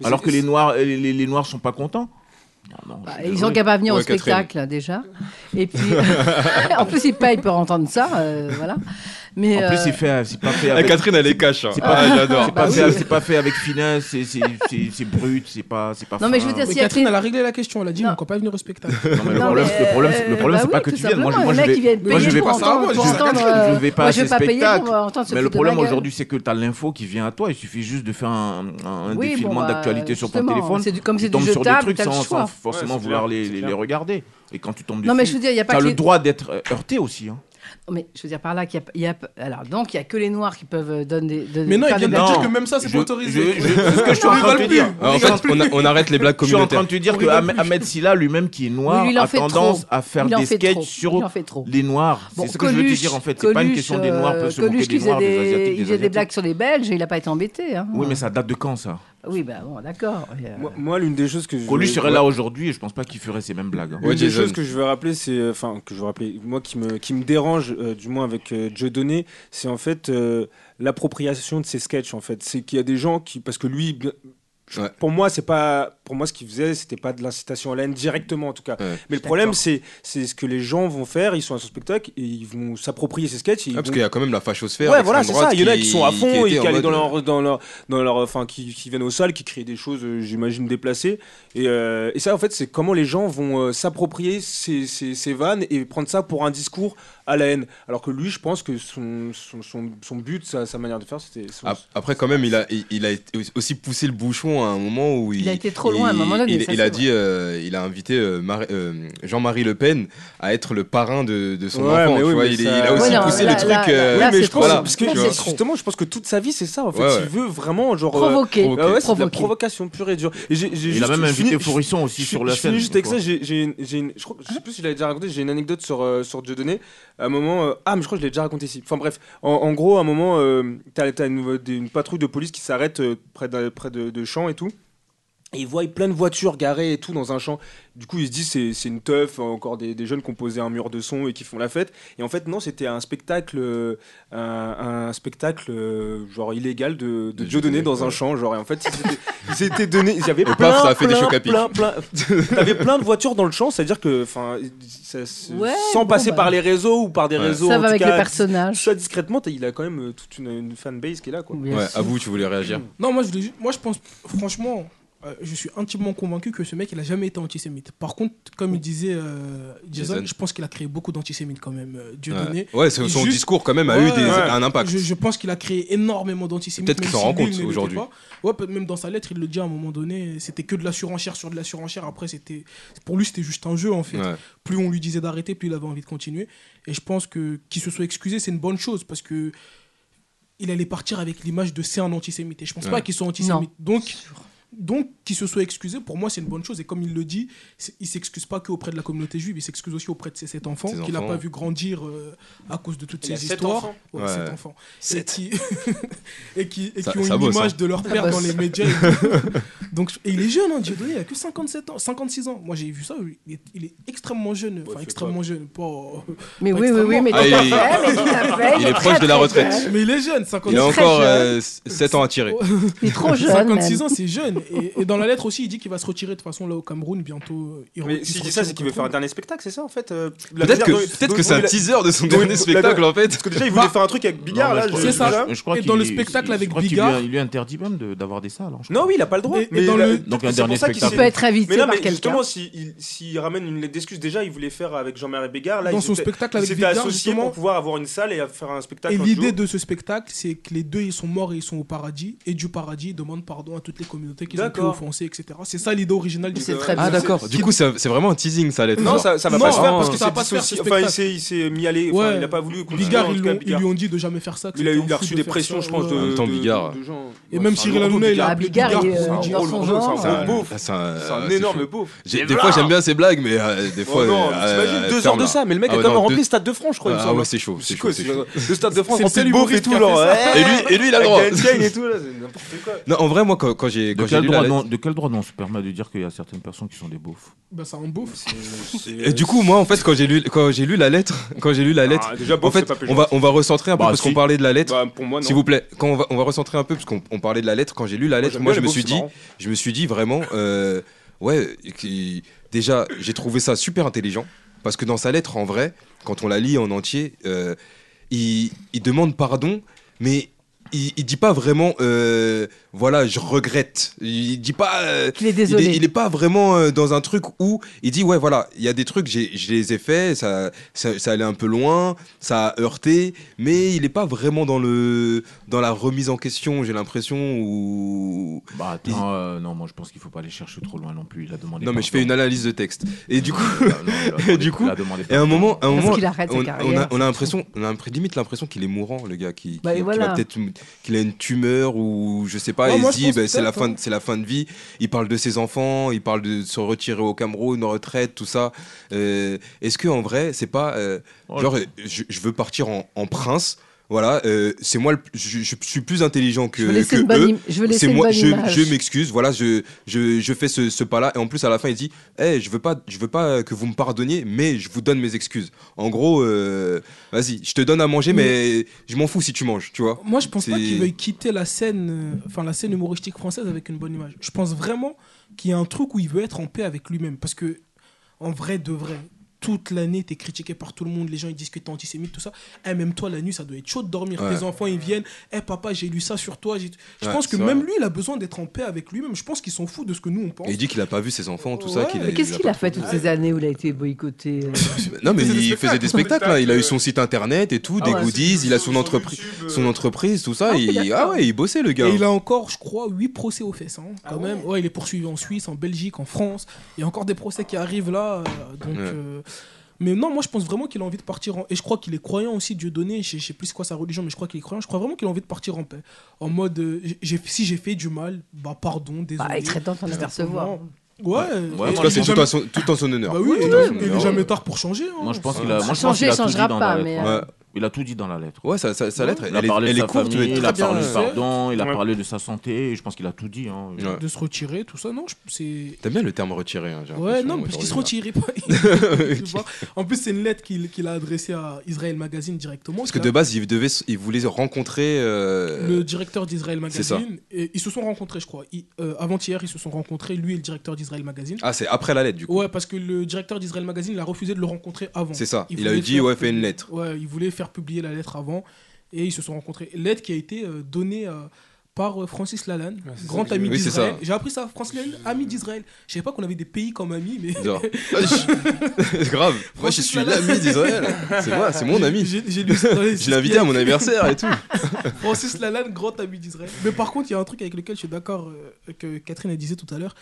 Speaker 7: Mais
Speaker 6: Alors
Speaker 7: c'est-
Speaker 6: que les Noirs euh, les, les, les Noirs sont pas contents. Non, non, je
Speaker 4: bah,
Speaker 6: suis
Speaker 4: ils
Speaker 6: désolé.
Speaker 4: ont qu'à pas venir au hein,
Speaker 3: Ouais, Catherine.
Speaker 4: (laughs) spectacle déjà. Et puis, en plus, ils payent pour entendre ça, euh, voilà. Mais
Speaker 6: En plus,
Speaker 4: euh,
Speaker 6: c'est fait- c'est pas
Speaker 7: (laughs)
Speaker 6: fait
Speaker 3: Ah,
Speaker 6: avec.
Speaker 3: Catherine, elle est cache. hein.
Speaker 6: C'est pas-
Speaker 3: Ah, j'adore.
Speaker 6: C'est pas,
Speaker 4: Bah
Speaker 6: fait-
Speaker 4: oui.
Speaker 6: c'est pas fait avec finesse, c'est- c'est c'est- c'est brut, c'est pas, c'est pas.
Speaker 4: Non, mais je
Speaker 6: fin.
Speaker 4: veux dire,
Speaker 8: Mais
Speaker 4: s'il y a
Speaker 8: Catherine,
Speaker 4: que-
Speaker 8: elle a réglé la question. Elle a dit,
Speaker 4: Non.
Speaker 8: on ne peut pas venir au spectacle.
Speaker 6: Non, mais le
Speaker 4: Non,
Speaker 6: problème,
Speaker 4: mais,
Speaker 6: le problème, c'est-
Speaker 4: euh,
Speaker 6: le problème,
Speaker 4: bah
Speaker 6: c'est pas
Speaker 4: oui,
Speaker 6: que
Speaker 4: tout
Speaker 6: tu viennes. Moi, je-
Speaker 4: simplement,
Speaker 6: moi,
Speaker 4: le
Speaker 6: je
Speaker 4: mec,
Speaker 6: vais,
Speaker 4: il vient de
Speaker 6: moi, je
Speaker 4: payer
Speaker 6: vais
Speaker 4: pour
Speaker 6: pas
Speaker 4: entendre-
Speaker 6: moi,
Speaker 4: pour
Speaker 6: je-
Speaker 4: entendre,
Speaker 6: je
Speaker 4: euh,
Speaker 6: vais pas
Speaker 4: moi,
Speaker 6: à
Speaker 4: je vais
Speaker 6: ces
Speaker 4: pas payer pour
Speaker 6: spectacles.
Speaker 4: entendre ce
Speaker 6: Mais le
Speaker 4: foutre de
Speaker 6: problème
Speaker 4: ma gueule.
Speaker 6: aujourd'hui, c'est que t'as l'info qui vient à toi. Il suffit juste de faire un, un- un
Speaker 4: Oui, bon,
Speaker 6: défilement
Speaker 4: bah,
Speaker 6: d'actualité sur ton
Speaker 4: justement,
Speaker 6: téléphone.
Speaker 4: c'est du- comme
Speaker 6: tu
Speaker 4: c'est du
Speaker 6: tombes sur des
Speaker 4: jetable,
Speaker 6: trucs
Speaker 4: t'as le
Speaker 6: sans,
Speaker 4: choix.
Speaker 6: sans forcément
Speaker 7: Ouais, c'est
Speaker 6: vouloir
Speaker 7: clair,
Speaker 6: les,
Speaker 7: c'est
Speaker 6: les-
Speaker 7: clair.
Speaker 6: les regarder. Et quand tu tombes dessus,
Speaker 4: Non, mais je veux dire, il y a pas
Speaker 6: t'as
Speaker 4: que
Speaker 6: le
Speaker 4: les-
Speaker 6: droit d'être euh, heurté aussi. hein.
Speaker 4: Non, mais je veux dire par là qu'il y a- il y a, alors donc il y a que les noirs qui peuvent euh, donner. donner-
Speaker 8: Mais non, il
Speaker 4: faire
Speaker 8: vient de
Speaker 4: des-
Speaker 6: Non.
Speaker 8: dire que même ça, c'est
Speaker 6: Je-
Speaker 8: pas
Speaker 6: je-
Speaker 8: autorisé.
Speaker 6: je- c'est ce que je suis en
Speaker 8: On
Speaker 6: train de te
Speaker 8: rigole
Speaker 6: dire.
Speaker 8: plus.
Speaker 3: Ah, en fait, on, a- on arrête les blagues
Speaker 6: Je suis en train
Speaker 3: communautaires.
Speaker 6: de te dire
Speaker 8: On
Speaker 6: que
Speaker 8: rigole
Speaker 6: Ahmed- Ahmed Silla, lui-même qui est noir,
Speaker 4: Oui, il en
Speaker 6: a
Speaker 4: fait
Speaker 6: tendance
Speaker 4: trop.
Speaker 6: à faire
Speaker 4: Il en
Speaker 6: des
Speaker 4: fait
Speaker 6: sketchs
Speaker 4: trop.
Speaker 6: sur
Speaker 4: Il en fait trop.
Speaker 6: les noirs.
Speaker 4: Bon,
Speaker 6: c'est ce que je veux te
Speaker 4: Coluche-
Speaker 6: dire en fait. C'est pas une
Speaker 4: Coluche,
Speaker 6: question des noirs peuvent se
Speaker 4: euh,
Speaker 6: moquer
Speaker 4: Coluche qui
Speaker 6: des
Speaker 4: faisait
Speaker 6: noirs, des asiatiques,
Speaker 4: des,
Speaker 6: des
Speaker 4: il faisait des
Speaker 6: Asiatiques.
Speaker 4: blagues sur les Belges et il a pas été embêté. hein.
Speaker 6: Oui, mais ça date de quand ça
Speaker 4: Oui, bah bon, d'accord. Et, euh,
Speaker 7: Moi, moi, l'une des choses que je.
Speaker 6: Coluche serait
Speaker 7: Ouais.
Speaker 6: là aujourd'hui et je pense pas qu'il ferait ces mêmes blagues. hein.
Speaker 3: Ouais,
Speaker 7: Une des
Speaker 3: Jason.
Speaker 7: choses que je veux rappeler, c'est euh, enfin que je veux rappeler, moi qui me qui me dérange euh, du moins avec euh, Joe Donné, c'est en fait euh, l'appropriation de ses sketchs en fait. C'est qu'il y a des gens qui parce que lui bien- je-
Speaker 3: Ouais.
Speaker 7: Pour moi, c'est pas pour moi ce qu'il faisait, c'était pas de l'incitation à la haine directement en tout cas.
Speaker 3: Ouais.
Speaker 7: Mais le
Speaker 4: D'accord.
Speaker 7: problème c'est c'est ce que les gens vont faire, ils sont à son spectacle et ils vont s'approprier ses sketchs, et ils
Speaker 3: Ah, parce
Speaker 7: vont-
Speaker 3: qu'il y a quand même la fachosphère.
Speaker 7: Ouais, voilà, c'est
Speaker 3: l'extrême
Speaker 7: ça. Il y en a
Speaker 3: droite
Speaker 7: qui sont à fond
Speaker 3: était
Speaker 7: et qui
Speaker 3: en
Speaker 7: allaient
Speaker 3: mode,
Speaker 7: dans leur, dans leur, dans leur, enfin, qui, qui viennent aux salles, qui créent des choses, euh, j'imagine, déplacées. Et, euh, et ça, en fait, c'est comment les gens vont euh, s'approprier ces, ces, ces vannes et prendre ça pour un discours à la haine. Alors que lui, je pense que son, son, son, son but, sa, sa manière de faire, c'était. son-
Speaker 3: Ap- Après, quand même, il a, il, il a été aussi poussé le bouchon à un moment où il,
Speaker 4: Il a été trop loin à un moment donné,
Speaker 3: Il,
Speaker 4: ça,
Speaker 3: il
Speaker 4: c'est
Speaker 3: a
Speaker 4: vrai.
Speaker 3: dit, euh, il a invité euh, Mar- euh, Jean-Marie Le Pen à être le parrain de, de son
Speaker 7: Ouais,
Speaker 3: enfant.
Speaker 7: mais
Speaker 3: tu
Speaker 7: oui,
Speaker 3: vois,
Speaker 7: mais
Speaker 3: il,
Speaker 7: ça-
Speaker 3: il a aussi
Speaker 7: Ouais, non,
Speaker 3: poussé
Speaker 7: là-
Speaker 3: le truc.
Speaker 4: là-
Speaker 3: euh,
Speaker 4: là,
Speaker 7: oui, mais
Speaker 4: c'est
Speaker 7: je pense
Speaker 4: trop.
Speaker 7: parce que
Speaker 4: Là, c'est trop.
Speaker 7: justement, je pense que toute sa vie, c'est ça. En fait,
Speaker 3: Ouais, ouais.
Speaker 7: il veut vraiment genre. euh,
Speaker 4: Provoquer.
Speaker 3: provoquer.
Speaker 7: Ah ouais, c'est de la
Speaker 4: Provoquer.
Speaker 7: provocation pure et dure. Et j'ai- j'ai
Speaker 6: Il a
Speaker 7: juste-
Speaker 6: même
Speaker 7: je
Speaker 6: invité
Speaker 7: finis- je-
Speaker 6: Fourisson aussi
Speaker 7: Je-
Speaker 6: sur la
Speaker 7: je
Speaker 6: scène.
Speaker 7: finis juste avec
Speaker 6: quoi.
Speaker 7: ça, j'ai j'ai une, j'ai une- je, crois, je sais plus si je l'avais déjà raconté, j'ai une anecdote sur, euh, sur Dieudonné. À un moment, euh, ah, mais je crois que je l'ai déjà raconté ici. Enfin bref, en, en gros, à un moment, euh, t'as t'as une, des- une patrouille de police qui s'arrête euh, près, d'un- près de, de champs et tout. Et ils voient plein de voitures garées et tout dans un champ. Du coup, ils se disent c'est c'est une teuf, euh, encore des, des jeunes qui ont posé un mur de son et qui font la fête. Et en fait, non, c'était un spectacle, euh, un, un spectacle euh, genre illégal de, de
Speaker 3: De
Speaker 7: Dieudonné
Speaker 3: Dieudonné,
Speaker 7: dans un
Speaker 3: ouais.
Speaker 7: champ. Genre, et en fait, ils s'étaient- ils s'étaient donné, ils avaient
Speaker 3: paf,
Speaker 7: plein,
Speaker 3: ça a fait des
Speaker 7: plein,
Speaker 3: chocs à pic.
Speaker 7: plein, plein, T'avais plein de voitures dans le champ, c'est-à-dire que, enfin, ça se-
Speaker 4: Ouais,
Speaker 7: sans
Speaker 4: bon,
Speaker 7: passer
Speaker 4: bah.
Speaker 7: par les réseaux ou par des
Speaker 3: Ouais.
Speaker 7: réseaux,
Speaker 4: ça
Speaker 7: en
Speaker 4: va
Speaker 7: tout
Speaker 4: avec
Speaker 7: cas,
Speaker 4: les personnages.
Speaker 7: Soit discrètement, t'as- il a quand même euh, toute une, une fanbase qui est là, quoi.
Speaker 4: Bien
Speaker 3: Ouais,
Speaker 4: sûr.
Speaker 3: à vous, tu voulais réagir.
Speaker 8: Non, moi je, voulais ju- moi, je pense, franchement, euh, je suis intimement convaincu que ce mec, il a jamais été antisémite. Par contre, comme il disait euh, Jason,
Speaker 3: Jason.
Speaker 8: je pense qu'il a créé beaucoup d'antisémites quand même, euh, Dieu donné.
Speaker 3: Ouais, ouais c'est- son
Speaker 8: Juste-
Speaker 3: discours quand même a
Speaker 8: Ouais,
Speaker 3: eu des,
Speaker 8: ouais.
Speaker 3: un impact.
Speaker 8: Je, je pense qu'il a créé énormément d'antisémites.
Speaker 3: Peut-être qu'il
Speaker 8: même
Speaker 3: s'en
Speaker 8: si
Speaker 3: rend
Speaker 8: lui,
Speaker 3: compte
Speaker 8: il ne l'était
Speaker 3: aujourd'hui.
Speaker 8: pas. Ouais, peut- même dans sa lettre, il le dit à un moment donné, c'était que de la surenchère sur de la surenchère. Après, c'était pour lui, c'était juste un jeu en fait.
Speaker 3: Ouais.
Speaker 8: Plus on lui disait d'arrêter, plus il avait envie de continuer. Et je pense que qu'il se soit excusé, c'est une bonne chose parce que il allait partir avec l'image de c'est un antisémite. Et je pense
Speaker 3: Ouais.
Speaker 8: pas qu'il soit antisémite. Donc, donc qu'il se soit excusé, pour moi, c'est une bonne chose. Et comme il le dit, c'est- il s'excuse pas qu'auprès de la communauté juive, il s'excuse aussi auprès de ses sept enfants
Speaker 3: Ses
Speaker 8: qu'il n'a
Speaker 3: enfants.
Speaker 8: pas vu grandir euh, à cause de toutes
Speaker 7: Il a
Speaker 8: ces
Speaker 7: sept
Speaker 8: histoires.
Speaker 7: enfants
Speaker 8: Ouais,
Speaker 3: Ouais.
Speaker 8: sept enfants. Oh, Et qui, (laughs) et qui, et
Speaker 3: Ça-
Speaker 8: qui ont
Speaker 3: ça
Speaker 8: une
Speaker 3: bosse,
Speaker 8: image
Speaker 3: hein.
Speaker 8: de leur père dans
Speaker 4: bosse.
Speaker 8: les médias. et tout. Donc, et il est jeune, hein, Dieudonné, il a que 57 ans, 56 ans. Moi, j'ai vu ça, il est, il est extrêmement jeune. Enfin,
Speaker 7: c'est
Speaker 8: extrêmement jeune. pas-
Speaker 4: Mais
Speaker 8: pas
Speaker 4: oui, oui, oui, mais tout
Speaker 3: Ah,
Speaker 4: à
Speaker 3: il-
Speaker 4: fait, mais tout à fait,
Speaker 3: Il est
Speaker 4: très,
Speaker 3: proche de la
Speaker 4: très
Speaker 3: retraite.
Speaker 8: Mais il est jeune, 56
Speaker 3: Il a
Speaker 8: ans.
Speaker 4: très
Speaker 3: encore euh,
Speaker 4: jeune.
Speaker 3: 7 ans à tirer.
Speaker 4: Il est trop jeune.
Speaker 8: 56
Speaker 4: même.
Speaker 8: ans, c'est jeune. Et, et dans la lettre aussi, il dit qu'il va se retirer de toute façon là au Cameroun bientôt. euh, Il re-
Speaker 7: Mais
Speaker 8: il
Speaker 7: s'il
Speaker 8: se
Speaker 7: dit ça,
Speaker 8: retire
Speaker 7: c'est
Speaker 8: au
Speaker 7: qu'il veut faire un
Speaker 8: Cameroun.
Speaker 7: dernier spectacle, c'est ça, en fait euh, la
Speaker 3: Peut-être que,
Speaker 7: manière dont-
Speaker 3: peut-être
Speaker 7: dont-
Speaker 3: que c'est un
Speaker 7: dont-
Speaker 3: teaser de son dernier
Speaker 7: la-
Speaker 3: spectacle en fait.
Speaker 7: Parce que déjà, il voulait
Speaker 8: Bah,
Speaker 7: faire un truc avec Bigard,
Speaker 6: Non, mais
Speaker 7: là.
Speaker 6: je crois
Speaker 8: c'est
Speaker 6: qu'il-
Speaker 8: ça.
Speaker 6: je- Je crois
Speaker 8: Et dans le
Speaker 6: qu'il-
Speaker 8: spectacle
Speaker 6: je
Speaker 8: avec
Speaker 6: crois qu'il lui-
Speaker 8: Bigard-
Speaker 6: Il lui interdit même de- d'avoir des salles. hein, je
Speaker 7: Non,
Speaker 6: crois.
Speaker 7: oui, il a pas le droit.
Speaker 8: Et- et dans le-
Speaker 6: Donc,
Speaker 7: c'est
Speaker 6: un
Speaker 7: pour
Speaker 6: dernier
Speaker 7: ça qu'il
Speaker 6: spectacle.
Speaker 7: s'est-
Speaker 4: Il peut être
Speaker 7: Mais
Speaker 4: invité
Speaker 7: non,
Speaker 4: par
Speaker 7: mais
Speaker 4: quelqu'un.
Speaker 7: justement, s'il il- s'il ramène une lettre d'excuse, déjà, il voulait faire avec Jean-Marie Bigard. Là,
Speaker 8: Dans
Speaker 7: ils
Speaker 8: son
Speaker 7: étaient-
Speaker 8: spectacle
Speaker 7: ils
Speaker 8: avec
Speaker 7: étaient
Speaker 8: Bigard,
Speaker 7: associés
Speaker 8: justement.
Speaker 7: pour pouvoir avoir une salle et faire un spectacle.
Speaker 8: Et
Speaker 7: un
Speaker 8: l'idée
Speaker 7: duo.
Speaker 8: de ce spectacle, c'est que les deux, ils sont morts et ils sont au paradis. Et du paradis, ils demandent pardon à toutes les communautés qu'ils ont pu
Speaker 7: D'accord.
Speaker 8: offensées, etc. C'est ça l'idée originale du
Speaker 4: C'est
Speaker 8: spectacle.
Speaker 4: très
Speaker 3: Ah
Speaker 4: bien.
Speaker 3: d'accord. Du coup, ça- c'est vraiment un teasing ça lettre.
Speaker 7: Non,
Speaker 3: Genre,
Speaker 7: ça, ça va
Speaker 8: Non,
Speaker 7: pas se faire parce
Speaker 8: ça
Speaker 7: que
Speaker 8: va
Speaker 7: c'est
Speaker 8: pas se faire, ce
Speaker 7: dissocié. Enfin, il
Speaker 8: spectacle.
Speaker 7: s'est- il s'est mis aller. Enfin,
Speaker 8: Ouais.
Speaker 7: il a pas voulu. continuer,
Speaker 8: Bigard,
Speaker 7: en
Speaker 8: ils
Speaker 7: tout cas,
Speaker 8: l'ont- ils
Speaker 7: Bigard.
Speaker 8: lui ont dit de jamais faire ça. que
Speaker 7: Il
Speaker 8: c'était
Speaker 7: a, il a reçu
Speaker 8: ensuite
Speaker 7: des
Speaker 8: de
Speaker 7: pressions,
Speaker 8: faire ça,
Speaker 7: je pense,
Speaker 8: ouais.
Speaker 7: de.
Speaker 3: En même temps,
Speaker 7: de-
Speaker 3: Bigard.
Speaker 7: de gens.
Speaker 8: Et même Cyril Hanouna, il a
Speaker 4: Ah,
Speaker 8: appelé
Speaker 4: Bigard,
Speaker 8: Bigard
Speaker 4: il est, euh,
Speaker 8: pour lui dire-
Speaker 4: dans
Speaker 7: Oh,
Speaker 4: son
Speaker 7: le
Speaker 4: genre.
Speaker 7: genre,
Speaker 3: c'est un,
Speaker 7: un beauf.
Speaker 3: ah, c'est un-
Speaker 7: C'est
Speaker 3: ah,
Speaker 7: un
Speaker 3: c'est
Speaker 7: énorme
Speaker 3: chaud.
Speaker 7: beauf.
Speaker 3: J'ai- Des fois j'aime bien ces blagues, mais euh, des fois.
Speaker 7: Oh
Speaker 3: euh,
Speaker 7: non, t'imagines
Speaker 3: euh,
Speaker 7: deux heures
Speaker 3: ferme,
Speaker 7: de
Speaker 3: là.
Speaker 7: ça, mais le mec
Speaker 3: Ah
Speaker 7: a
Speaker 3: ouais,
Speaker 7: quand même
Speaker 3: non,
Speaker 7: rempli
Speaker 3: deux-
Speaker 7: le stade de France, je crois. il me
Speaker 3: Ah
Speaker 7: semble.
Speaker 3: ouais, c'est chaud, c'est
Speaker 7: C'est
Speaker 3: chaud,
Speaker 7: quoi,
Speaker 3: c'est
Speaker 7: c'est- Ah,
Speaker 3: chaud.
Speaker 7: Le stade de France
Speaker 8: C'est le
Speaker 7: rempli
Speaker 8: seul
Speaker 7: de beaufs
Speaker 8: beauf
Speaker 7: et tout,
Speaker 8: qui a
Speaker 7: genre.
Speaker 8: fait
Speaker 7: ouais.
Speaker 3: Et lui, et lui, il a le droit.
Speaker 7: Avec Einstein et tout, là, c'est n'importe quoi.
Speaker 3: (laughs) Non, en vrai, moi, quand, quand j'ai
Speaker 6: De
Speaker 3: quand j'ai
Speaker 6: quel,
Speaker 3: lu la
Speaker 6: droit,
Speaker 3: lettre-
Speaker 6: non, de quel droit non on se permet de dire qu'il y a certaines personnes qui sont des beaufs
Speaker 8: Bah, c'est un beauf.
Speaker 3: Et du coup, moi, en fait, quand j'ai lu quand j'ai lu la lettre, (laughs) quand j'ai lu la lettre,
Speaker 7: Ah, déjà,
Speaker 3: en
Speaker 7: beauf, c'est
Speaker 3: fait,
Speaker 7: pas
Speaker 3: on va on va recentrer un peu
Speaker 6: Bah,
Speaker 3: parce
Speaker 6: si.
Speaker 3: qu'on parlait de la lettre.
Speaker 7: Bah, pour moi, non.
Speaker 3: S'il vous plaît, quand on va, on va recentrer un peu, parce qu'on on parlait de la lettre, quand j'ai lu la lettre,
Speaker 7: j'aime
Speaker 3: moi, je
Speaker 7: bien
Speaker 3: me
Speaker 7: les beaufs,
Speaker 3: suis
Speaker 7: c'est
Speaker 3: dit,
Speaker 7: marrant.
Speaker 3: je me suis dit vraiment, euh, ouais, qui- déjà, j'ai trouvé ça super intelligent, parce que dans sa lettre, en vrai, quand on la lit en entier, euh, il, il demande pardon, mais il, il dit pas vraiment, euh, voilà, je regrette. Il dit pas. euh,
Speaker 4: Qu'il est
Speaker 3: il
Speaker 4: désolé.
Speaker 3: est, il est pas vraiment euh, dans un truc où il dit ouais voilà il y a des trucs j'ai- je les ai faits ça, ça ça allait un peu loin ça a heurté mais il est pas vraiment dans le dans la remise en question j'ai l'impression ou
Speaker 6: Bah attends, euh, non, moi je pense qu'il faut pas aller chercher trop loin non plus. Il a demandé.
Speaker 3: non mais je fais une analyse de texte et du coup
Speaker 6: coup,
Speaker 3: du coup, et à un moment à un
Speaker 4: Parce
Speaker 3: moment
Speaker 4: qu'il arrête
Speaker 3: on,
Speaker 4: sa
Speaker 3: on
Speaker 4: carrière.
Speaker 3: a on a l'impression on a l'impr- limite l'impression qu'il est mourant le gars qui,
Speaker 4: Bah,
Speaker 3: qui-
Speaker 4: et
Speaker 3: qui
Speaker 4: voilà.
Speaker 3: va peut-être qu'il a une tumeur ou je sais pas
Speaker 8: Ouais,
Speaker 3: il
Speaker 8: moi,
Speaker 3: se
Speaker 8: je
Speaker 3: dit
Speaker 8: pense
Speaker 3: bah, c'est la
Speaker 8: peut-être,
Speaker 3: fin de- c'est la fin de vie il parle de ses enfants il parle de se retirer au Cameroun en retraite tout ça Euh, est-ce que en vrai c'est pas euh,
Speaker 6: Oh,
Speaker 3: genre euh, je, je veux partir en, en prince voilà euh, c'est moi le- je, je suis plus intelligent que,
Speaker 4: je veux laisser
Speaker 3: que
Speaker 4: une bonne,
Speaker 3: eux
Speaker 4: im- je veux laisser
Speaker 3: c'est
Speaker 4: une
Speaker 3: moi,
Speaker 4: bonne
Speaker 3: je,
Speaker 4: image.
Speaker 3: je m'excuse, voilà, je, je, je fais ce, ce pas-là. Et en plus, à la fin, il dit Eh, Je veux pas, je veux pas que vous me pardonniez, mais je vous donne mes excuses. En gros, euh, vas-y, je te donne à manger, mais je m'en fous si tu manges, tu vois.
Speaker 8: Moi, je pense pas
Speaker 3: C'est-
Speaker 8: qu'il veuille quitter la scène, euh, enfin la scène humoristique française avec une bonne image. Je pense vraiment qu'il y a un truc où il veut être en paix avec lui-même, parce que en vrai de vrai, toute l'année t'es critiqué par tout le monde, les gens ils disent que t'es antisémite, tout ça. Eh, même toi la nuit, ça doit être chaud de dormir.
Speaker 3: Ouais.
Speaker 8: Tes enfants ils viennent, eh papa j'ai lu ça sur toi. j'ai- Je
Speaker 3: Ouais,
Speaker 8: pense que
Speaker 3: c'est vrai.
Speaker 8: même lui il a besoin d'être en paix avec lui-même. Je pense qu'il s'en fout de ce que nous on pense.
Speaker 3: Et il dit qu'il a pas vu ses enfants, tout ça.
Speaker 8: Ouais,
Speaker 3: qu'il
Speaker 8: mais
Speaker 4: Mais qu'est-ce
Speaker 3: il
Speaker 4: qu'il a
Speaker 3: pas
Speaker 4: fait toutes ces années où il a été boycotté euh,
Speaker 3: trouvé. Non, mais
Speaker 7: Il faisait des
Speaker 3: il faisait des spectacles, là. Il a eu son site internet et tout,
Speaker 4: Ah
Speaker 3: des
Speaker 4: ouais,
Speaker 3: goodies, il a son entreprise, son entreprise, tout ça.
Speaker 4: Ah,
Speaker 3: il-
Speaker 4: d'accord.
Speaker 3: ah ouais, il bossait, le gars.
Speaker 8: Et il a encore, je crois, 8 procès aux fesses. hein,
Speaker 4: Ah
Speaker 8: quand même. Ouais, il est poursuivi en Suisse, en Belgique, en France. Il y a encore des procès qui arrivent là. euh, donc,
Speaker 3: Ouais.
Speaker 8: euh, mais non, moi je pense vraiment qu'il a envie de partir en. Et je crois qu'il est croyant aussi, Dieu donné. Je sais- je sais plus c'est quoi sa religion, mais je crois qu'il est croyant. Je crois vraiment qu'il a envie de partir en paix. En mode, euh, j'ai- si j'ai fait du mal, bah pardon, désolé.
Speaker 4: bah, Il serait temps d'en apercevoir.
Speaker 8: Ouais.
Speaker 6: Ouais,
Speaker 8: Et
Speaker 3: En tout
Speaker 6: moi,
Speaker 3: cas,
Speaker 6: il
Speaker 3: c'est
Speaker 6: a
Speaker 3: tout,
Speaker 8: jamais-
Speaker 3: en son- tout en son honneur.
Speaker 8: Bah oui,
Speaker 3: Tout en
Speaker 8: il
Speaker 3: son
Speaker 8: est- il
Speaker 3: honneur.
Speaker 8: est jamais tard pour changer. hein.
Speaker 6: Moi je pense qu'il a, moi, je pense
Speaker 4: Changer,
Speaker 6: qu'il a tout dit
Speaker 4: changera
Speaker 6: dans
Speaker 4: pas,
Speaker 6: la
Speaker 4: mais,
Speaker 6: lettre.
Speaker 4: euh,
Speaker 6: Ouais. Il a tout dit dans la lettre.
Speaker 3: Ouais, sa, sa- sa lettre,
Speaker 6: Il a
Speaker 3: elle, est-
Speaker 6: parlé
Speaker 3: elle
Speaker 6: de
Speaker 3: est
Speaker 6: sa
Speaker 3: courte, mais
Speaker 6: famille, il
Speaker 3: très
Speaker 6: a
Speaker 3: bien.
Speaker 6: parlé
Speaker 8: euh,
Speaker 6: de pardon, il a
Speaker 7: Ouais.
Speaker 6: parlé de sa santé. et Je pense qu'il a tout dit. hein.
Speaker 3: Ouais.
Speaker 8: De se retirer, tout ça. Non, je- c'est.
Speaker 3: T'aimes bien le terme retiré, hein, j'ai
Speaker 8: Ouais,
Speaker 3: l'impression,
Speaker 8: non,
Speaker 3: moi,
Speaker 8: parce qu'il se
Speaker 3: aujourd'hui,
Speaker 8: retirait
Speaker 3: (laughs)
Speaker 8: pas. Tu vois. en plus, c'est une lettre qu'il qu'il a adressée à Israel Magazine directement.
Speaker 3: Parce que
Speaker 8: qu'il
Speaker 3: de
Speaker 8: a-
Speaker 3: base, ils, devaient, ils voulaient rencontrer. euh,
Speaker 8: le directeur d'Israel
Speaker 3: ça.
Speaker 8: Magazine, et ils se sont rencontrés, je crois. Ils- euh, Avant-hier, ils se sont rencontrés, lui et le directeur d'Israel Magazine.
Speaker 3: Ah, c'est après la lettre, du coup.
Speaker 8: Ouais, parce que le directeur d'Israel Magazine, il a refusé de le rencontrer avant.
Speaker 3: C'est ça. Il, a
Speaker 8: voulait
Speaker 3: dit,
Speaker 8: faire
Speaker 3: ouais, fais
Speaker 8: publier-
Speaker 3: une lettre.
Speaker 8: Ouais, il voulait faire publier la lettre avant, et ils se sont rencontrés. Lettre qui a été euh, donnée euh, par euh, Francis Lalanne,
Speaker 7: c'est ça
Speaker 8: grand
Speaker 7: que j'ai
Speaker 8: ami
Speaker 3: vu. Oui, c'est
Speaker 8: d'Israël.
Speaker 3: ça.
Speaker 8: J'ai appris ça, Francis Lalanne, ami d'Israël. Je savais pas qu'on avait des pays comme amis, mais...
Speaker 3: Genre, Ah, je- c'est (laughs) grave. Moi, je
Speaker 8: Francis
Speaker 3: suis
Speaker 8: Lalanne.
Speaker 3: l'ami d'Israël. C'est moi, c'est mon
Speaker 8: (laughs)
Speaker 3: ami.
Speaker 8: J'ai j'ai lu ça dans (laughs) les-
Speaker 3: Je l'ai invité à mon anniversaire
Speaker 8: (laughs)
Speaker 3: et tout.
Speaker 8: Francis Lalanne, grand ami d'Israël. Mais par contre, il y a un truc avec lequel je suis d'accord euh, que Catherine elle disait tout à l'heure.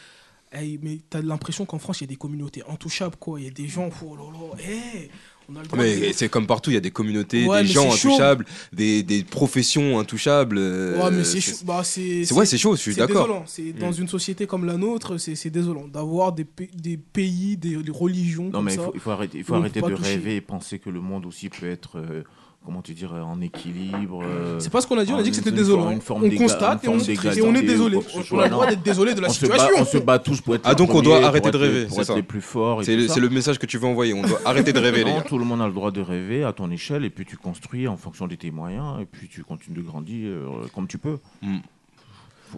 Speaker 8: Eh, mais t'as l'impression qu'en France, il y a des communautés intouchables, quoi. Il y a des gens, oh là là, eh, on a le droit
Speaker 3: Mais
Speaker 8: de-
Speaker 3: c'est comme partout, il y a des communautés,
Speaker 8: Ouais,
Speaker 3: des
Speaker 8: mais
Speaker 3: gens
Speaker 8: c'est chaud.
Speaker 3: intouchables, des, des professions intouchables. euh,
Speaker 8: Ouais, mais c'est chaud. Bah, c'est.
Speaker 3: c'est- Ouais, c'est chaud, je suis
Speaker 8: c'est
Speaker 3: d'accord. Mm.
Speaker 8: désolant. C'est dans une société comme la nôtre, c'est c'est désolant d'avoir des, pa- des pays, des, des religions
Speaker 6: Non
Speaker 8: comme
Speaker 6: mais il
Speaker 8: ça.
Speaker 6: faut, euh, il faut arrêter, il faut
Speaker 8: on peut
Speaker 6: arrêter
Speaker 8: pas
Speaker 6: de
Speaker 8: toucher.
Speaker 6: rêver et penser que le monde aussi peut être, euh, comment tu dire, euh, en équilibre. euh,
Speaker 8: C'est pas ce qu'on a dit, on a dit que
Speaker 6: une-
Speaker 8: c'était
Speaker 6: une
Speaker 8: désolant.
Speaker 6: forme- une forme
Speaker 8: on
Speaker 6: d'égal-
Speaker 8: constate
Speaker 6: une forme
Speaker 8: et, on,
Speaker 6: d'égalité
Speaker 8: et on est
Speaker 6: ou
Speaker 8: désolé.
Speaker 6: quoi que ce
Speaker 8: On,
Speaker 6: soit.
Speaker 8: a le
Speaker 6: Non.
Speaker 8: droit d'être désolé de la
Speaker 6: on se, bat,
Speaker 8: situation.
Speaker 6: on se bat tous pour être
Speaker 3: Ah,
Speaker 6: le
Speaker 3: donc on
Speaker 6: premier,
Speaker 3: doit
Speaker 6: pour
Speaker 3: arrêter
Speaker 6: être
Speaker 3: de
Speaker 6: le-
Speaker 3: rêver,
Speaker 6: pour
Speaker 3: c'est
Speaker 6: être
Speaker 3: ça.
Speaker 6: les plus forts et
Speaker 3: C'est
Speaker 6: tout
Speaker 3: le,
Speaker 6: ça.
Speaker 3: c'est le message que tu veux envoyer. On doit arrêter
Speaker 8: (laughs)
Speaker 3: de rêver, les
Speaker 6: Non,
Speaker 3: gars.
Speaker 6: tout le monde a le droit de rêver à ton échelle et puis tu construis en fonction de tes moyens et puis tu continues de grandir euh, comme tu peux.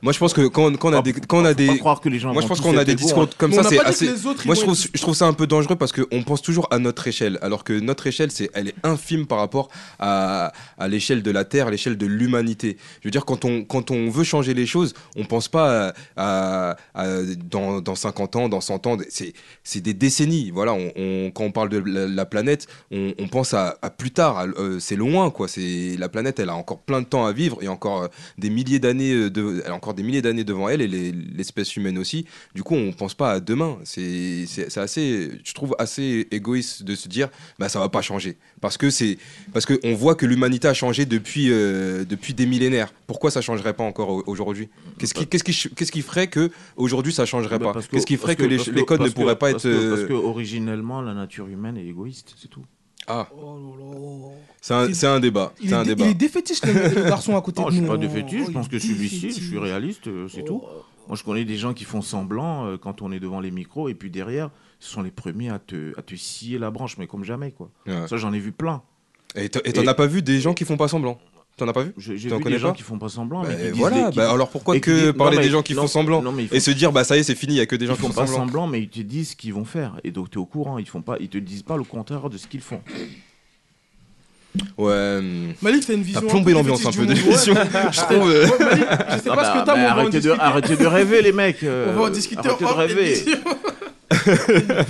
Speaker 3: Moi, je pense que quand, quand on a
Speaker 6: Faut
Speaker 3: des.
Speaker 6: pas-
Speaker 3: Quand on a
Speaker 6: faut pas
Speaker 3: des
Speaker 6: croire que les gens
Speaker 3: moi, je
Speaker 6: vont
Speaker 3: pense
Speaker 6: tous
Speaker 3: qu'on a
Speaker 6: être
Speaker 3: des
Speaker 6: égaux, hein.
Speaker 3: discours comme
Speaker 8: Mais
Speaker 3: ça,
Speaker 8: hein. on n'a
Speaker 3: c'est
Speaker 8: pas dit que
Speaker 3: assez.
Speaker 8: les autres, ils
Speaker 3: Moi, je
Speaker 8: vont
Speaker 3: trouve,
Speaker 8: être-
Speaker 3: je trouve ça un peu dangereux parce qu'on pense toujours à notre échelle, alors que notre échelle, c'est, elle est infime par rapport à, à l'échelle de la Terre, à l'échelle de l'humanité. Je veux dire, quand on, quand on veut changer les choses, on pense pas à, à- à- dans, dans 50 ans, dans 100 ans, c'est, c'est des décennies. Voilà, on, on- quand on parle de la, la planète, on, on pense à, à plus tard, à l- euh, c'est loin, quoi. C'est, la planète, elle a encore plein de temps à vivre et encore euh, des milliers d'années, euh, de, elle a encore des milliers d'années devant elle et les- l'espèce humaine aussi. Du coup, on pense pas à demain. C'est c'est- c'est assez, je trouve, assez égoïste de se dire, bah ça va pas changer, parce que c'est parce que on voit que l'humanité a changé depuis euh, depuis des millénaires. Pourquoi ça changerait pas encore au- aujourd'hui Qu'est-ce qui qu'est-ce qui ch- qu'est-ce qui ferait que aujourd'hui ça changerait
Speaker 6: Bah,
Speaker 3: pas
Speaker 6: parce
Speaker 3: Qu'est-ce qui
Speaker 6: parce
Speaker 3: ferait que, les,
Speaker 6: parce
Speaker 3: les codes
Speaker 6: parce
Speaker 3: ne pourraient pas
Speaker 6: parce
Speaker 3: être
Speaker 6: que- Parce
Speaker 3: euh,
Speaker 6: que originellement, la nature humaine est égoïste, c'est tout.
Speaker 3: ah
Speaker 8: Oh là là.
Speaker 3: c'est un, c'est un débat,
Speaker 8: Il
Speaker 3: c'est
Speaker 8: est,
Speaker 3: un
Speaker 8: dé-
Speaker 3: débat.
Speaker 8: il est défaitiste, le, le garçon à côté
Speaker 6: Non,
Speaker 8: de
Speaker 6: je
Speaker 8: nous.
Speaker 6: suis pas de
Speaker 8: hein.
Speaker 6: fétiche, je
Speaker 8: Oh,
Speaker 6: pense que
Speaker 8: il
Speaker 6: je suis
Speaker 8: est
Speaker 6: lucide, je suis
Speaker 8: défaitiste.
Speaker 6: réaliste, euh, c'est
Speaker 8: Oh.
Speaker 6: tout. Moi, je connais des gens qui font semblant euh, quand on est devant les micros, et puis derrière, ce sont les premiers à te, à te scier la branche, mais comme jamais, quoi.
Speaker 3: Ouais.
Speaker 6: Ça, j'en ai vu plein.
Speaker 3: Et t'en- et t'en as pas vu des gens qui font pas semblant T'en as pas vu
Speaker 6: Je- J'ai
Speaker 3: T'en
Speaker 6: vu
Speaker 3: connais
Speaker 6: des gens
Speaker 3: pas
Speaker 6: qui font pas semblant,
Speaker 3: Bah,
Speaker 6: mais qui disent
Speaker 3: Voilà.
Speaker 6: des- qui-
Speaker 3: bah, alors pourquoi
Speaker 6: et qui disent-
Speaker 3: que
Speaker 6: non,
Speaker 3: parler
Speaker 6: mais-
Speaker 3: des gens qui
Speaker 6: non,
Speaker 3: font semblant
Speaker 6: non, mais il faut-
Speaker 3: et se dire bah ça y est c'est fini, il y a que des gens
Speaker 6: Ils
Speaker 3: qui
Speaker 6: font
Speaker 3: font
Speaker 6: pas
Speaker 3: semblant.
Speaker 6: semblant, mais ils te disent ce qu'ils vont faire. Et donc, tu es au courant, ils font pas, ils te disent pas le contraire de ce qu'ils font.
Speaker 3: Ouais. hum.
Speaker 8: Malik, t'as une vision.
Speaker 3: T'as plombé
Speaker 8: peu
Speaker 6: hein,
Speaker 3: l'ambiance un
Speaker 8: défaitiste
Speaker 3: peu de
Speaker 8: du monde. Ouais.
Speaker 3: l'émission. Je trouve. euh,
Speaker 8: Ouais, Malik, je sais
Speaker 6: Non,
Speaker 8: pas ce que
Speaker 6: bah,
Speaker 8: t'as,
Speaker 6: bah,
Speaker 8: mais on va en
Speaker 6: arrêtez, de,
Speaker 8: discuter.
Speaker 6: arrêtez de rêver, les mecs. euh,
Speaker 8: On va en discuter
Speaker 6: Arrêtez de
Speaker 8: hors
Speaker 6: rêver. (laughs)
Speaker 8: émission.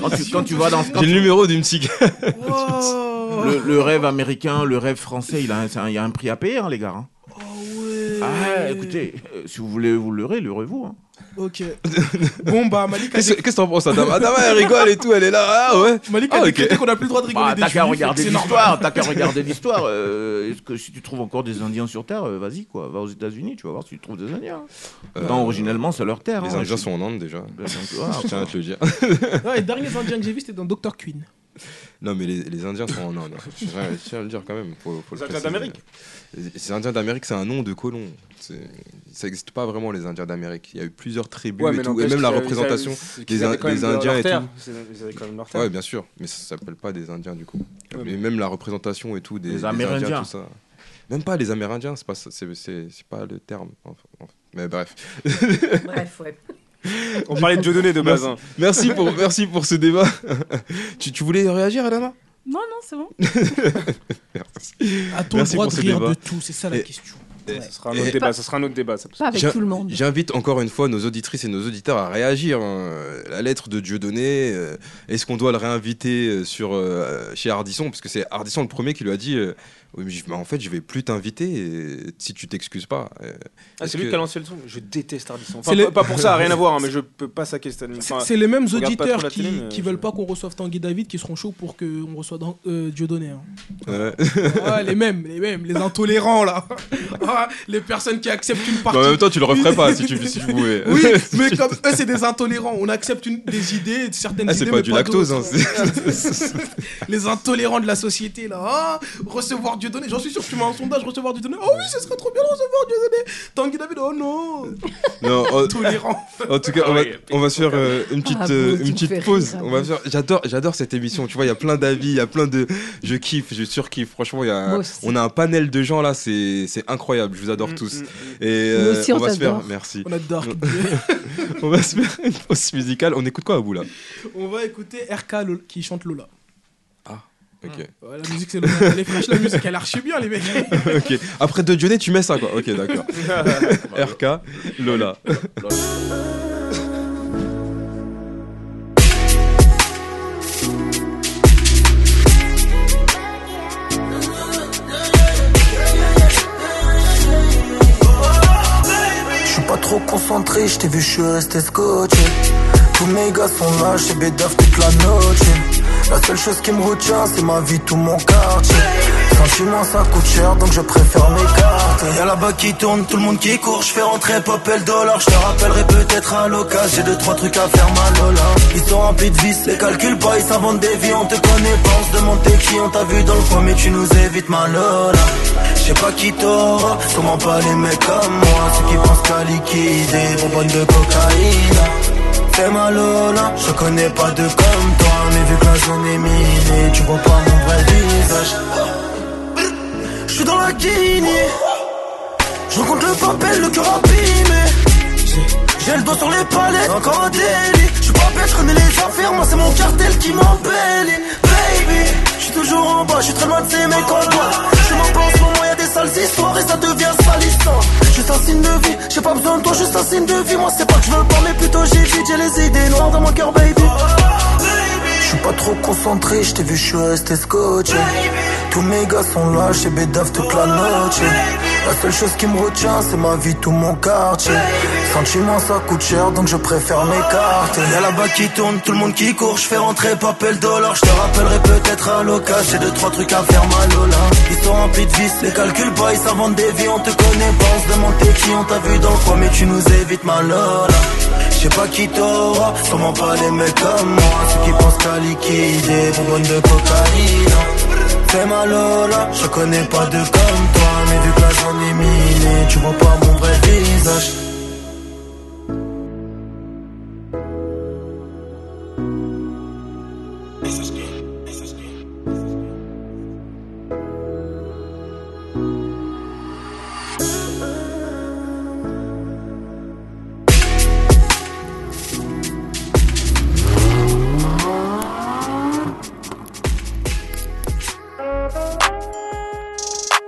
Speaker 6: Quand tu, quand tu
Speaker 8: (laughs)
Speaker 6: vas dans quand
Speaker 3: J'ai le numéro d'une psy.
Speaker 8: Wow.
Speaker 6: le, le rêve américain, le rêve français, il, a un, c'est un- il y a un prix à payer, hein, les gars. hein.
Speaker 8: Ah ouais.
Speaker 6: Ah, écoutez, euh, si vous voulez vous leurrer, leurrez-vous. hein.
Speaker 8: Ok. Bon, bah, Malik a
Speaker 3: Qu'est-ce
Speaker 8: dit.
Speaker 3: qu'est-ce que t'en penses, Adama Adama, Ah, elle rigole et tout, elle est là.
Speaker 6: (laughs)
Speaker 3: Ah ouais.
Speaker 8: Malik
Speaker 3: Ah,
Speaker 8: a
Speaker 3: ok.
Speaker 8: décrété qu'on n'a plus le droit de rigoler
Speaker 6: Bah,
Speaker 8: des
Speaker 6: t'as qu'à
Speaker 8: juifs,
Speaker 6: regarder
Speaker 8: c'est normal.
Speaker 6: l'histoire,
Speaker 8: (laughs)
Speaker 6: t'as qu'à regarder l'histoire. euh, Est-ce que si tu trouves encore des Indiens sur Terre, euh, vas-y quoi, va aux États-Unis, tu vas voir si tu trouves des Indiens. hein.
Speaker 3: Euh,
Speaker 6: non, originellement, c'est leur terre.
Speaker 3: Les
Speaker 6: hein,
Speaker 3: Indiens
Speaker 6: je-
Speaker 3: sont
Speaker 6: (laughs)
Speaker 3: en Inde déjà.
Speaker 6: Donc, voilà,
Speaker 3: Je tiens à te le dire.
Speaker 8: Ouais, les derniers Indiens que j'ai vus, c'était dans Dr. Queen.
Speaker 3: Non, mais les, les Indiens sont en Inde. hein. Je tiens je tiens à le dire quand même. Faut, faut le
Speaker 7: Les Indiens
Speaker 3: préciser.
Speaker 7: d'Amérique.
Speaker 3: Les les Indiens d'Amérique, c'est un nom de colon. C'est- Ça n'existe pas vraiment, les Indiens d'Amérique. Il y a eu plusieurs tribus et tout. Et même la représentation. des In- des Indiens et tout.
Speaker 7: Ils avaient quand même leur terre.
Speaker 3: Ouais, bien sûr. Mais ça s'appelle pas des Indiens du coup.
Speaker 7: Ouais,
Speaker 3: mais
Speaker 7: mais-
Speaker 3: même la représentation et tout. Des,
Speaker 6: Les
Speaker 3: des
Speaker 6: Amérindiens.
Speaker 3: Indiens, tout ça. Même pas les Amérindiens, c'est pas, ça- c'est, c'est, c'est pas le terme. Enfin, enfin, mais bref.
Speaker 10: Bref, ouais.
Speaker 7: On parlait de Dieudonné de base. hein.
Speaker 3: Merci pour, (laughs) merci pour ce débat. tu, tu voulais réagir, Adama
Speaker 5: Non, non, c'est bon.
Speaker 8: A-t-on le
Speaker 3: Merci
Speaker 8: droit
Speaker 3: pour
Speaker 8: de
Speaker 3: ce
Speaker 8: rire
Speaker 3: débat.
Speaker 8: de tout C'est ça la
Speaker 3: Et-
Speaker 8: question.
Speaker 7: Ça sera un
Speaker 3: Et-
Speaker 7: autre débat. Ça sera un autre débat. ça, parce que-
Speaker 10: Pas avec
Speaker 3: J'ai-
Speaker 10: tout le monde.
Speaker 3: J'invite encore une fois nos auditrices et nos auditeurs à réagir. hein. La lettre de Dieudonné, euh, est-ce qu'on doit le réinviter euh, sur, euh, chez Hardisson Parce que c'est Hardisson le premier qui lui a dit euh, Oui, mais je- bah, En fait, je vais plus t'inviter et- si tu t'excuses pas. Euh,
Speaker 7: Ah,
Speaker 3: est-ce
Speaker 7: c'est lui
Speaker 3: que-
Speaker 7: qui a lancé le son. Je déteste Ardisson.
Speaker 8: C'est
Speaker 7: Enfin,
Speaker 8: les-
Speaker 7: pas, pas pour ça, rien à voir, hein, mais je peux pas saquer cette année.
Speaker 8: C'est
Speaker 7: Enfin,
Speaker 8: c'est les mêmes
Speaker 7: regarde pas
Speaker 8: auditeurs
Speaker 7: trop la
Speaker 8: qui,
Speaker 7: télé, mais
Speaker 8: qui
Speaker 7: je-
Speaker 8: veulent pas qu'on reçoive Tanguy David qui seront chauds pour qu'on reçoive Dan- euh, Dieudonné. hein.
Speaker 3: Ouais.
Speaker 8: Ouais, Ah, les mêmes, les mêmes, les intolérants là. Ah, les personnes qui acceptent une
Speaker 3: (laughs)
Speaker 8: partie.
Speaker 3: Bah, en même temps, tu le referais pas si tu,
Speaker 8: (laughs)
Speaker 3: si tu pouvais. (laughs) Ah,
Speaker 8: Oui, mais comme eux, c'est des intolérants. On accepte une- des idées, certaines
Speaker 3: Ah,
Speaker 8: idées.
Speaker 3: c'est pas
Speaker 8: mais
Speaker 3: du lactose. hein,
Speaker 8: d'autres.
Speaker 3: c'est-
Speaker 8: (laughs) Les intolérants de la société là. Ah, recevoir Dieu donné. J'en suis sûr que tu mets un sondage, recevoir Dieu donné. Oh oui, ce serait trop bien de recevoir Dieu donné. Tanguy David, oh non.
Speaker 3: non, en-
Speaker 8: Tolérant.
Speaker 3: En tout cas, on va, on va se faire euh, une petite,
Speaker 10: Ah bon,
Speaker 3: euh,
Speaker 10: tu
Speaker 3: une
Speaker 10: me
Speaker 3: petite
Speaker 10: fais rire,
Speaker 3: pause.
Speaker 10: ah
Speaker 3: On va
Speaker 10: bon.
Speaker 3: faire. J'adore, j'adore cette émission. Tu vois, il y a plein d'avis, il y a plein de. Je kiffe, je surkiffe. Franchement, il y a.
Speaker 10: Moi aussi.
Speaker 3: On a un panel de gens là, c'est, c'est incroyable. Je vous adore
Speaker 7: Mm,
Speaker 3: tous.
Speaker 7: mm,
Speaker 3: Et euh,
Speaker 10: aussi,
Speaker 3: on
Speaker 10: on
Speaker 3: va se faire.
Speaker 10: t'adore.
Speaker 3: Merci.
Speaker 8: On a Dark.
Speaker 3: on va se faire une pause musicale. On écoute quoi à bout là
Speaker 8: (laughs) On va écouter RK Lol- qui chante Lola.
Speaker 3: Ok.
Speaker 8: Ouais, la musique, c'est Lola. Elle est fraîche, la musique, elle archi bien, les mecs.
Speaker 3: ok. Après deux Dieudonné, tu mets ça quoi. Ok,
Speaker 7: (laughs)
Speaker 3: d'accord. RK, Lola.
Speaker 11: Je suis pas trop concentré, je t'ai vu, je suis resté scotché. Tous mes gars sont là, chez Bédaf toute la noche. La seule chose qui me retient, c'est ma vie, tout mon quartier. Sentiment, ça coûte cher, donc je préfère m'écarter. Y'a là-bas qui tourne, tout le monde qui court, je fais rentrer pop et le dollar. Je te rappellerai peut-être à l'occasion, j'ai deux, trois trucs à faire, ma Lola. Ils sont remplis de vis, les calculs pas, ils s'inventent des vies, on te connaît pas. On se demande t'es qui, on t'a vu dans le coin, mais tu nous évites, ma Lola. Je sais pas qui t'aura, sûrement pas les mecs comme moi Ceux qui pensent qu'à liquider pour bonne de cocaïne Fais mal au là, je connais pas de comme toi Mais vu que la zone est minée, tu vois pas mon vrai visage Je suis dans la guinée Je rencontre le papel, le cœur abîmé J'ai le dos sur les palettes, encore un délit Je suis pas bête, je connais les affaires, moi c'est mon cartel qui m'embellit Baby, je suis toujours en bas, je suis très loin de ces mecs en bois Je m'en pense, moment y'a des sales histoires et ça devient salissant Juste un signe de vie, j'ai pas besoin de toi, juste un signe de vie Moi c'est pas que je veux pas, mais plutôt j'évite, j'ai les idées noires dans mon cœur baby je suis pas trop concentré, je t'ai vu, je suis resté scotché. Tous mes gars sont là, chez Bédaf toute la noche. La seule chose qui me retient, c'est ma vie, tout mon quartier. Sentiment, ça coûte cher, donc je préfère m'écarter. Y'a là-bas qui tourne, tout le monde qui court, je fais rentrer papel dollar. Je te rappellerai peut-être à l'occasion, j'ai deux, trois trucs à faire, ma Lola. Ils sont remplis de vis, les calculs pas, ils s'inventent des vies, on te connaît pas. On se demande t'es qui, on t'a vu dans le coin, mais tu nous évites, ma Lola. Je sais pas qui t'aura, sûrement pas les mecs comme moi Ceux qui pensent qu'à liquider pour bonne de cocaïne Fais mal au là, je connais pas de comme toi Mais vu que la zone est minée, tu vois pas mon vrai visage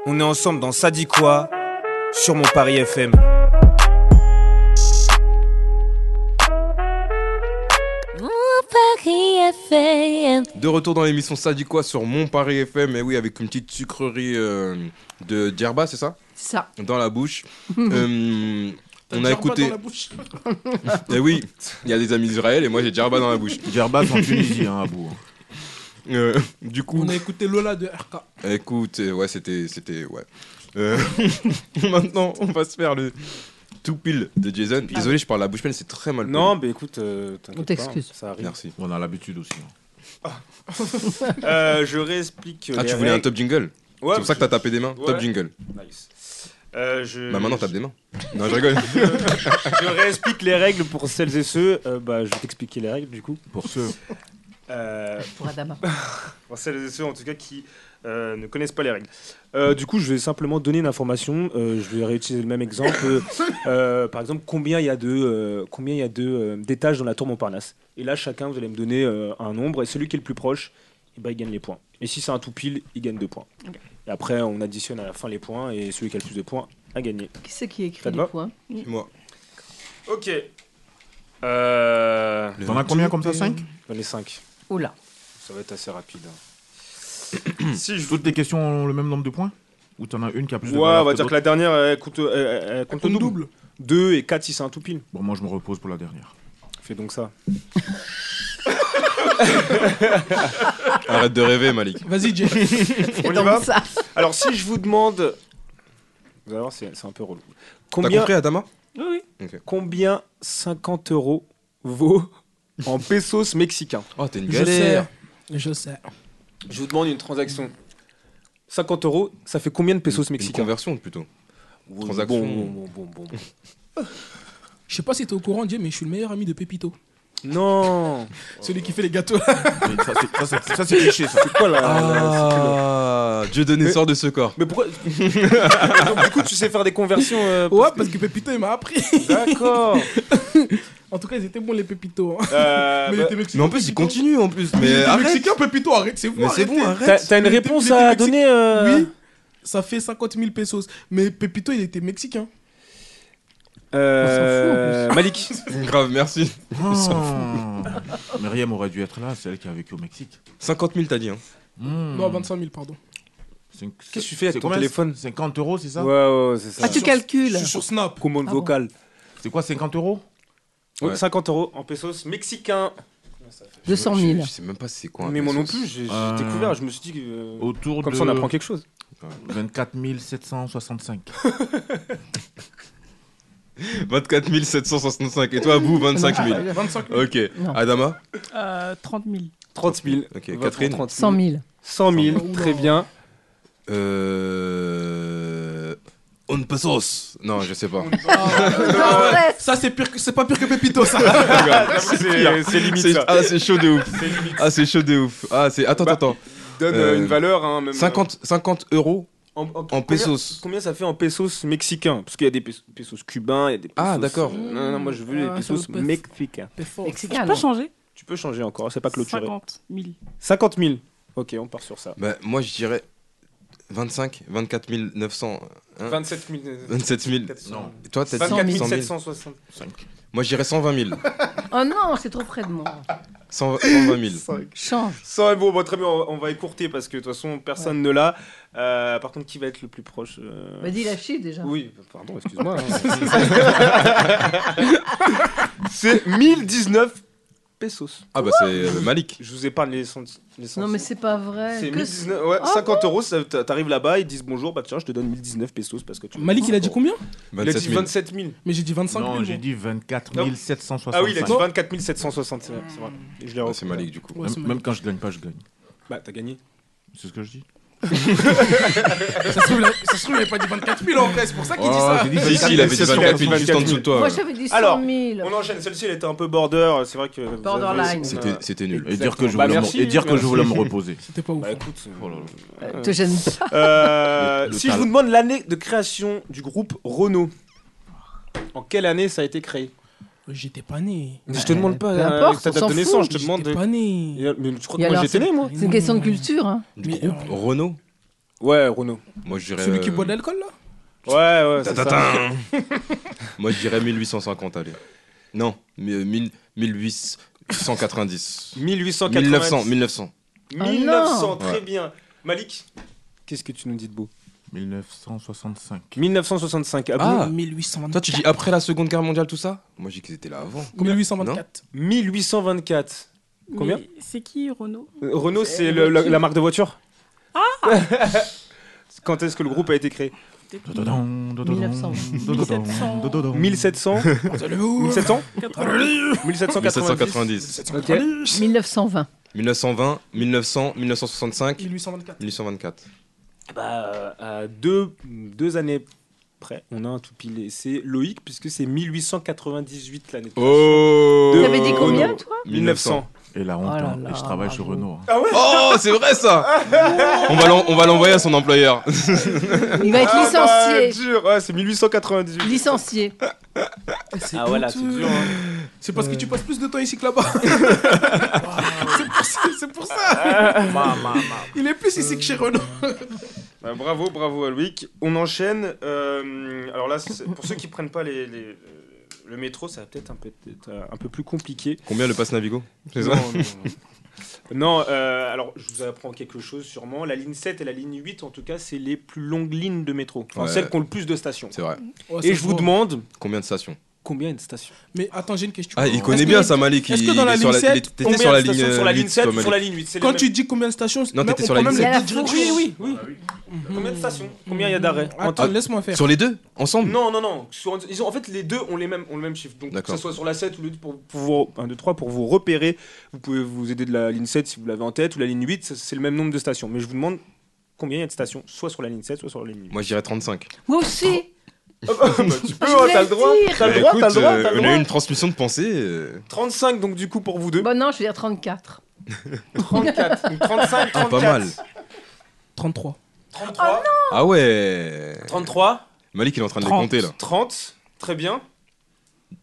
Speaker 7: On est ensemble dans Ça dit quoi sur mon Paris FM.
Speaker 2: Paris FM.
Speaker 3: De retour dans l'émission Ça dit quoi sur Mon Paris FM, et oui, avec une petite sucrerie euh, de Djerba, c'est ça
Speaker 4: Ça.
Speaker 3: Dans la
Speaker 10: (laughs)
Speaker 3: bouche. Euh, on a écouté. Eh oui, il y a des amis d'Israël et moi j'ai Djerba dans la bouche.
Speaker 6: Djerba, c'est en Tunisie,
Speaker 3: Ah
Speaker 6: hein, à bout.
Speaker 3: Euh, du coup,
Speaker 8: On a écouté Lola de RK.
Speaker 3: écoute, euh, ouais, c'était. c'était ouais. Euh, (laughs) maintenant, on va se faire le tout pile de Jason. Désolé, je parle la bouche pleine, c'est très mal.
Speaker 7: Ah. Non, mais écoute, euh, t'inquiète
Speaker 4: On
Speaker 7: pas,
Speaker 4: t'excuse.
Speaker 7: hein, ça
Speaker 3: poli.
Speaker 7: arrive.
Speaker 3: Merci.
Speaker 6: On a l'habitude aussi. hein.
Speaker 7: Euh, je réexplique.
Speaker 3: Ah,
Speaker 7: les
Speaker 3: tu voulais un
Speaker 7: règles.
Speaker 3: top jingle
Speaker 7: Ouais,
Speaker 3: C'est pour ça que t'as tapé des mains.
Speaker 7: Ouais.
Speaker 3: Top jingle.
Speaker 7: Nice. Euh, je...
Speaker 3: Bah maintenant, tape
Speaker 7: (laughs)
Speaker 3: des mains. Non, je rigole.
Speaker 7: Je réexplique les règles pour celles et ceux. Euh, bah, je vais t'expliquer les règles du coup.
Speaker 6: Pour ceux.
Speaker 7: Euh,
Speaker 4: Pour Adama.
Speaker 7: pour celles et ceux en tout cas qui euh, ne connaissent pas les règles. Euh, du coup, je vais simplement donner une information. Euh, je vais réutiliser le même exemple. (laughs) Euh, euh, par exemple, combien il y a de euh, combien il y a de euh, d'étages dans la tour Montparnasse. Et là, chacun vous allez me donner euh, un nombre et celui qui est le plus proche, eh ben, il gagne les points. Et si c'est un tout pile, il gagne deux points.
Speaker 5: Ok.
Speaker 7: Et après, on additionne à la fin les points et celui qui a le plus de points a gagné.
Speaker 4: Qui c'est qui écrit
Speaker 7: Ça te
Speaker 4: les
Speaker 7: va
Speaker 4: points
Speaker 3: Moi.
Speaker 7: Ok. Euh,
Speaker 6: T'en as combien comme ça 5
Speaker 7: J'en ai 5.
Speaker 4: Oh là.
Speaker 7: Ça va être assez rapide. hein.
Speaker 6: Si Hmm. Toutes les questions ont le même nombre de points Ou t'en as une qui a plus de
Speaker 7: Ouais,
Speaker 6: valeur
Speaker 7: on va dire que la dernière, elle compte, elle- elle- elle compte
Speaker 8: Ton
Speaker 7: au double.
Speaker 8: double.
Speaker 7: 2 et 4 si c'est un tout pile.
Speaker 6: d'autres Bon, moi, je me repose pour la
Speaker 7: (laughs)
Speaker 6: dernière.
Speaker 7: Fais donc ça.
Speaker 3: Arrête de rêver, Malik.
Speaker 8: Vas-y, Jay.
Speaker 7: On
Speaker 4: C'est
Speaker 7: y
Speaker 4: donc
Speaker 7: va
Speaker 4: ça.
Speaker 7: Alors si je vous demande... Vous allez voir, c'est c'est un peu relou.
Speaker 3: T'as
Speaker 7: Combien,
Speaker 3: compris, Adama
Speaker 5: Oui, oui.
Speaker 7: combien 50 euros vaut en pesos mexicains
Speaker 3: Oh, t'es une
Speaker 8: Je
Speaker 3: galère.
Speaker 8: sais. Je sais.
Speaker 7: Je vous demande une transaction. 50 euros, ça fait combien de pesos
Speaker 3: Une
Speaker 7: mexicains
Speaker 3: conversion plutôt.
Speaker 7: Oui,
Speaker 3: transaction.
Speaker 7: Bon, bon, bon, bon, bon.
Speaker 8: Je sais pas si t'es au courant, Jay, mais je suis le meilleur ami de Pépito.
Speaker 7: non
Speaker 8: Celui qui fait les gâteaux.
Speaker 6: Mais ça, c'est- ça, c'est- ça, c'est cliché, ça.
Speaker 7: C'est quoi la... la- c'est que le-
Speaker 3: Ah, Dieu donne essor de ce corps.
Speaker 7: Mais pourquoi Donc, Du coup, tu sais faire des conversions... euh,
Speaker 8: ouais, parce que Pépito, il m'a appris.
Speaker 7: D'accord
Speaker 8: En tout cas, ils étaient bons, les Pépitos. hein.
Speaker 7: Euh,
Speaker 8: Mais,
Speaker 7: bah,
Speaker 8: il était mexicain,
Speaker 3: Mais en plus, il
Speaker 8: Pépito.
Speaker 3: continue en plus.
Speaker 8: Il
Speaker 3: Mais
Speaker 8: était
Speaker 3: arrête.
Speaker 8: Mexicain, Pépito, arrête, c'est vous.
Speaker 3: Mais c'est
Speaker 8: arrêtez.
Speaker 3: bon,
Speaker 7: T'as
Speaker 3: arrête.
Speaker 7: t'as une
Speaker 8: Mais
Speaker 7: réponse
Speaker 8: t'es- mais
Speaker 7: à
Speaker 8: t'es
Speaker 7: donner euh,
Speaker 8: Oui, ça fait 50 000 pesos. Mais Pépito, il était mexicain.
Speaker 7: euh, Malik.
Speaker 3: (laughs) Grave, merci.
Speaker 6: Oh. (laughs) Myriam aurait dû être là, c'est elle qui a vécu au Mexique.
Speaker 3: 50 000, t'as dit. Hein.
Speaker 6: Hmm.
Speaker 8: Non, 25 000, pardon.
Speaker 6: Cinq-
Speaker 7: que tu fais avec
Speaker 6: c'est
Speaker 7: ton
Speaker 6: combien,
Speaker 7: téléphone
Speaker 6: 50 euros, c'est ça
Speaker 7: Ouais, ouais, ouais, c'est ça.
Speaker 4: Ah, tu calcules.
Speaker 8: Je suis sur Snap.
Speaker 7: Commande
Speaker 4: Ah bon.
Speaker 7: vocale.
Speaker 6: C'est quoi, 50 euros
Speaker 7: Oui,
Speaker 3: Ouais.
Speaker 7: 50 euros en pesos mexicains.
Speaker 4: 200
Speaker 3: Je,
Speaker 4: 000.
Speaker 3: je sais même pas c'est quoi. un
Speaker 7: mais moi non
Speaker 3: pesos. Ah.
Speaker 7: plus, j'ai j'ai
Speaker 6: Euh,
Speaker 7: découvert. Je me suis dit que. euh,
Speaker 6: Autour
Speaker 7: comme
Speaker 6: de
Speaker 7: ça, on apprend quelque chose.
Speaker 6: 24 765.
Speaker 3: 24 765. Et toi, Bou, 25 000.
Speaker 8: 25 000.
Speaker 3: Ok.
Speaker 4: Non.
Speaker 3: Adama
Speaker 5: Euh, 30 000.
Speaker 7: 30 000.
Speaker 3: Ok,
Speaker 7: Va
Speaker 3: Catherine.
Speaker 7: pour 30 000.
Speaker 4: 100 000.
Speaker 7: 100 000,
Speaker 8: Oula.
Speaker 7: très bien.
Speaker 3: Euh. Un pesos. Non, je sais pas. (laughs)
Speaker 4: Ah,
Speaker 8: Ça, c'est pire que... c'est pas pire que Pépito, ça.
Speaker 7: c'est c'est limite
Speaker 3: Ah, C'est-
Speaker 7: ça.
Speaker 3: Ah, c'est chaud de ouf. Ah, c'est chaud de ouf. Ah, c'est. Attends,
Speaker 7: Bah,
Speaker 3: attends,
Speaker 7: Donne
Speaker 3: euh,
Speaker 7: euh, une valeur. Hein, même, euh,
Speaker 3: 50, 50 euros
Speaker 7: en, en-
Speaker 3: en
Speaker 7: combien-
Speaker 3: pesos.
Speaker 7: Combien ça fait en pesos mexicains Parce qu'il y a des pesos, pesos cubains, il y a des pesos.
Speaker 3: Ah, d'accord.
Speaker 7: euh, non, non, moi je veux
Speaker 8: Ah,
Speaker 7: les
Speaker 8: ça
Speaker 7: pesos
Speaker 8: doit pas être-
Speaker 7: mexicains.
Speaker 5: Je
Speaker 4: Mexicain.
Speaker 5: peux
Speaker 4: alors.
Speaker 5: changer
Speaker 7: Tu peux changer encore, c'est pas clôturé.
Speaker 5: 50 000.
Speaker 7: 50 000. Ok, on part sur ça.
Speaker 3: Bah, moi, je dirais 25, 24 900. hein.
Speaker 7: 27 000.
Speaker 3: 27 000.
Speaker 6: Non.
Speaker 3: Et toi, t'as dit
Speaker 4: 24
Speaker 3: 100 000.
Speaker 7: 760.
Speaker 3: Moi, je dirais 120 000.
Speaker 4: Oh non, c'est trop près de moi.
Speaker 3: 100 120 000.
Speaker 4: Change.
Speaker 7: Ça, bon, bah, très bien, on on va écourter parce que de toute façon, personne ne l'a. Euh, par contre, qui va être le plus proche euh,
Speaker 4: Bah, dis la chiffre déjà.
Speaker 7: Oui, pardon, excuse-moi.
Speaker 4: (laughs)
Speaker 7: hein. (laughs) c'est 1019 pesos.
Speaker 3: Ah, bah, c'est euh, Malik.
Speaker 7: Je vous épargne les centimes. Les
Speaker 4: Non,
Speaker 7: centimes.
Speaker 4: mais c'est pas vrai.
Speaker 7: C'est
Speaker 4: Que c'est-
Speaker 7: 1019, ouais,
Speaker 4: Ah
Speaker 7: 50 euros, ça- t'a- t'arrives là-bas, ils disent bonjour, bah tiens, je te donne 1019 pesos parce que tu.
Speaker 8: Malik, il a dit combien
Speaker 7: Il a
Speaker 3: 27
Speaker 7: dit
Speaker 3: 000.
Speaker 7: 27 000.
Speaker 8: Mais j'ai dit 25 000.
Speaker 6: Non, j'ai
Speaker 8: moi.
Speaker 6: dit 24 765.
Speaker 7: Ah oui, il a dit 24 760, c'est vrai. c'est vrai. Et je l'ai
Speaker 3: Ah,
Speaker 7: repris.
Speaker 3: c'est Malik, du coup.
Speaker 8: Ouais, c'est
Speaker 6: Même,
Speaker 8: mal.
Speaker 6: même quand je gagne pas, je gagne.
Speaker 7: Bah, t'as gagné.
Speaker 6: C'est ce que je dis.
Speaker 8: Ça se trouve, il a- ça se trouve, il avait pas dit 24 000
Speaker 7: Bah,
Speaker 8: en vrai, c'est pour ça qu'il dit
Speaker 6: Oh,
Speaker 8: ça.
Speaker 6: j'ai dit
Speaker 3: Si, si, Ah, bah, il avait dit 24 000 juste en dessous de toi.
Speaker 4: Moi, j'avais dit 100
Speaker 7: Alors,
Speaker 4: 000.
Speaker 7: On enchaîne, celle-ci, elle était un peu border, euh, c'est vrai que. vous avez-
Speaker 4: Borderline.
Speaker 3: C'était c'était nul.
Speaker 6: Et dire que je
Speaker 7: Bah,
Speaker 6: voulais, me-
Speaker 7: merci,
Speaker 6: et dire que je
Speaker 7: merci.
Speaker 6: voulais me
Speaker 7: (laughs)
Speaker 6: reposer.
Speaker 8: C'était pas ouf.
Speaker 7: Bah écoute.
Speaker 6: Oh là là.
Speaker 4: Euh, Te gêne pas.
Speaker 7: Euh,
Speaker 6: Le- le
Speaker 7: si je
Speaker 6: talent.
Speaker 7: vous demande l'année de création du groupe Renault, en quelle année ça a été créé
Speaker 8: J'étais pas né.
Speaker 7: Je te demande pas
Speaker 4: peu
Speaker 7: euh,
Speaker 4: importe,
Speaker 7: ta
Speaker 4: on
Speaker 7: date
Speaker 4: s'en
Speaker 7: de naissance, je
Speaker 4: fout,
Speaker 7: te demande.
Speaker 8: J'étais pas né.
Speaker 7: Mais tu crois
Speaker 4: Et
Speaker 7: que moi
Speaker 4: alors,
Speaker 7: j'étais né, moi
Speaker 4: C'est une question de culture. Hein.
Speaker 3: Du
Speaker 8: Mais,
Speaker 3: groupe
Speaker 8: euh,
Speaker 3: Renault
Speaker 7: Ouais, Renaud.
Speaker 3: Moi, je dirais.
Speaker 8: Celui qui
Speaker 3: euh,
Speaker 8: boit de l'alcool, là
Speaker 7: Ouais, ouais, c'est ça.
Speaker 3: Tatatin. (laughs) Moi, je dirais 1850, allez. Non, mais, euh, 1000 1890.
Speaker 7: 1890.
Speaker 3: 1900, 1900.
Speaker 4: Ah non.
Speaker 7: 1900, très
Speaker 3: Ouais.
Speaker 7: bien. Malik Qu'est-ce que tu nous dis de beau
Speaker 6: 1965.
Speaker 7: 1965. Ah, bon
Speaker 3: Ah.
Speaker 8: 1824.
Speaker 3: Toi, tu dis après la Seconde Guerre mondiale, tout ça Moi, je dis qu'ils étaient là avant.
Speaker 8: 1824.
Speaker 7: 1824. Combien
Speaker 5: Mais C'est qui Renault
Speaker 7: Euh, Renault, c'est le- la, la marque de voiture (laughs) Quand est-ce que le groupe a été créé (laughs) 1700 1700 1790.
Speaker 3: 1790.
Speaker 7: Ok.
Speaker 4: 1920.
Speaker 3: 1920, 1900, 1965,
Speaker 8: 1824.
Speaker 3: 1824.
Speaker 7: Bah, euh, à deux, deux années près, on a un tout pile. C'est Loïc, puisque c'est 1898 l'année. de-
Speaker 3: Oh
Speaker 7: De-
Speaker 4: Tu avais dit
Speaker 7: Oh,
Speaker 4: combien,
Speaker 7: non.
Speaker 4: toi
Speaker 7: 1900.
Speaker 6: Et la honte,
Speaker 4: Oh là
Speaker 6: hein.
Speaker 4: là,
Speaker 6: et je travaille chez
Speaker 4: bravo.
Speaker 6: Renault. hein.
Speaker 3: Oh, c'est vrai (laughs) ça On va l'en- On va l'envoyer à son employeur.
Speaker 4: Il va être
Speaker 7: Ah, bah,
Speaker 4: licencié.
Speaker 7: dur. Ouais, c'est 1898.
Speaker 4: Licencié.
Speaker 8: Eh, C'est
Speaker 7: Ah, voilà, c'est
Speaker 8: honteux.
Speaker 7: dur. hein.
Speaker 8: C'est parce que tu passes plus de temps ici que
Speaker 3: (laughs)
Speaker 8: là-bas. c'est pour ça. c'est pour ça.
Speaker 6: Oh,
Speaker 8: Il est plus ici que chez Renault.
Speaker 7: Bah, bravo, bravo à Loïc. On enchaîne. euh, alors là, c'est- pour ceux qui prennent pas les, les- euh, le métro, ça va peut-être un peu, être, euh, un peu plus compliqué.
Speaker 3: Combien le passe Navigo C'est
Speaker 7: Non,
Speaker 3: ça (laughs)
Speaker 7: non, non. Non, euh, alors je vous apprends quelque chose sûrement. La ligne 7 et la ligne 8, en tout cas, c'est les plus longues lignes de métro. Enfin,
Speaker 3: Ouais.
Speaker 7: celles qui ont le plus de stations.
Speaker 3: C'est vrai.
Speaker 7: Et je vous demande
Speaker 3: Combien de stations
Speaker 7: combien il y a de stations
Speaker 8: Mais attends, j'ai une question.
Speaker 3: Ah, il
Speaker 8: Est-ce
Speaker 3: connaît
Speaker 8: que
Speaker 3: bien
Speaker 8: les-
Speaker 3: ça, Malik.
Speaker 8: est-ce
Speaker 3: il-
Speaker 8: que dans
Speaker 3: il
Speaker 8: la
Speaker 3: est sur
Speaker 8: ligne
Speaker 3: il
Speaker 8: 7,
Speaker 3: était
Speaker 7: Combien
Speaker 3: sur
Speaker 7: de
Speaker 3: la ligne euh,
Speaker 7: stations sur la ligne
Speaker 3: 8, toi,
Speaker 7: 7 ou sur la
Speaker 3: Malik.
Speaker 7: ligne 8 c'est les
Speaker 8: Quand
Speaker 7: mêmes.
Speaker 8: tu dis combien de stations
Speaker 3: Non,
Speaker 8: même-
Speaker 3: t'étais
Speaker 8: on
Speaker 3: sur la
Speaker 8: prend
Speaker 3: ligne
Speaker 8: même
Speaker 4: sept.
Speaker 8: les
Speaker 4: Il y a la
Speaker 8: directions.
Speaker 7: Oui, Mhm. Ah, oui, oui. Combien de stations Combien il y a d'arrêts En
Speaker 8: Attends, laisse-moi faire.
Speaker 3: Ah. Sur les deux Ensemble
Speaker 7: Non, non, non. Sur- ils ont, en fait, les deux ont les mêmes, ont le même chiffre. Donc, que
Speaker 3: D'accord.
Speaker 7: ce soit sur la 7 ou le pour, pour vous, 1, 2, 3, pour vous repérer, vous pouvez vous aider de la ligne 7 si vous l'avez en tête, ou la ligne 8, ça, c'est le même nombre de stations. Mais je vous demande combien il y a de stations, soit sur la ligne 7, soit sur la ligne 8.
Speaker 3: Moi, je dirais 35.
Speaker 4: Moi aussi.
Speaker 7: (laughs) Bah, tu
Speaker 4: peux, Je hein, voulais t'as le le droit, dire.
Speaker 7: Ah T'as
Speaker 3: Bah, écoute, euh, on a eu une transmission de pensée. euh,
Speaker 7: 35, donc du coup, pour vous deux.
Speaker 4: Bon, Bah non, je vais dire 34.
Speaker 7: 34. Donc 35, 34.
Speaker 3: pas mal.
Speaker 8: 33.
Speaker 7: 33,
Speaker 3: Ah ouais
Speaker 7: 33,
Speaker 3: Malik, il est en train de les
Speaker 8: 30.
Speaker 3: compter là.
Speaker 7: 30. Très bien.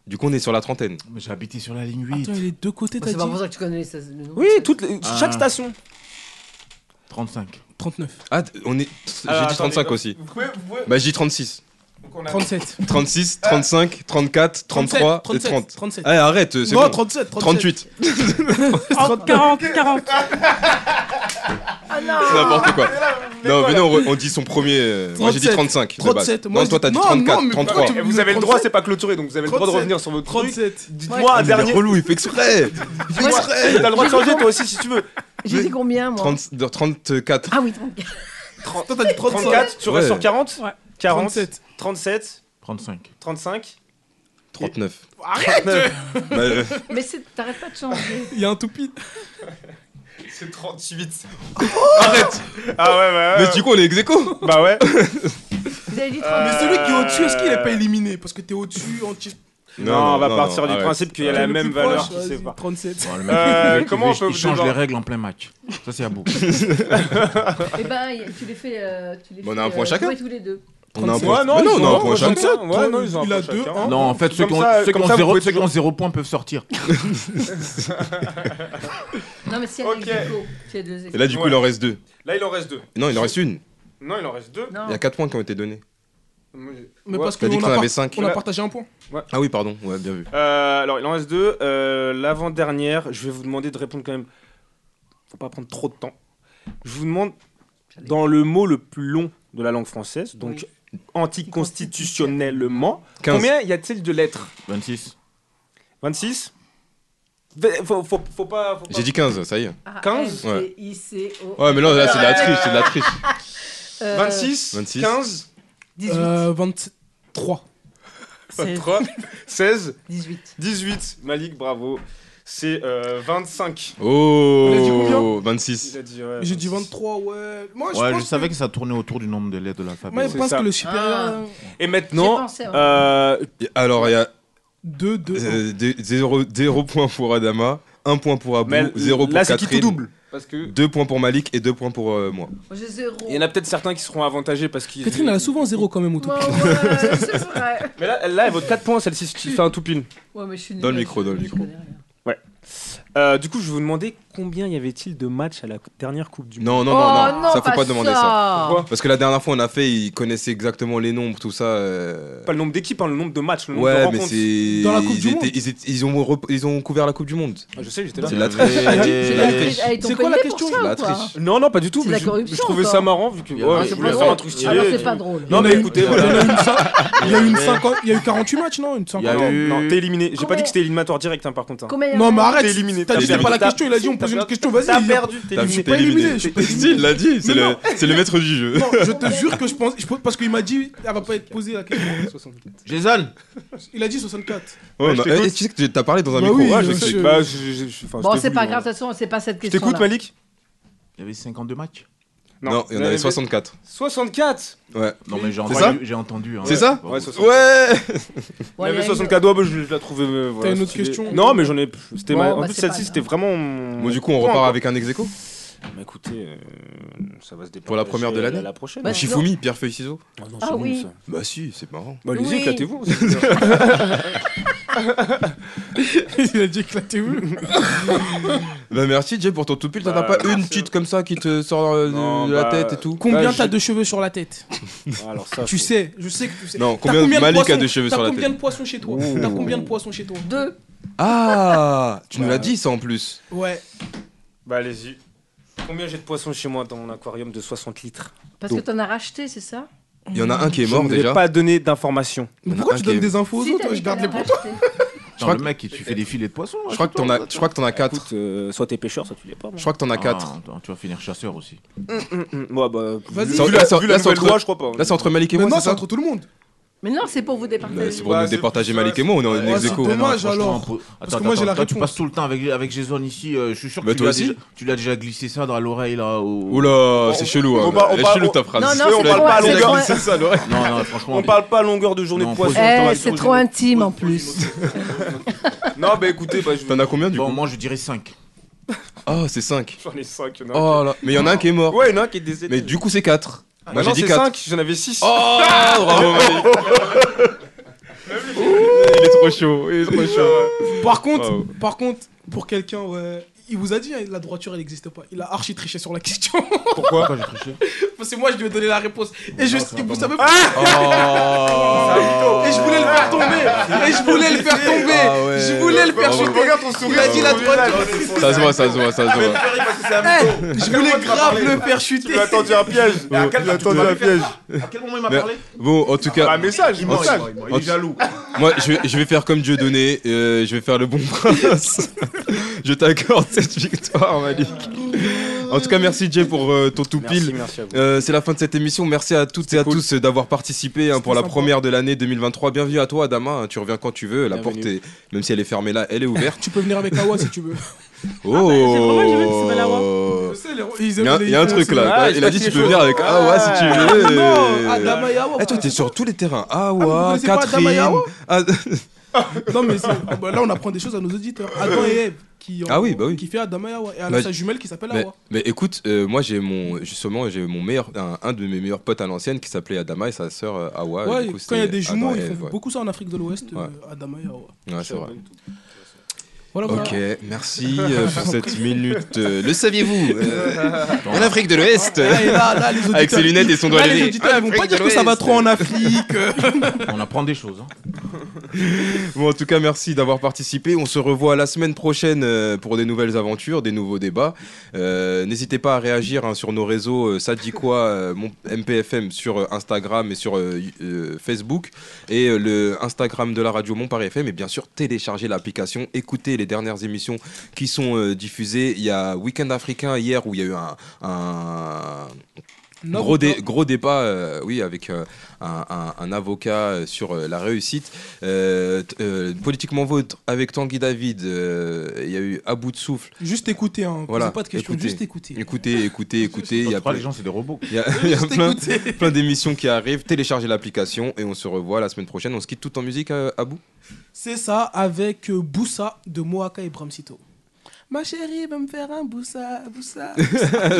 Speaker 3: Du coup, on est sur la trentaine.
Speaker 6: (laughs) Mais j'ai habité sur la ligne
Speaker 8: Attends,
Speaker 6: 8.
Speaker 8: les deux côtés,
Speaker 4: Bah,
Speaker 8: t'as
Speaker 4: c'est pas pour
Speaker 8: dit
Speaker 4: ça que tu connais les le nom.
Speaker 7: Oui, toutes les- chaque
Speaker 6: Ah.
Speaker 7: station.
Speaker 6: 35.
Speaker 8: 39.
Speaker 3: Ah, t- on est. J'ai
Speaker 7: Alors,
Speaker 3: dit
Speaker 7: attendez,
Speaker 3: 35
Speaker 7: euh,
Speaker 3: aussi.
Speaker 7: Vous pouvez, vous pouvez-
Speaker 3: Bah, j'ai dit 36.
Speaker 7: donc on a-
Speaker 8: 37.
Speaker 3: 36,
Speaker 7: Ah.
Speaker 3: 35, 34, 33 et
Speaker 8: 37,
Speaker 3: 30.
Speaker 8: 37.
Speaker 3: Allez, arrête, euh, c'est
Speaker 8: non,
Speaker 3: bon.
Speaker 8: 37, 37.
Speaker 3: 38.
Speaker 5: Oh, 40, 40.
Speaker 3: C'est n'importe quoi. Non, mais non, on re- on dit son premier. euh, Moi, j'ai dit 35. de base.
Speaker 8: 37, moi,
Speaker 3: Non, toi,
Speaker 8: je-
Speaker 3: t'as dit
Speaker 8: non, non,
Speaker 3: 34,
Speaker 8: mais pourquoi
Speaker 3: 33.
Speaker 8: tu-
Speaker 7: Eh, Vous avez le
Speaker 8: 37.
Speaker 7: droit, c'est pas clôturé, donc vous avez le droit de
Speaker 8: 37.
Speaker 7: revenir sur votre truc.
Speaker 8: 37.
Speaker 7: Dites-moi un
Speaker 3: Il est
Speaker 7: dernier.
Speaker 3: relou, il fait exprès.
Speaker 4: Moi,
Speaker 7: Dis-moi- T'as le droit de changer toi aussi si tu veux.
Speaker 4: J'ai dit combien, moi
Speaker 3: 30 de- 34.
Speaker 4: Ah oui, 34.
Speaker 8: Toi, t'as dit 35.
Speaker 7: 34, tu restes
Speaker 3: Ouais.
Speaker 7: sur 40
Speaker 5: Ouais.
Speaker 7: 40,
Speaker 8: 37.
Speaker 7: 37,
Speaker 6: 35.
Speaker 7: 35.
Speaker 3: 39.
Speaker 8: Arrête
Speaker 7: 39.
Speaker 3: Bah, euh,
Speaker 4: Mais c'est- t'arrêtes pas de changer.
Speaker 8: Il y a un toupie.
Speaker 7: C'est 38.
Speaker 3: Arrête
Speaker 7: Ah ouais, ouais, ouais.
Speaker 3: Mais du coup, on est ex aequo.
Speaker 7: Bah ouais.
Speaker 4: Vous
Speaker 7: Euh.
Speaker 4: avez dit 30.
Speaker 8: Mais celui qui est au-dessus, est-ce qu'il est pas éliminé Parce que t'es au-dessus, en chiffre.
Speaker 7: Non, on va partir du
Speaker 3: arrête.
Speaker 7: principe qu'il y a la
Speaker 8: Le
Speaker 7: même
Speaker 8: plus
Speaker 7: valeur
Speaker 8: proche,
Speaker 7: qui
Speaker 8: vas-y,
Speaker 7: sépare.
Speaker 8: 37.
Speaker 6: Bon, le mec,
Speaker 7: Euh,
Speaker 6: il veut- il
Speaker 7: comment
Speaker 6: veut-
Speaker 7: on peut
Speaker 6: Il
Speaker 7: vous
Speaker 6: change
Speaker 7: devoir-
Speaker 6: les règles en plein match. Ça, c'est à bout.
Speaker 4: Eh ben, y- tu les fais. euh, tu les
Speaker 3: Bon, on
Speaker 4: fais,
Speaker 3: a un point
Speaker 4: euh,
Speaker 3: chacun
Speaker 4: jouer tous les deux.
Speaker 3: On a un
Speaker 8: 37.
Speaker 3: point.
Speaker 7: Ouais, non,
Speaker 3: Mais
Speaker 7: ils
Speaker 3: non, on a
Speaker 7: ont un
Speaker 3: un point
Speaker 7: point
Speaker 3: chacun.
Speaker 7: chacun. Ouais, non, ils ont un
Speaker 8: il a
Speaker 7: point
Speaker 8: 2,
Speaker 7: chacun.
Speaker 8: 1.
Speaker 6: Non, en fait, ceux
Speaker 7: Comme
Speaker 6: qui ont
Speaker 7: ça,
Speaker 6: ceux qui
Speaker 7: comme
Speaker 6: ont
Speaker 7: ça, vous
Speaker 6: zéro-
Speaker 7: pouvez
Speaker 6: ceux qui
Speaker 7: toujours-
Speaker 6: ont zéro point peuvent sortir.
Speaker 4: Non, mais si elle
Speaker 7: Ok.
Speaker 4: est exéco, tu as deux
Speaker 3: Et là, du coup,
Speaker 7: Ouais.
Speaker 3: il en reste deux.
Speaker 7: Là, il en reste deux.
Speaker 3: Non, il en reste une.
Speaker 7: Non, il en reste deux.
Speaker 4: Non,
Speaker 3: Il y a 4 points qui ont été donnés.
Speaker 8: Mais
Speaker 7: Ouais.
Speaker 8: parce
Speaker 3: T'as dit
Speaker 8: qu'on
Speaker 3: que
Speaker 8: a,
Speaker 3: t'en
Speaker 8: par-
Speaker 3: avais 5.
Speaker 8: on a
Speaker 7: Ouais.
Speaker 8: partagé un point.
Speaker 3: Ah oui, pardon, ouais, bien vu.
Speaker 7: Euh, alors, il en reste deux. Euh, L'avant-dernière, je vais vous demander de répondre quand même. Faut pas prendre trop de temps. Je vous demande dans le mot le plus long de la langue française, donc anticonstitutionnellement,
Speaker 3: 15.
Speaker 7: combien y a-t-il de lettres
Speaker 6: 26.
Speaker 7: 26 Ve- faut, faut, faut pas. faut pas-
Speaker 3: J'ai dit 15, ça y est.
Speaker 4: A,
Speaker 7: 15,
Speaker 4: M, G, I, ah, C, O.
Speaker 3: Ouais, mais là, là c'est de la triche, c'est de la triche.
Speaker 4: Euh,
Speaker 7: 26,
Speaker 3: 26.
Speaker 7: 15,
Speaker 4: 18.
Speaker 8: Euh, 23.
Speaker 5: C'est-
Speaker 7: 3, 16,
Speaker 4: 18.
Speaker 7: 18. Malik, bravo. C'est euh, 25. On a dit
Speaker 3: Oh
Speaker 7: combien
Speaker 3: 26.
Speaker 7: Il a dit, ouais,
Speaker 8: J'ai dit 23, ouais. Moi, je,
Speaker 6: Ouais,
Speaker 8: pense
Speaker 6: je savais
Speaker 8: que...
Speaker 6: que ça tournait autour du nombre de lettres de l'alphabet.
Speaker 8: Moi, je
Speaker 7: C'est
Speaker 8: pense
Speaker 7: ça. Ah.
Speaker 8: que le supérieur.
Speaker 7: Et maintenant,
Speaker 4: pensé, hein. ouais.
Speaker 7: euh,
Speaker 3: Et Alors, il y a
Speaker 8: 2, 2.
Speaker 3: euh, des- zéro 0 points pour Adama, 1 point pour Abou,
Speaker 7: mais
Speaker 3: 0 pour
Speaker 7: là, c'est qui tout
Speaker 3: Catherine,
Speaker 7: double. Parce que
Speaker 3: 2 points pour Malik et 2 points pour euh, moi.
Speaker 4: J'ai zéro.
Speaker 7: Il y en a peut-être certains qui seront avantagés parce qu'ils.
Speaker 8: Catherine, elle a souvent 0 quand même au
Speaker 4: Moi,
Speaker 8: toupie.
Speaker 4: ouais, c'est vrai.
Speaker 3: (laughs)
Speaker 7: Mais là, là, elle vaut 4 points, celle-ci, si tu fais un tout pile.
Speaker 4: Ouais, mais je suis
Speaker 3: Dans le
Speaker 4: nulle,
Speaker 3: micro,
Speaker 4: je-
Speaker 3: dans le
Speaker 4: je
Speaker 3: micro.
Speaker 4: connais rien.
Speaker 7: Euh, du coup, je vous demandais combien y avait-il de matchs à la dernière Coupe du Monde
Speaker 3: Non, non,
Speaker 4: oh,
Speaker 3: non, non, ça faut pas,
Speaker 4: pas
Speaker 3: demander ça. Parce que la dernière fois, on a fait, ils connaissaient exactement les nombres, tout ça. euh,
Speaker 7: Pas le nombre d'équipes, hein, le nombre de matchs, le nombre de
Speaker 3: Ouais, mais
Speaker 7: rencontres.
Speaker 3: c'est.
Speaker 8: Dans la Coupe
Speaker 3: ils
Speaker 8: du
Speaker 3: étaient-
Speaker 8: Monde.
Speaker 3: ils, étaient- ils ont, rep- ils ont couvert la Coupe du Monde.
Speaker 7: Ah, je sais, j'étais là.
Speaker 3: C'est de la
Speaker 6: vrai.
Speaker 3: triche.
Speaker 6: Ah,
Speaker 3: C'est de la
Speaker 6: c'est-
Speaker 3: triche.
Speaker 4: Elle est
Speaker 8: C'est quoi la
Speaker 4: tombée
Speaker 8: question
Speaker 4: eh, pour ça,
Speaker 3: La
Speaker 4: ou quoi
Speaker 3: triche.
Speaker 7: Non, non, pas du tout.
Speaker 4: C'est de
Speaker 7: Mais
Speaker 4: la
Speaker 7: je,
Speaker 4: corruption,
Speaker 7: je trouvais
Speaker 4: encore.
Speaker 7: ça marrant vu que Ah,
Speaker 6: Il y a-
Speaker 7: ouais,
Speaker 6: il y a-
Speaker 7: je
Speaker 6: il y
Speaker 7: voulais
Speaker 6: a-
Speaker 7: faire un truc
Speaker 6: il y
Speaker 3: Eh,
Speaker 6: a-
Speaker 7: stylé.
Speaker 4: Alors,
Speaker 6: Allez,
Speaker 4: Ah c'est pas drôle.
Speaker 7: Non, mais écoutez, voilà.
Speaker 8: Il y a eu une cinquante- il y a eu 48 matchs, non Une
Speaker 6: Il y a
Speaker 8: cinquantaine.
Speaker 7: Non,
Speaker 6: eu-
Speaker 7: non, t'es éliminé. J'ai pas
Speaker 4: Combien
Speaker 7: dit que c'était éliminatoire direct, hein, par contre. hein.
Speaker 4: Combien il y en
Speaker 8: Non, mais
Speaker 4: a
Speaker 8: arrête.
Speaker 7: T'es éliminé,
Speaker 8: T'as dit
Speaker 3: t'es
Speaker 8: c'est pas la
Speaker 7: éliminé.
Speaker 8: question. Il a dit on
Speaker 7: T'as
Speaker 8: pose une
Speaker 7: perdu.
Speaker 8: question. Vas-y.
Speaker 7: T'as
Speaker 8: il-
Speaker 7: perdu, t'es
Speaker 8: Je
Speaker 3: T'as-
Speaker 8: suis
Speaker 7: éliminé.
Speaker 3: t'es
Speaker 8: pas éliminé. je suis pas
Speaker 3: (laughs) Si,
Speaker 8: éliminé.
Speaker 3: il l'a dit, c'est
Speaker 8: Mais
Speaker 3: le,
Speaker 8: non.
Speaker 3: c'est le maître du jeu.
Speaker 8: Non, je te jure que je pense, je pense- parce qu'il m'a dit, elle va pas être posée la question.
Speaker 6: Jason
Speaker 8: Il a dit 64.
Speaker 3: Ouais,
Speaker 7: je
Speaker 3: on a-
Speaker 7: t'écoute.
Speaker 3: eh, tu sais que tu- t'as parlé dans un
Speaker 8: Bah
Speaker 3: micro.
Speaker 8: oui,
Speaker 7: Ouais, je
Speaker 8: euh,
Speaker 7: sais.
Speaker 8: je-
Speaker 7: Bah, je- je- je- enfin, je
Speaker 4: Bon,
Speaker 7: t'ai
Speaker 4: c'est
Speaker 7: voulu,
Speaker 4: pas
Speaker 7: hein.
Speaker 4: grave, de toute façon, c'est pas cette
Speaker 7: Je
Speaker 4: question.
Speaker 7: t'écoute, Malik
Speaker 6: Il y avait 52 matchs
Speaker 3: Non, il y en avait 64.
Speaker 7: 64
Speaker 3: Ouais.
Speaker 6: Non, mais j'ai
Speaker 3: C'est ça
Speaker 6: entendu. J'ai entendu hein.
Speaker 3: C'est ça
Speaker 6: Bon,
Speaker 7: Ouais, 64.
Speaker 3: Ouais
Speaker 7: Il y avait 64 ouais, bah, je, je la trouvais. euh, voilà,
Speaker 8: une autre
Speaker 7: stylée.
Speaker 8: question
Speaker 7: Non, mais j'en ai. pff, c'était
Speaker 4: Bon,
Speaker 7: ma- En
Speaker 4: bah,
Speaker 7: plus,
Speaker 4: c'est pas
Speaker 7: celle-ci,
Speaker 4: grave.
Speaker 7: c'était vraiment. mon-
Speaker 3: Bon, du coup, on
Speaker 7: point,
Speaker 3: repart
Speaker 7: quoi.
Speaker 3: avec un ex aequo.
Speaker 7: Bah, écoutez, euh, ça va se départager
Speaker 3: Pour la première de l'année
Speaker 7: La prochaine.
Speaker 4: Bah,
Speaker 7: hein.
Speaker 4: si.
Speaker 3: Shifumi, pierre feuille ciseaux.
Speaker 7: Ah, non,
Speaker 4: Ah
Speaker 7: c'est bon,
Speaker 4: oui.
Speaker 7: ça.
Speaker 3: Bah si, c'est marrant.
Speaker 7: Bah, allez-y,
Speaker 2: Oui.
Speaker 7: éclatez-vous.
Speaker 8: (laughs)
Speaker 7: (laughs)
Speaker 8: Il a dit éclatez-vous.
Speaker 3: Bah merci Jay pour ton tout pile, t'en
Speaker 7: Bah,
Speaker 3: as pas une
Speaker 7: merci.
Speaker 3: petite comme ça qui te sort euh, de
Speaker 7: Non,
Speaker 3: la
Speaker 7: bah,
Speaker 3: tête et tout
Speaker 8: Combien
Speaker 7: Bah, je-
Speaker 8: t'as de cheveux sur la tête
Speaker 7: Ah, Alors, ça.
Speaker 8: Tu
Speaker 7: faut-
Speaker 8: sais, je sais que tu sais.
Speaker 3: Ah. Non,
Speaker 8: T'as
Speaker 3: combien,
Speaker 8: de
Speaker 3: Malik a
Speaker 8: poissons
Speaker 3: de cheveux sur la
Speaker 8: T'as combien
Speaker 3: tête
Speaker 8: de poissons chez toi
Speaker 3: Ouh.
Speaker 8: T'as combien de poissons chez toi
Speaker 4: Deux.
Speaker 3: Ah Tu nous
Speaker 7: Bah,
Speaker 3: l'as dit ça en plus
Speaker 8: Ouais.
Speaker 7: Bah, allez-y. Combien j'ai de poissons chez moi dans mon aquarium de 60 litres
Speaker 4: Parce que t'en as racheté, c'est ça
Speaker 3: Il y en a un qui est
Speaker 7: Mmh. Je
Speaker 3: mort
Speaker 7: ne vais
Speaker 3: déjà.
Speaker 7: pas donner d'informations.
Speaker 8: Mais
Speaker 3: Il y en a
Speaker 8: pourquoi
Speaker 3: un
Speaker 8: tu
Speaker 3: qui
Speaker 8: donnes
Speaker 3: est-
Speaker 8: des infos aux
Speaker 4: Si,
Speaker 8: autres
Speaker 4: t'as
Speaker 8: ouais,
Speaker 4: dit
Speaker 8: Je
Speaker 4: que
Speaker 8: garde les
Speaker 4: t'en as
Speaker 8: poissons.
Speaker 4: racheté.
Speaker 3: Je crois
Speaker 6: le mec, il- tu fais des filets de poisson. hein,
Speaker 3: Je crois que t'en as, je crois que t'en as quatre.
Speaker 7: Écoute, euh, soit t'es pêcheur, soit tu l'es pas. moi.
Speaker 3: Je crois que t'en as
Speaker 7: Ah.
Speaker 3: quatre.
Speaker 6: Ah, Tu vas finir chasseur aussi.
Speaker 7: Hum, hum,
Speaker 3: Mm,
Speaker 7: Ouais, bah.
Speaker 8: Vas-y.
Speaker 7: vu
Speaker 8: Là,
Speaker 7: la-
Speaker 3: c'est-
Speaker 7: Vu la
Speaker 3: là, c'est
Speaker 7: nouvelle
Speaker 3: entre-
Speaker 7: loi, je crois pas.
Speaker 3: Là c'est entre Malik et
Speaker 8: Mais
Speaker 3: moi,
Speaker 8: non,
Speaker 3: c'est
Speaker 8: c'est
Speaker 3: ça
Speaker 8: entre tout le monde.
Speaker 4: Mais non, c'est pour vous
Speaker 3: Bah, C'est
Speaker 4: départager.
Speaker 3: pour
Speaker 7: Bah,
Speaker 3: nous
Speaker 7: c'est-
Speaker 3: départager
Speaker 7: c'est-
Speaker 3: Malik et moi, on est en
Speaker 8: Ouais,
Speaker 3: ex
Speaker 8: c'est
Speaker 3: aequo.
Speaker 8: dommage.
Speaker 6: Ah, franchement,
Speaker 8: alors.
Speaker 6: un peu-
Speaker 8: Parce
Speaker 6: Attends,
Speaker 8: que moi, j'ai
Speaker 6: attends,
Speaker 8: la
Speaker 6: toi, tu
Speaker 8: réponse.
Speaker 6: passes tout le temps avec, avec Jason ici. euh, je suis sûr que
Speaker 3: Bah,
Speaker 6: tu
Speaker 3: toi
Speaker 6: lui as
Speaker 3: aussi.
Speaker 6: déjà- tu lui as déjà glissé ça dans l'oreille là. au-
Speaker 3: Oula, c'est
Speaker 7: On-
Speaker 3: chelou, hein.
Speaker 7: on va- on
Speaker 3: Elle est
Speaker 7: va-
Speaker 3: chelou
Speaker 7: on-
Speaker 3: ta phrase.
Speaker 4: Non, non,
Speaker 7: Oui,
Speaker 4: c'est
Speaker 7: on parle
Speaker 4: trop-
Speaker 7: pas à
Speaker 4: c'est
Speaker 7: longueur.
Speaker 4: trop-
Speaker 3: C'est ça, l'oreille.
Speaker 6: Non, non, franchement.
Speaker 7: On parle pas à longueur de journée
Speaker 6: Non,
Speaker 7: de poisson.
Speaker 6: faut-
Speaker 7: dans la
Speaker 4: Eh, c'est
Speaker 7: journée.
Speaker 4: trop intime en plus.
Speaker 7: Non, bah écoutez, bah, je
Speaker 3: T'en as combien du
Speaker 6: Bon,
Speaker 3: coup
Speaker 6: moi je dirais 5.
Speaker 3: Ah, c'est 5.
Speaker 7: J'en ai 5, il y en a un
Speaker 3: Oh là, mais il y en a un qui est
Speaker 7: qui-
Speaker 3: mort.
Speaker 7: Ouais, il y en a un qui est décédé. Ah,
Speaker 3: Mais du coup, c'est 4. Moi j'ai
Speaker 7: non,
Speaker 3: dit
Speaker 7: c'est
Speaker 3: 4.
Speaker 7: 5, j'en avais 6.
Speaker 3: Oh, bravo Malik. Ouh, Il est trop chaud, il est trop chaud.
Speaker 8: Par contre,
Speaker 3: Bravo.
Speaker 8: par contre, pour quelqu'un, ouais. Il vous a dit, hein, la droiture, elle n'existe pas. Il a archi triché sur la question. (laughs)
Speaker 6: Pourquoi j'ai triché
Speaker 8: Parce que moi, je lui ai donné la réponse. Et je,
Speaker 6: c'est
Speaker 8: et vous
Speaker 6: pas
Speaker 8: savez
Speaker 3: Oh.
Speaker 8: Et je voulais le faire tomber. Et je voulais le faire tomber.
Speaker 3: Ah ouais.
Speaker 8: Je voulais le faire
Speaker 3: Bravo.
Speaker 8: chuter. Il a dit la droiture.
Speaker 3: Ça se voit, ça se voit, ça se
Speaker 6: Ah,
Speaker 3: voit.
Speaker 8: Eh, je voulais grave le faire chuter.
Speaker 7: attendu un piège.
Speaker 6: À quel moment il m'a
Speaker 7: piège.
Speaker 3: Mais-
Speaker 6: parlé
Speaker 3: Bon, en tout cas,
Speaker 7: message,
Speaker 6: Il ment, il ment, il ment, il
Speaker 3: En-
Speaker 6: est jaloux.
Speaker 3: moi je vais, je vais faire comme Dieu donné, euh, je vais faire le bon prince. (laughs) je t'accorde cette victoire, Malik. En tout cas, merci Jay pour euh, ton tout pile.
Speaker 7: Merci, merci à vous.
Speaker 3: Euh, c'est la fin de cette émission. Merci à toutes et à tous euh, d'avoir participé hein, pour la
Speaker 8: sympa.
Speaker 3: première de l'année 2023. Bienvenue à toi, Adama. hein, Tu reviens quand tu veux. La
Speaker 7: Bienvenue.
Speaker 3: porte, est, même si elle est fermée là, elle
Speaker 8: (laughs)
Speaker 3: est ouverte.
Speaker 8: Tu peux venir avec Awa si tu veux. Ah, bah,
Speaker 5: vraiment juré que c'est pas la voix.
Speaker 3: Oh
Speaker 8: hein. Il
Speaker 3: Il y a- il y a un truc là. Bah,
Speaker 7: Ah, il se
Speaker 3: il a
Speaker 7: passe
Speaker 3: dit tu
Speaker 7: quelque
Speaker 3: peux venir
Speaker 7: chose.
Speaker 3: avec Awa si tu veux.
Speaker 8: Ah, Non, Adama et Awa.
Speaker 3: Eh, toi, t'es sur tous les terrains.
Speaker 8: Ah, vous
Speaker 3: Awa,
Speaker 8: connaissez pas Adama et
Speaker 3: Catherine.
Speaker 8: Hawa
Speaker 3: Ah,
Speaker 8: Non, mais c'est- ah, bah, là, on apprend des choses à nos auditeurs. Adam et Eve, qui, ont-
Speaker 3: Ah oui, bah oui.
Speaker 8: qui fait Adama et Hawa. Et elle
Speaker 3: Bah,
Speaker 8: a sa jumelle qui s'appelle
Speaker 3: (laughs) mais,
Speaker 8: Awa.
Speaker 3: mais écoute, euh, moi j'ai mon justement j'ai mon meilleur un, un de mes meilleurs potes à l'ancienne qui s'appelait Adama et sa sœur euh, Awa.
Speaker 8: Ouais,
Speaker 3: du coup,
Speaker 8: quand il y a
Speaker 3: c'était
Speaker 8: des jumeaux,
Speaker 3: Adam et
Speaker 8: ils font
Speaker 3: Ève, ouais.
Speaker 8: beaucoup ça en Afrique de l'Ouest, euh,
Speaker 3: Ouais.
Speaker 8: Adama et Awa.
Speaker 3: Ouais, c'est vrai.
Speaker 8: Voilà, voilà.
Speaker 3: Ok, merci euh, pour cette minute. euh, le saviez-vous euh, En Afrique de l'Ouest,
Speaker 8: Ah, et là, là, les auditeurs,
Speaker 3: avec ses lunettes et son doigt
Speaker 8: là, les
Speaker 3: levé.
Speaker 8: auditeurs, ils vont pas
Speaker 3: Afrique de
Speaker 8: dire que ça va
Speaker 3: l'Ouest.
Speaker 8: trop en Afrique. euh.
Speaker 6: On apprend des choses. hein.
Speaker 3: Bon, en tout cas, merci d'avoir participé. On se revoit la semaine prochaine euh, pour des nouvelles aventures, des nouveaux débats. Euh, N'hésitez pas à réagir hein, sur nos réseaux. euh, ça dit quoi euh, mon MPFM sur euh, Instagram et sur euh, y- euh, Facebook et euh, le Instagram de la radio Montparis FM. Et bien sûr, téléchargez l'application, écoutez les dernières émissions qui sont euh, diffusées. Il y a Weekend Africain hier où il y a eu un- un,
Speaker 8: Non,
Speaker 3: (laughs) gros, dé-
Speaker 8: non.
Speaker 3: gros débat, euh, oui, avec euh, un, un- un avocat euh, sur euh, la réussite. Euh, t- euh, politiquement vôtre avec Tanguy David, euh, il y a eu à bout de souffle.
Speaker 8: Juste écouter, hein.
Speaker 3: Voilà,
Speaker 8: Posez pas de questions,
Speaker 3: écoutez.
Speaker 8: juste
Speaker 3: (laughs)
Speaker 8: écouter.
Speaker 3: Écoutez, écoutez, écoutez. Il y a,
Speaker 6: Trois,
Speaker 3: plein,
Speaker 6: les gens, c'est des robots.
Speaker 3: il y a- il y a
Speaker 8: Juste
Speaker 3: plein,
Speaker 8: écouter.
Speaker 3: plein d'émissions qui arrivent. Téléchargez l'application et on se revoit la semaine prochaine. On se quitte tout en musique, euh, à bout. (laughs)
Speaker 8: C'est ça avec euh, Boussa de Moaka et Bramsito.
Speaker 12: Ma chérie va me faire un boussa, boussa.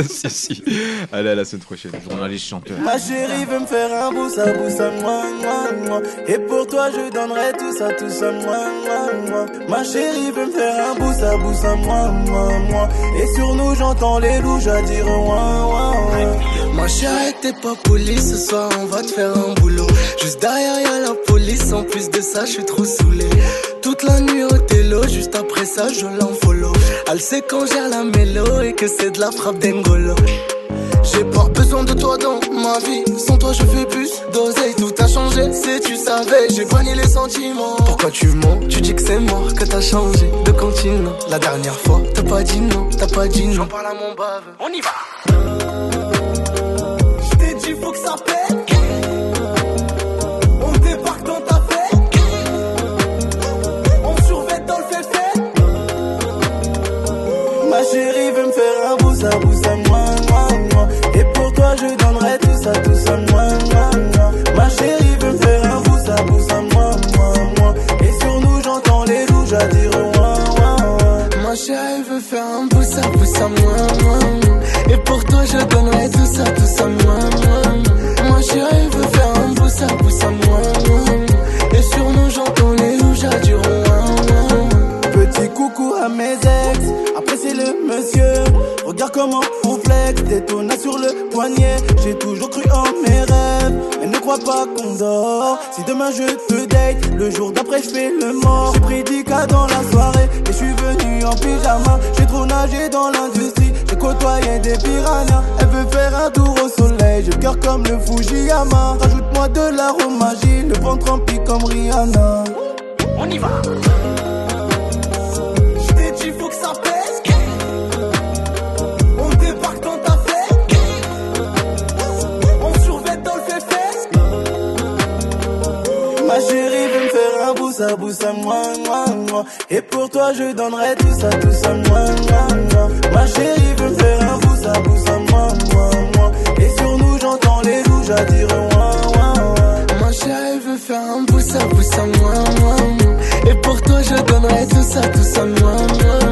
Speaker 3: si, si. Allez, à la semaine prochaine.
Speaker 6: Journaliste chanteur.
Speaker 10: Ma Ah, chérie veut me faire un boussa, boussa, moi, moi, moi. Et pour toi, je donnerai tout ça, tout ça, moi, moi, moi. Ma chérie veut me faire un boussa, boussa, moi, moi, moi. Et sur nous, j'entends les loups à dire, ouin, ouin, ouin. Ma chérie, t'es pas police, ce soir, on va te faire un boulot. Juste derrière, y'a la police, en plus de ça, je suis trop saoulé. Toute la nuit au télo, juste après ça, je l'enfollow. Elle sait quand j'ai la mélo et que c'est de la frappe d'Engolo. J'ai pas besoin de toi dans ma vie. Sans toi, je fais plus d'oseille. Tout a changé, c'est tu savais. J'ai banni les sentiments. Pourquoi tu mens Tu dis que c'est mort, que t'as changé de continent. La dernière fois, t'as pas dit non, t'as pas dit non. J'en parle à mon bave. On y va. J't'ai dit, faut que ça pète. On débarque dans ta fête. On survête dans le fait Ma chérie veut me faire un bousa, bousa, moi, moi, moi. Et pour toi, je donnerai tout ça, tout ça, moi, moi, moi. Ma chérie veut me faire un bousa, bousa, moi, moi, moi. Et sur nous, j'entends les loups à dire, moi, moi, moi. Ma chérie veut faire un bousa, bousa, moi, moi, moi. Et pour toi, je donnerai tout ça, tout ça, moi, moi, moi. Ma chérie veut faire un bousa, bousa, moi, moi, moi. Et sur nous, j'entends les loups à dire, moi, moi, moi. Petit coucou à mes ex, appréciez le monsieur. Regarde comment on flex, détona sur le poignet. J'ai toujours cru en mes rêves, mais ne crois pas qu'on dort. Si demain je te date, le jour d'après je fais le mort. J'ai pris 10 cas dans la soirée et je suis venu en pyjama. J'ai trop nagé dans l'industrie, j'ai côtoyé des piranhas. Elle veut faire un tour au soleil, j'ai le cœur comme le Fujiyama. Rajoute-moi de la romagie, le ventre rempli comme Rihanna. On y va! J't'ai dit faut que ça pèse On débarque dans ta fête On survête dans le fesse Ma chérie veut me faire un boussa boussa moi moi moi Et pour toi je donnerai tout ça tout ça moi moi moi Ma chérie veut me faire un boussa boussa moi moi moi Et sur nous j'entends les loups à dire moi moi moi Ma chérie veut faire un boussa boussa moi moi moi et pour toi je donnerai tout ça, tout ça, moi, moi